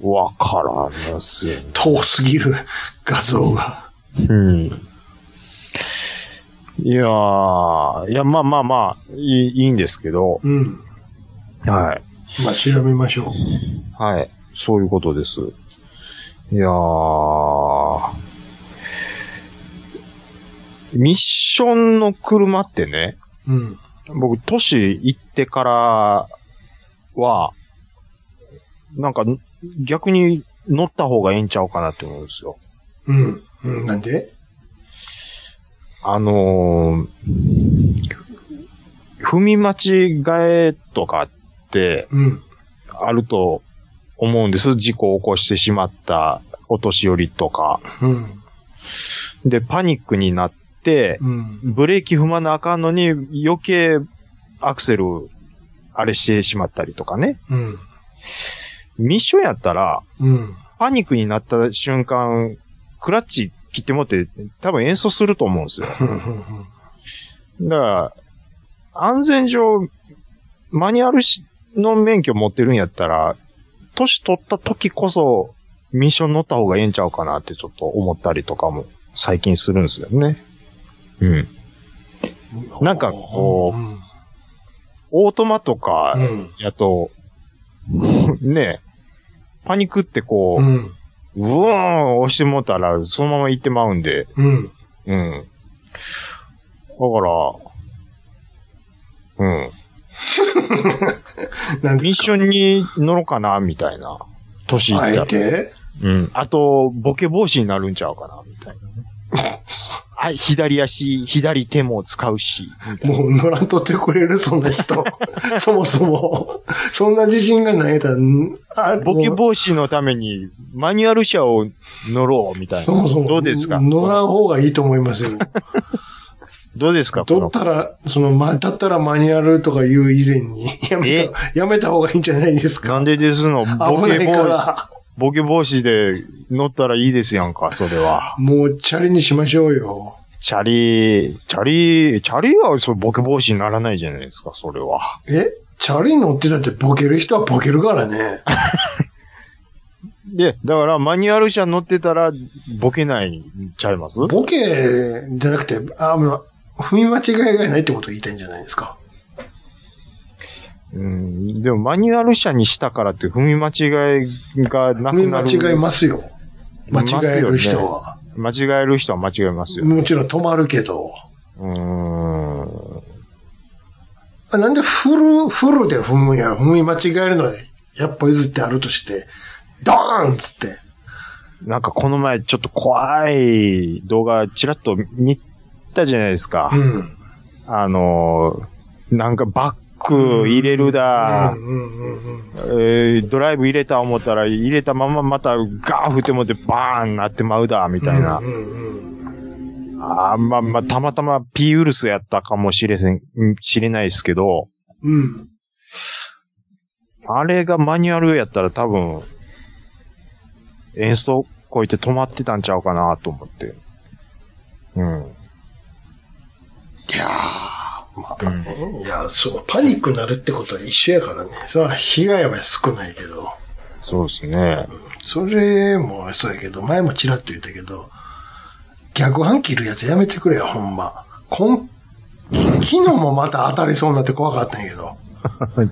Speaker 2: わからんですよね。
Speaker 1: 遠すぎる画像が。
Speaker 2: うん。いやー、いや、まあまあまあ、いいいいんですけど、
Speaker 1: うん。
Speaker 2: はい。
Speaker 1: まあ、調べましょう。
Speaker 2: はい。そういうことです。いやー。ミッションの車ってね、
Speaker 1: うん。
Speaker 2: 僕、都市行ってからは、なんか、逆に乗った方がええんちゃうかなって思うんですよ。
Speaker 1: うん。うん、なんで
Speaker 2: あのー、踏み間違えとかって
Speaker 1: うん。
Speaker 2: あると思うんです。事故を起こしてしまったお年寄りとか。
Speaker 1: うん。
Speaker 2: で、パニックになって、
Speaker 1: うん。
Speaker 2: ブレーキ踏まなあかんのに余計アクセル、あれしてしまったりとかね。
Speaker 1: うん。
Speaker 2: ミッションやったら、
Speaker 1: うん。
Speaker 2: パニックになった瞬間、クラッチ切ってもって多分演奏すると思うんですよ。
Speaker 1: うんうん
Speaker 2: だから、安全上、マニュアルしの免許持ってるんやったら、年取った時こそ、ミッション乗った方がええんちゃうかなってちょっと思ったりとかも最近するんですよね。うん。
Speaker 1: うん
Speaker 2: なんかこう
Speaker 1: うん。
Speaker 2: オートマとか
Speaker 1: うん。
Speaker 2: やと、 ねえ、パニックってこう、
Speaker 1: うん。
Speaker 2: うおーん押してもうたら、そのまま行ってまうんで、
Speaker 1: うん。
Speaker 2: うん。だから、うん。
Speaker 1: なん
Speaker 2: ミッ
Speaker 1: で
Speaker 2: ションに乗ろうかな、みたいな。年いっ
Speaker 1: あ
Speaker 2: た
Speaker 1: え
Speaker 2: ら。
Speaker 1: て
Speaker 2: うん。あと、ボケ防止になるんちゃうかな、みたいなね。 あ、左足、左手も使うし、みたいな。
Speaker 1: もう乗らんとってくれるそんな 人。そもそも。そんな自信がないだら、
Speaker 2: ボケ防止のために、マニュアル車を乗ろう、みたいな。
Speaker 1: そもそも。
Speaker 2: どうですか
Speaker 1: 乗らん方がいいと思いますよ。
Speaker 2: どうですか、こ
Speaker 1: 取っ
Speaker 2: の。
Speaker 1: たら、その、ま、だったらマニュアルとか言う以前に、やめ
Speaker 2: え
Speaker 1: た、やめた方がいいんじゃないですか。
Speaker 2: なんでですの、ボ
Speaker 1: 危な
Speaker 2: ケ
Speaker 1: い
Speaker 2: 防
Speaker 1: か
Speaker 2: 止、
Speaker 1: ら、
Speaker 2: ボケ防止で乗ったらいいですやんか、それは。
Speaker 1: もうチャリにしましょうよ。
Speaker 2: チャリ、チャリ、チャリはそうボケ防止にならないじゃないですか、それは。
Speaker 1: えチャリ乗ってだってボケる人はボケるからね。
Speaker 2: で、だからマニュアル車乗ってたら、ボケないんちゃいます
Speaker 1: ボケじゃなくて、あ、もう、踏み間違いがないってことを言いたいんじゃないですか。
Speaker 2: うん、でもマニュアル車にしたからって踏み間違いがな
Speaker 1: 踏
Speaker 2: く
Speaker 1: み
Speaker 2: な
Speaker 1: 間
Speaker 2: る。
Speaker 1: 違えますよ。間
Speaker 2: ますよね
Speaker 1: 違える人は。
Speaker 2: 間違える人は間違えますよ。
Speaker 1: もちろん止まるけど。
Speaker 2: うーん。
Speaker 1: あなんでフル、フルで踏むんやろ踏み間違えるのは、やっぱ譲ってあるとして、ドーンっつって。
Speaker 2: なんかこの前ちょっと怖い動画ちらっと見たじゃないです
Speaker 1: う
Speaker 2: か。
Speaker 1: ん。
Speaker 2: あのー、なんかバッグ入れるだ
Speaker 1: う、んうんうんうん。
Speaker 2: えードライブ入れた思ったら入れたまままたガー振ってもってバーンなってまうだ、みたいな。
Speaker 1: うんうん
Speaker 2: あーまあまあ、たまたま P ウルスやったかもしれせん、ん知れないですけど、
Speaker 1: うん。うん。
Speaker 2: あれがマニュアルやったら多分、演奏こいて止まってたんちゃうかなと思って。うん。
Speaker 1: いやー、まあね。いや、そのパニックになるってことは一緒やからね。それは被害は少ないけど。
Speaker 2: そうですね。
Speaker 1: それもそうやけど、前もちらっと言ったけど、逆反切るやつやめてくれよ、ほんま。こん、昨日もまた当たりそうになって怖かったんやけど、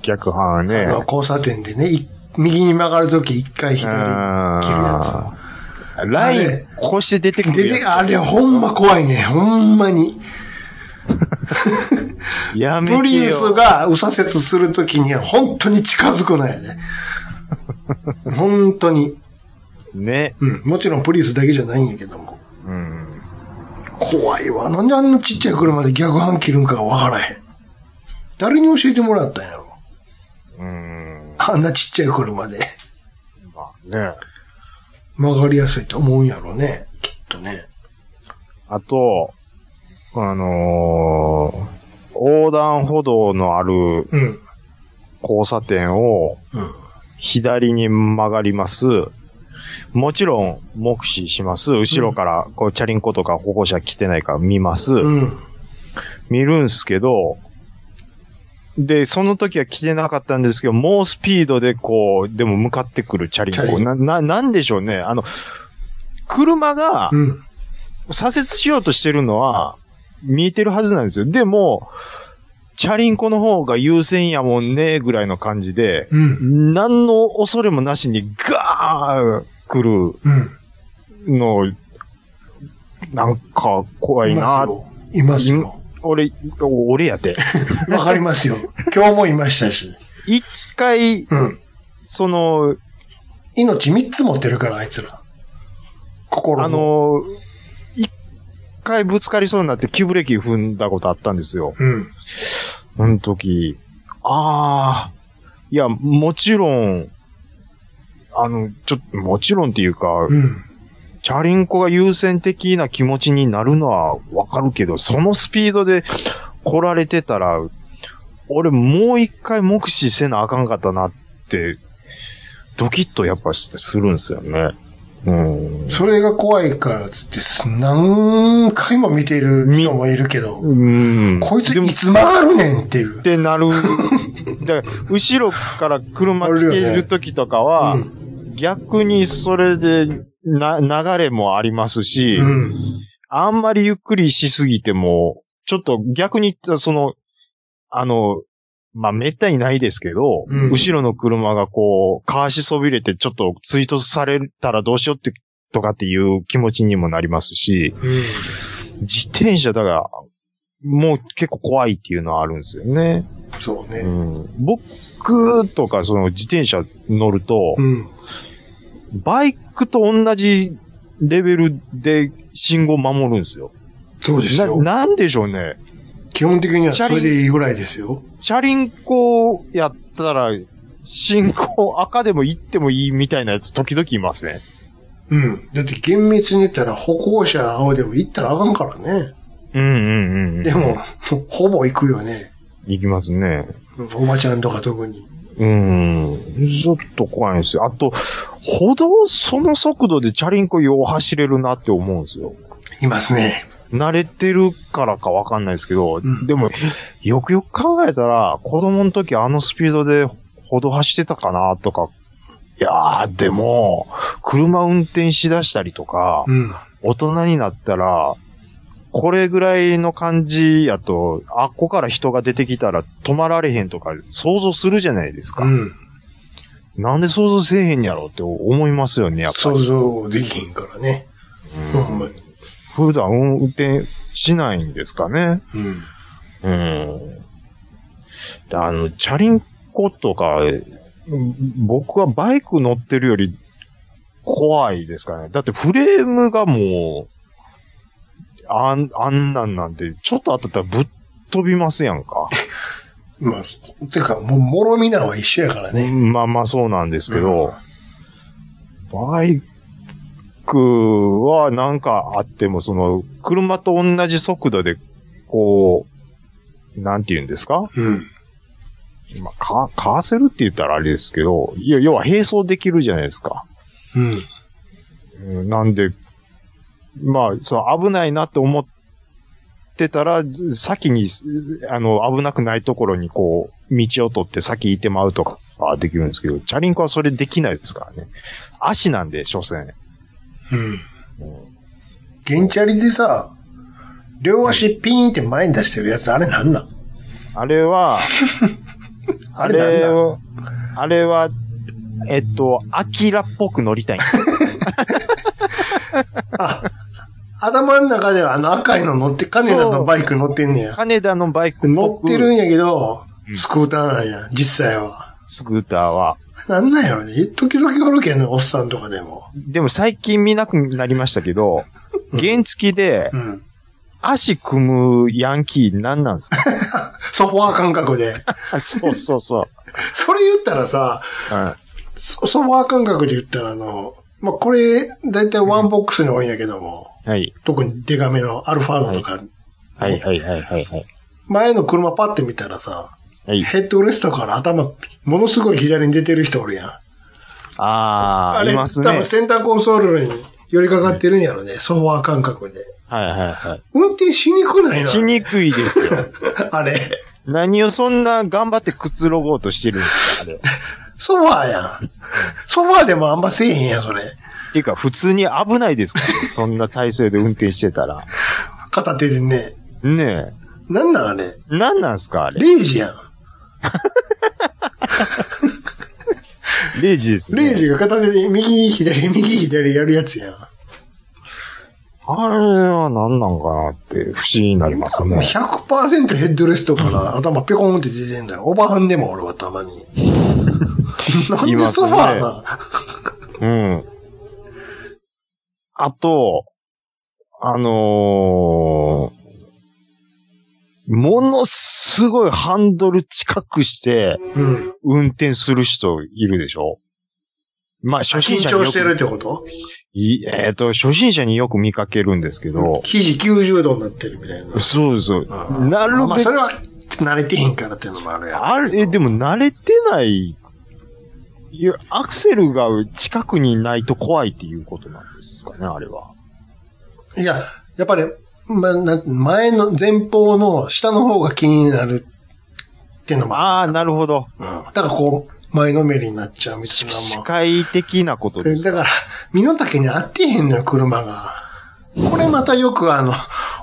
Speaker 2: 逆半ね。
Speaker 1: あの交差点でね、い右に曲がるとき一回左切るや
Speaker 2: あ
Speaker 1: つ。
Speaker 2: ライ
Speaker 1: あ
Speaker 2: ン
Speaker 1: れ、
Speaker 2: こうして出てくる
Speaker 1: で、で、
Speaker 2: や
Speaker 1: あれほんま怖いね、ほんまに。
Speaker 2: つ。やめ
Speaker 1: プリ
Speaker 2: て
Speaker 1: ウス
Speaker 2: よ。
Speaker 1: が右左折するときには本当に近づくのや ね。本当に。
Speaker 2: ね。
Speaker 1: うん。もちろんプリウスだけじゃないんやけども。
Speaker 2: うん。
Speaker 1: 怖いわ。なんであんなちっちゃい車で逆半切るんかがわからへん。誰に教えてもらったんやろ。
Speaker 2: うん。
Speaker 1: あんなちっちゃい車で
Speaker 2: まあね。
Speaker 1: 曲がりやすいと思うんやろね。きっとね。
Speaker 2: あと、あのー横断歩道のある
Speaker 1: うん。うん。
Speaker 2: 交差点を左に曲がります。もちろん目視します。後ろから、こう、チャリンコとか歩行者来てないか見ます。
Speaker 1: うん。
Speaker 2: 見るんすけど、で、その時は来てなかったんですけど、猛スピードでこう、でも向かってくるチャリ
Speaker 1: チャ
Speaker 2: ンコ。
Speaker 1: リン
Speaker 2: な、な、なんでしょうね。あの、車が
Speaker 1: うん。
Speaker 2: 左折しようとしてるのは見えてるはずなんですよ。でも、チャリンコの方が優先やもんね、ぐらいの感じで、
Speaker 1: うん。
Speaker 2: 何の恐れもなしにガー来る
Speaker 1: うん。
Speaker 2: の、なんか怖いな。
Speaker 1: いますよ。
Speaker 2: 俺、俺やて。
Speaker 1: いますよ。わかります よ。今日もいましたし。
Speaker 2: 一回、
Speaker 1: うん。
Speaker 2: その、
Speaker 1: 命三つ持ってるから、あいつら。心
Speaker 2: あの、
Speaker 1: も。
Speaker 2: 一回ぶつかりそうになって急ブレーキ踏んだことあったんですよ。
Speaker 1: うん。
Speaker 2: その時、ああ、いや、もちろん、あの、ちょ、もちろんっていうか、
Speaker 1: うん。
Speaker 2: チャリンコが優先的な気持ちになるのはわかるけど、そのスピードで来られてたら、俺もう一回目視せなあかんかったなって、ドキッとやっぱするんですよね。うん。
Speaker 1: それが怖いからっつって、何回も見てる人もいるけど、
Speaker 2: うん。
Speaker 1: こいつ
Speaker 2: でも
Speaker 1: いつ曲がるねんってい
Speaker 2: っ
Speaker 1: う。
Speaker 2: てなる。だから後ろから車来ている時とかは、
Speaker 1: うん
Speaker 2: 逆にそれで、な、流れもありますし、
Speaker 1: うん。
Speaker 2: あんまりゆっくりしすぎても、ちょっと逆に、その、あの、まあ、めったにないですけど、
Speaker 1: うん
Speaker 2: 後ろの車がこう、かわしそびれてちょっと追突されたらどうしようって、とかっていう気持ちにもなりますし、
Speaker 1: うん。
Speaker 2: 自転車だから、もう結構怖いっていうのはあるんですよね。
Speaker 1: そ
Speaker 2: う
Speaker 1: うね。
Speaker 2: ん、僕とかその自転車乗ると、
Speaker 1: うん。
Speaker 2: バイクと同じレベルで信号守るんですよ。
Speaker 1: そうです
Speaker 2: な、
Speaker 1: よ。
Speaker 2: なんでしょうね。
Speaker 1: 基本的にはそれでいいぐらいですよ。
Speaker 2: チャリンコやったら、進行赤でも行ってもいいみたいなやつ時々いますね。
Speaker 1: うん。だって厳密に言ったら歩行者青でも行ったらあかんからね。
Speaker 2: うんうんうんうん。
Speaker 1: でも、、ほぼ行くよね。
Speaker 2: 行きますね。
Speaker 1: うんおばちゃんとか特に。
Speaker 2: うん。ちょっと怖いんですよ。あと、歩道、その速度でチャリンコよう走れるなって思うんですよ。
Speaker 1: いますね。
Speaker 2: 慣れてるからかわかんないですけど、
Speaker 1: ん
Speaker 2: でも、よくよく考えたら、子供の時あのスピードで歩道走ってたかなとか、いやー、でも、車運転しだしたりとか、
Speaker 1: うん。
Speaker 2: 大人になったら、これぐらいの感じやと、あっこから人が出てきたら止まられへんとか想像するじゃないですか。
Speaker 1: うん。
Speaker 2: なんで想像せえへんやろって思いますよね、やっぱ
Speaker 1: 想像できひんからね。
Speaker 2: うん
Speaker 1: ほんまに。
Speaker 2: 普段運転しないんですかね。
Speaker 1: うん。
Speaker 2: うん。であの、チャリンコとか、うん僕はバイク乗ってるより怖いですかね。だってフレームがもう、あん、あんなんなんて、ちょっと当たったらぶっ飛びますやんか。
Speaker 1: まあ、てか、もう、もろみなは一緒やからね。
Speaker 2: まあまあそうなんですけど、バイクはなんかあっても、その、車と同じ速度で、こう、なんて言うんですか
Speaker 1: うん。
Speaker 2: まあ、か、かわせるって言ったらあれですけど、いや、要は並走できるじゃないですか。
Speaker 1: うん。
Speaker 2: うんなんで、まあ、その危ないなって思ってたら、先に、あの、危なくないところにこう、道を取って先行ってまうとかはできるんですけど、チャリンコはそれできないですからね。足なんで、所詮。
Speaker 1: うん。ゲンチャリでさ、両足ピーンって前に出してるやつ、あれなんなん
Speaker 2: あれは、
Speaker 1: あ
Speaker 2: あ
Speaker 1: れ
Speaker 2: れ
Speaker 1: なんなん
Speaker 2: を、あれは、えっと、アキラっぽく乗りたいんですよ。
Speaker 1: あ、頭の中ではあの赤いの乗って、カネダのバイク乗ってんねや。
Speaker 2: 金田のバイクっぽ
Speaker 1: 乗
Speaker 2: く
Speaker 1: ってるんやけど
Speaker 2: う、ん
Speaker 1: スクーターなんや、実際は。
Speaker 2: スクーターは、
Speaker 1: なんなんやろね。時々おるけんね、おっさんとかでも。
Speaker 2: でも最近見なくなりましたけど、原付きで
Speaker 1: うん。
Speaker 2: 足組むヤンキー何なんですか
Speaker 1: ソファー感覚で。
Speaker 2: そうそうそう。
Speaker 1: それ言ったらさ、
Speaker 2: うん
Speaker 1: ソソファー感覚で言ったらあの、まあ、これ、だいたいワンボックスに多いんやけども、
Speaker 2: はい。
Speaker 1: 特にデカめのアルファードとか、
Speaker 2: はいはいはいはいはい。
Speaker 1: 前の車パッて見たらさ、
Speaker 2: はい。
Speaker 1: ヘッドレストから頭、ものすごい左に出てる人おるやん。
Speaker 2: ああ、いますね。
Speaker 1: 多分センターコンソールに寄りかかってるんやろね。ソファー感覚で。
Speaker 2: はいはいは
Speaker 1: 運転しにくない
Speaker 2: い。
Speaker 1: な。
Speaker 2: しにくいですよ。
Speaker 1: あれ。
Speaker 2: 何をそんな頑張ってくつろごうとしてるんですか、あれ。っ
Speaker 1: ソファーやん。ソファーでもあんませえへんやん、それ。
Speaker 2: ていうか、普通に危ないですからね、そんな体勢で運転してたら。
Speaker 1: 片手でね。
Speaker 2: ね
Speaker 1: なんなんあれ。
Speaker 2: え。なんなんすか、あれ。
Speaker 1: レイジやん。
Speaker 2: レイジですね。
Speaker 1: レイジが片手で右、左、右、左やるやつやん。
Speaker 2: あれは何なんかなって、不思議になります
Speaker 1: も
Speaker 2: ね。
Speaker 1: う100%ヘッドレストから頭ピョコンって出てんだよ。オーバーハンでも俺はた まに。なん
Speaker 2: い
Speaker 1: で
Speaker 2: ます
Speaker 1: ソ
Speaker 2: ね
Speaker 1: ファーな、
Speaker 2: うん。あと、あのーものすごいハンドル近くして
Speaker 1: うん。
Speaker 2: 運転する人いるでしょまあ、初
Speaker 1: 緊
Speaker 2: 心者によ
Speaker 1: 張
Speaker 2: く
Speaker 1: してるってこと
Speaker 2: いえっ、と、初心者によく見かけるんですけど、
Speaker 1: 肘90度になってるみたいな。
Speaker 2: そうです。
Speaker 1: うん
Speaker 2: なる
Speaker 1: まあ
Speaker 2: べ
Speaker 1: そ
Speaker 2: く、
Speaker 1: れは慣れてへんからっていうのもあるやん。
Speaker 2: あれ、えでも慣れてない、いや、アクセルが近くにないと怖いっていうことなんですかね、あれは。
Speaker 1: いや、やっぱり、ま、な前の、前方の下の方が気になるっていうのも
Speaker 2: あ
Speaker 1: あ
Speaker 2: あ、なるほど。
Speaker 1: る。うん。だからこう、前のめりになっちゃうみたい
Speaker 2: し
Speaker 1: な
Speaker 2: 視
Speaker 1: のも
Speaker 2: 界的なことです。
Speaker 1: だから、身の丈に合ってへんのよ、車が。これまたよくあの、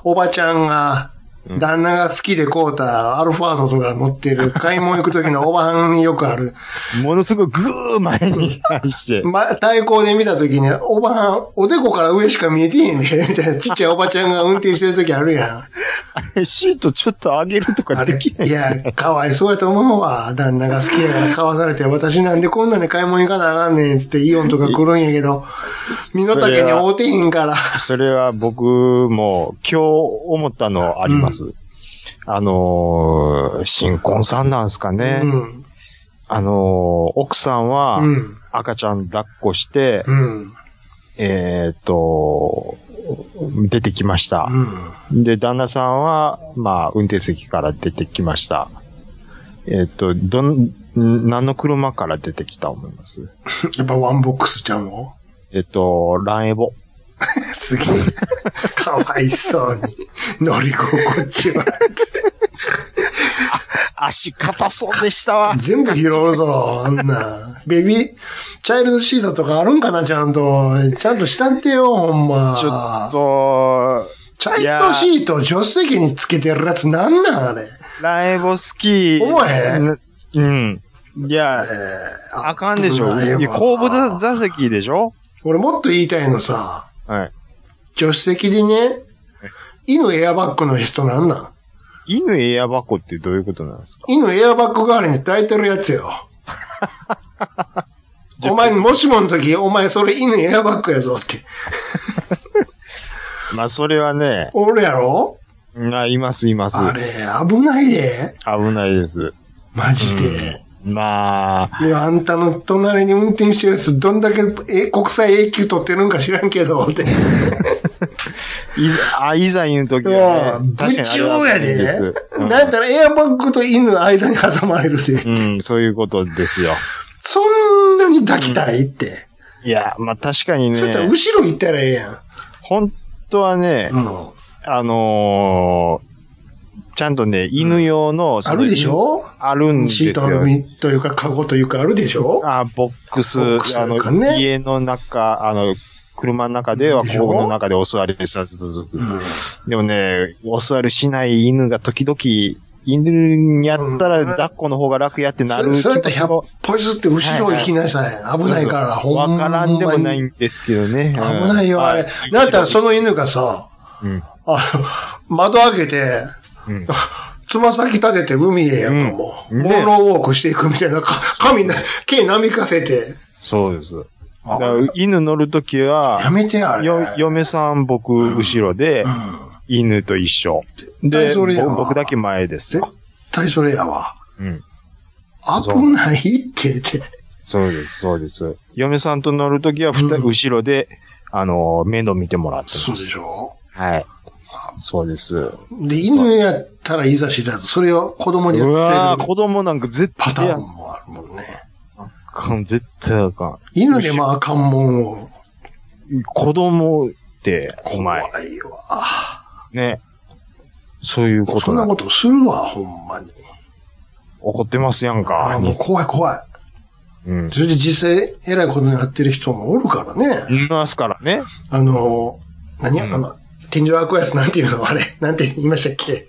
Speaker 1: おばちゃんが、
Speaker 2: うん
Speaker 1: 旦那が好きで買うたアルファードとか乗ってる、買い物行く時のおばはんによくある。
Speaker 2: ものすごいぐー前に対して、
Speaker 1: ま、対向で見た時に、おばはん、おでこから上しか見えてへんで、みたいなちっちゃいおばちゃんが運転してる時あるや
Speaker 2: シートちょっと上げると
Speaker 1: ん。あ
Speaker 2: かできない
Speaker 1: い
Speaker 2: ですよ。
Speaker 1: や、かわいそうやと思うわ。旦那が好きやから買わされて、私なんでこんなんで買い物行かなあかんねん、つってイオンとか来るんやけど、身の丈に合うてへんから。
Speaker 2: それは僕も今日思ったのあります。あのー新婚さんなんすかね。
Speaker 1: うん。
Speaker 2: あのー奥さんは
Speaker 1: うん。
Speaker 2: 赤ちゃん抱っこして、
Speaker 1: うん。
Speaker 2: えーっと、出てきました。
Speaker 1: うん。
Speaker 2: で、旦那さんは、まあ、運転席から出てきました。えっ、と、どん、ん何の車から出てきた思います
Speaker 1: やっぱワンボックスちゃうの
Speaker 2: えっ、と、ランエボ。
Speaker 1: すげえ。 かわいそうに。乗り心地は。
Speaker 2: 足硬そうでしたわ。
Speaker 1: 全部拾うぞ、あんな。ベビー、チャイルドシートとかあるんかな、ちゃんと。ちゃんとしたってよ、ほん ま。
Speaker 2: ちょっと、
Speaker 1: チャイルドシートを助手席につけてるやつなんなん、あれ。
Speaker 2: ランエボ好き。
Speaker 1: 思えへん
Speaker 2: んうん。いや、あかんでしょ。いや後部座座席でしょ
Speaker 1: 俺もっと言いたいのさ、
Speaker 2: はい。
Speaker 1: 助手席でね、犬エアバッグの人なんなん
Speaker 2: 犬エアバコってどういうことなんですか
Speaker 1: 犬エアバッグ代わりに抱いてるやつ よ。お前、もしもの時、お前それ犬エアバッグやぞって。
Speaker 2: まあ、それはね、
Speaker 1: おるやろ
Speaker 2: あいますいます。
Speaker 1: あれ、危ないで。
Speaker 2: 危ないです。
Speaker 1: マジで。
Speaker 2: まあ、
Speaker 1: いやあんたの隣に運転してるやつ、どんだけえ国際永久取ってるんか知らんけど、って。
Speaker 2: いざ、あ、いざ言うときは、ね、
Speaker 1: 部
Speaker 2: 確かにあれ
Speaker 1: 長
Speaker 2: は
Speaker 1: や
Speaker 2: 危ない
Speaker 1: で。
Speaker 2: うん
Speaker 1: なんやったらエアバッグと犬の間に挟まれるで。
Speaker 2: うん、そういうことですよ。
Speaker 1: そんなに抱きたいって。
Speaker 2: いや、まあ確かに
Speaker 1: それやったら
Speaker 2: ね、
Speaker 1: 後ろ行ったらええやん。
Speaker 2: 本当はね、
Speaker 1: うん。
Speaker 2: あのーちゃんとね、犬用の、そ
Speaker 1: あ
Speaker 2: の
Speaker 1: るでしょ
Speaker 2: あるんです
Speaker 1: シー
Speaker 2: よ。
Speaker 1: トのみというか、カゴというかあるでしょ
Speaker 2: あ、ボックス、
Speaker 1: ボックス
Speaker 2: あ
Speaker 1: と
Speaker 2: の
Speaker 1: か、ね
Speaker 2: 家の中、あの、車の中では、
Speaker 1: で
Speaker 2: こ
Speaker 1: しょ
Speaker 2: の中でお座りさせ続く。
Speaker 1: うん。
Speaker 2: でもね、お座りしない犬が時々、犬にやったら抱っこの方が楽やってなる。
Speaker 1: そうやったら100歩譲って後ろ行きなさい。危ないから、
Speaker 2: そうそう
Speaker 1: ほんま
Speaker 2: わ
Speaker 1: に。
Speaker 2: からんでもないんですけどね。
Speaker 1: 危
Speaker 2: うん
Speaker 1: ないよ、あれ
Speaker 2: は。
Speaker 1: なんやったらその犬がさ、
Speaker 2: うん。
Speaker 1: あの、窓開けて、
Speaker 2: うん
Speaker 1: つま先立てて海へやんかもう、
Speaker 2: うん
Speaker 1: モ
Speaker 2: ね
Speaker 1: ーローウォークしていくみたいな、か髪な、毛なびかせて。
Speaker 2: そうです。
Speaker 1: あ
Speaker 2: だから犬乗るとき
Speaker 1: や
Speaker 2: は、
Speaker 1: めて、あれ。
Speaker 2: よ、嫁さん僕後ろで、
Speaker 1: うん。
Speaker 2: 犬と一緒。
Speaker 1: 対
Speaker 2: で、
Speaker 1: それやわ
Speaker 2: ぼ僕だけ前です
Speaker 1: 絶
Speaker 2: よ。
Speaker 1: 対それやわ。
Speaker 2: うん。
Speaker 1: 危ないってて。
Speaker 2: そうです、そうです。嫁さんと乗るときは、二人
Speaker 1: うん
Speaker 2: 後ろで、あの、面倒見てもらってます。
Speaker 1: そうでしょ
Speaker 2: はい。そうです。
Speaker 1: で、犬やったらいざ知らず、それを子供にや
Speaker 2: うわ
Speaker 1: っ
Speaker 2: ー
Speaker 1: てる
Speaker 2: 子供なんか絶
Speaker 1: パタ
Speaker 2: 対
Speaker 1: ー
Speaker 2: あ
Speaker 1: ンもあるもんね。
Speaker 2: かん、絶対あか
Speaker 1: 犬でもあかんもんを。
Speaker 2: ん。子供って、お
Speaker 1: 怖
Speaker 2: 前、
Speaker 1: いわ。
Speaker 2: ね。そういうこ
Speaker 1: そ
Speaker 2: と
Speaker 1: んな
Speaker 2: だ。
Speaker 1: ことするわ、ほんまに。
Speaker 2: 怒ってますやん
Speaker 1: あ
Speaker 2: か
Speaker 1: あ、。もう怖い怖い。
Speaker 2: うん。
Speaker 1: それで実際、えらいことになってる人もおるからね。
Speaker 2: いますからね。
Speaker 1: あの、何、
Speaker 2: うん
Speaker 1: あの、天井開くやつなんていうのあれ、なんて言いましたっけ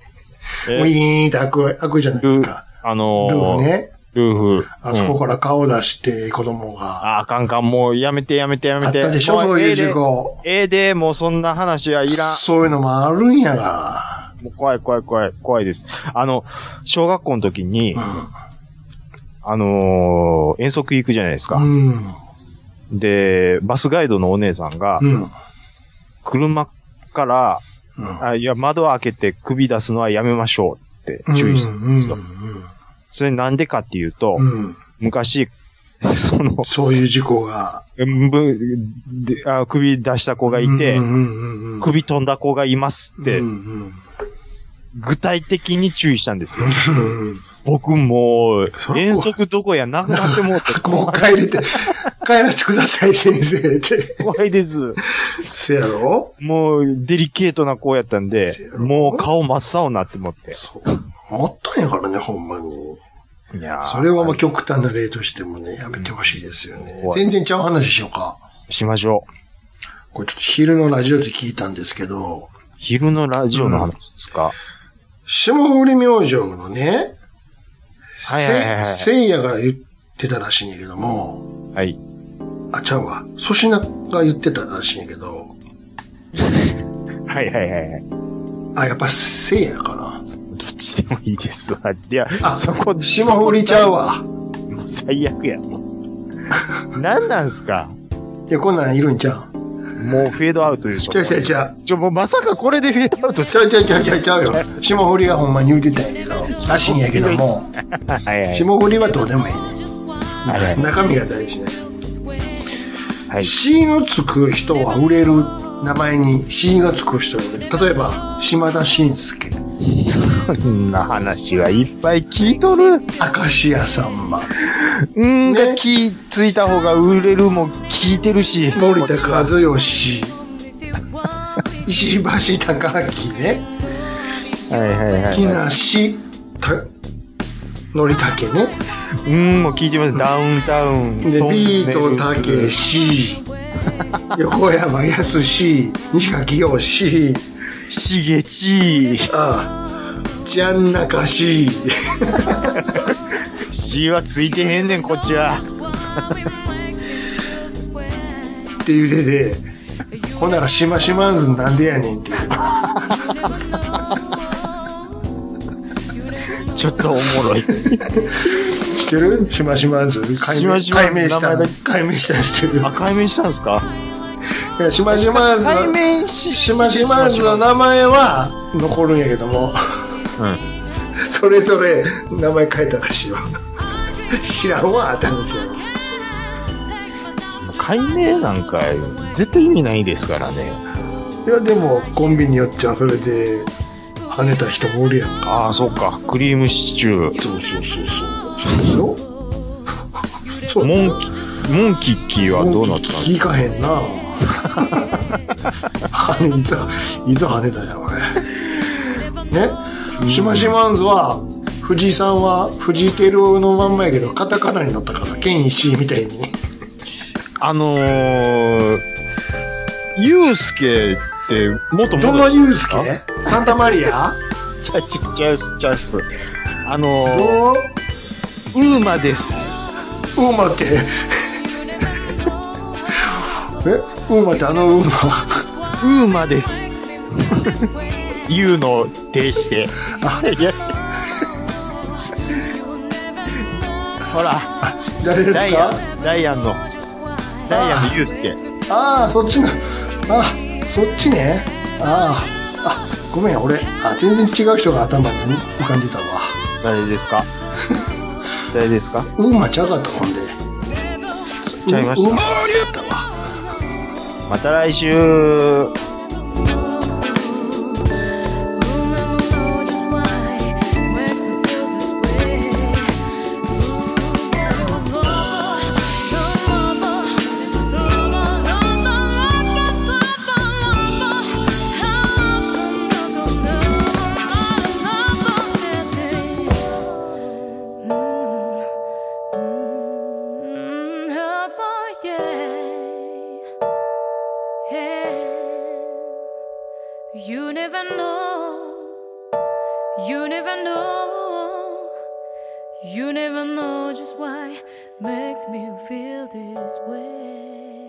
Speaker 1: ウィ
Speaker 2: え
Speaker 1: ーンって開く、開くじゃないですか。
Speaker 2: あ
Speaker 1: ル
Speaker 2: の
Speaker 1: ー
Speaker 2: ー、
Speaker 1: ね。
Speaker 2: ルーフ。
Speaker 1: あそこ
Speaker 2: うん
Speaker 1: から顔出して子供
Speaker 2: あ、
Speaker 1: が。
Speaker 2: あかんかん、もうやめてやめてや
Speaker 1: あ
Speaker 2: め。
Speaker 1: ってたでしょ
Speaker 2: も
Speaker 1: そう
Speaker 2: え
Speaker 1: い
Speaker 2: え
Speaker 1: う
Speaker 2: で
Speaker 1: 事故。
Speaker 2: ええで、もうそんな話はいらん。
Speaker 1: そういうのもあるんやが
Speaker 2: もう怖い怖い怖い、怖いです。あの、小学校の時に、あのー遠足行くじゃないです
Speaker 1: ら。
Speaker 2: か。
Speaker 1: ん。
Speaker 2: で、バスガイドのお姉さんが
Speaker 1: う、ん。うん。
Speaker 2: 車から、あいや、窓を開けて首出すのはやめましょうって注意したんですよ。
Speaker 1: う
Speaker 2: それなんでかっていうと、
Speaker 1: んうん。うん。
Speaker 2: 昔、その、
Speaker 1: そういう事故が。
Speaker 2: ぶであ首出した子がいて、
Speaker 1: うんうんうんうん。
Speaker 2: 首飛んだ子がいますって
Speaker 1: うん、うん
Speaker 2: 具体的に注意したんですよ。
Speaker 1: うんうん
Speaker 2: 僕もう
Speaker 1: そ、ら
Speaker 2: 遠足どこやなくなってもう て
Speaker 1: もう帰れて、帰らせてください、先生って。
Speaker 2: 怖いです。
Speaker 1: せやろ
Speaker 2: もう、デリケートな子やったんで
Speaker 1: せや、ろ
Speaker 2: もう顔真っ青になって思って。
Speaker 1: そう。あったんやからね、ほんまに。
Speaker 2: いやー
Speaker 1: それはまあ極端な例としてもね、やめてほしいですよね。
Speaker 2: 怖い
Speaker 1: 全然ちゃう話しようか。
Speaker 2: しましょう。
Speaker 1: これちょっと昼のラジオで聞いたんですけど、
Speaker 2: 昼のラジオの話ですか、
Speaker 1: 霜降り明星のね、
Speaker 2: はいはいはいはい
Speaker 1: せせいやが言ってたらしいんやけども、
Speaker 2: はい。
Speaker 1: あ、ちゃうわ。粗品が言ってたらしいんやけど、
Speaker 2: はいはいはいはい。
Speaker 1: あ、やっぱせいやかな。
Speaker 2: どっちでもいいですわ。いや、
Speaker 1: あ
Speaker 2: そこ、
Speaker 1: 霜降りちゃうわ。
Speaker 2: もう最悪や。もう何なんすか
Speaker 1: いや、こんなんいるんちゃう
Speaker 2: もうフェードアウトでしょ
Speaker 1: ちゃうちゃうちゃう。
Speaker 2: ちょ、もうまさかこれでフェードアウトし
Speaker 1: ちゃうちゃうちゃうちゃうちゃうよ。霜降りがほんまに言うてたんやけど、らしいんやけども、
Speaker 2: た。はいはい。
Speaker 1: 霜降りはどうでもいいね。
Speaker 2: はいはい
Speaker 1: 中身が大事ね。
Speaker 2: はい。
Speaker 1: C のつく人は売れる名前に C がつく人は売れる。例えば、島田紳介、
Speaker 2: そんな話はいっぱい聞いとる。
Speaker 1: 明石家さんま、
Speaker 2: うんが
Speaker 1: ね
Speaker 2: 気ついた方が売れるも聞いてるし。
Speaker 1: 森田和義、石橋貴明ね、
Speaker 2: はいはいはい。
Speaker 1: 木梨た、のりたけね。
Speaker 2: うん、もう聞いてます。ダウンタウン。
Speaker 1: で、ビートた
Speaker 2: タ
Speaker 1: け
Speaker 2: ケ
Speaker 1: し、横山やすし、西垣陽し、
Speaker 2: しげち、
Speaker 1: ああ、ちゃんなかし、
Speaker 2: しはついてへんねん、こっちは。
Speaker 1: っていう手で、ほんならしましまんずなんでやねんっていう。
Speaker 2: ちょっとおもろい。
Speaker 1: 知ってるしましまんず解明
Speaker 2: しましまんず
Speaker 1: 解明し
Speaker 2: 名前
Speaker 1: た
Speaker 2: だ
Speaker 1: 解明したの知ってる
Speaker 2: あ、解明したんですか
Speaker 1: いやしましまんず
Speaker 2: 解
Speaker 1: の
Speaker 2: 明し、
Speaker 1: しましまんずの名前は残るんやけども、それぞれ名前変えたらしいわ知らんわって話やろ
Speaker 2: 解明なんか、絶対意味ないですからね。
Speaker 1: いやでもコンビによっちゃそれで跳ねた人もおるやん
Speaker 2: ああ、そうか。クリームシチュー。
Speaker 1: そうそうそうそうそうそう
Speaker 2: モンキ、モンキッキーはどうなったんです
Speaker 1: 聞かへんな羽 いついつ跳ねたんやこれねしましまんずは藤井さんは藤井照夫のまんまやけどカタカナになったからケンイシーみたいに
Speaker 2: かあのー、ユウスケって、元
Speaker 1: ど
Speaker 2: 々
Speaker 1: のユうスケサンタマリア
Speaker 2: チャチチャスチャス。あのー、
Speaker 1: どう
Speaker 2: ウーマです。
Speaker 1: ウーマって えウーマってあのウー
Speaker 2: ウ
Speaker 1: マ
Speaker 2: ーマです。ユウの停止で。いやほら、
Speaker 1: 誰です
Speaker 2: ダイア
Speaker 1: か
Speaker 2: ン、ダイアンの、ダイアンのユウスケ。
Speaker 1: ああそっちのあそっちねあああごめん俺あ全然違う人が頭に浮かんでたわ
Speaker 2: 誰ですか誰ですか
Speaker 1: ウーマちゃうかったほんで
Speaker 2: ちゃいました
Speaker 1: ウーマやったわ
Speaker 2: また来週。
Speaker 3: 「 You never know. You never know. You never know just why makes me feel this way.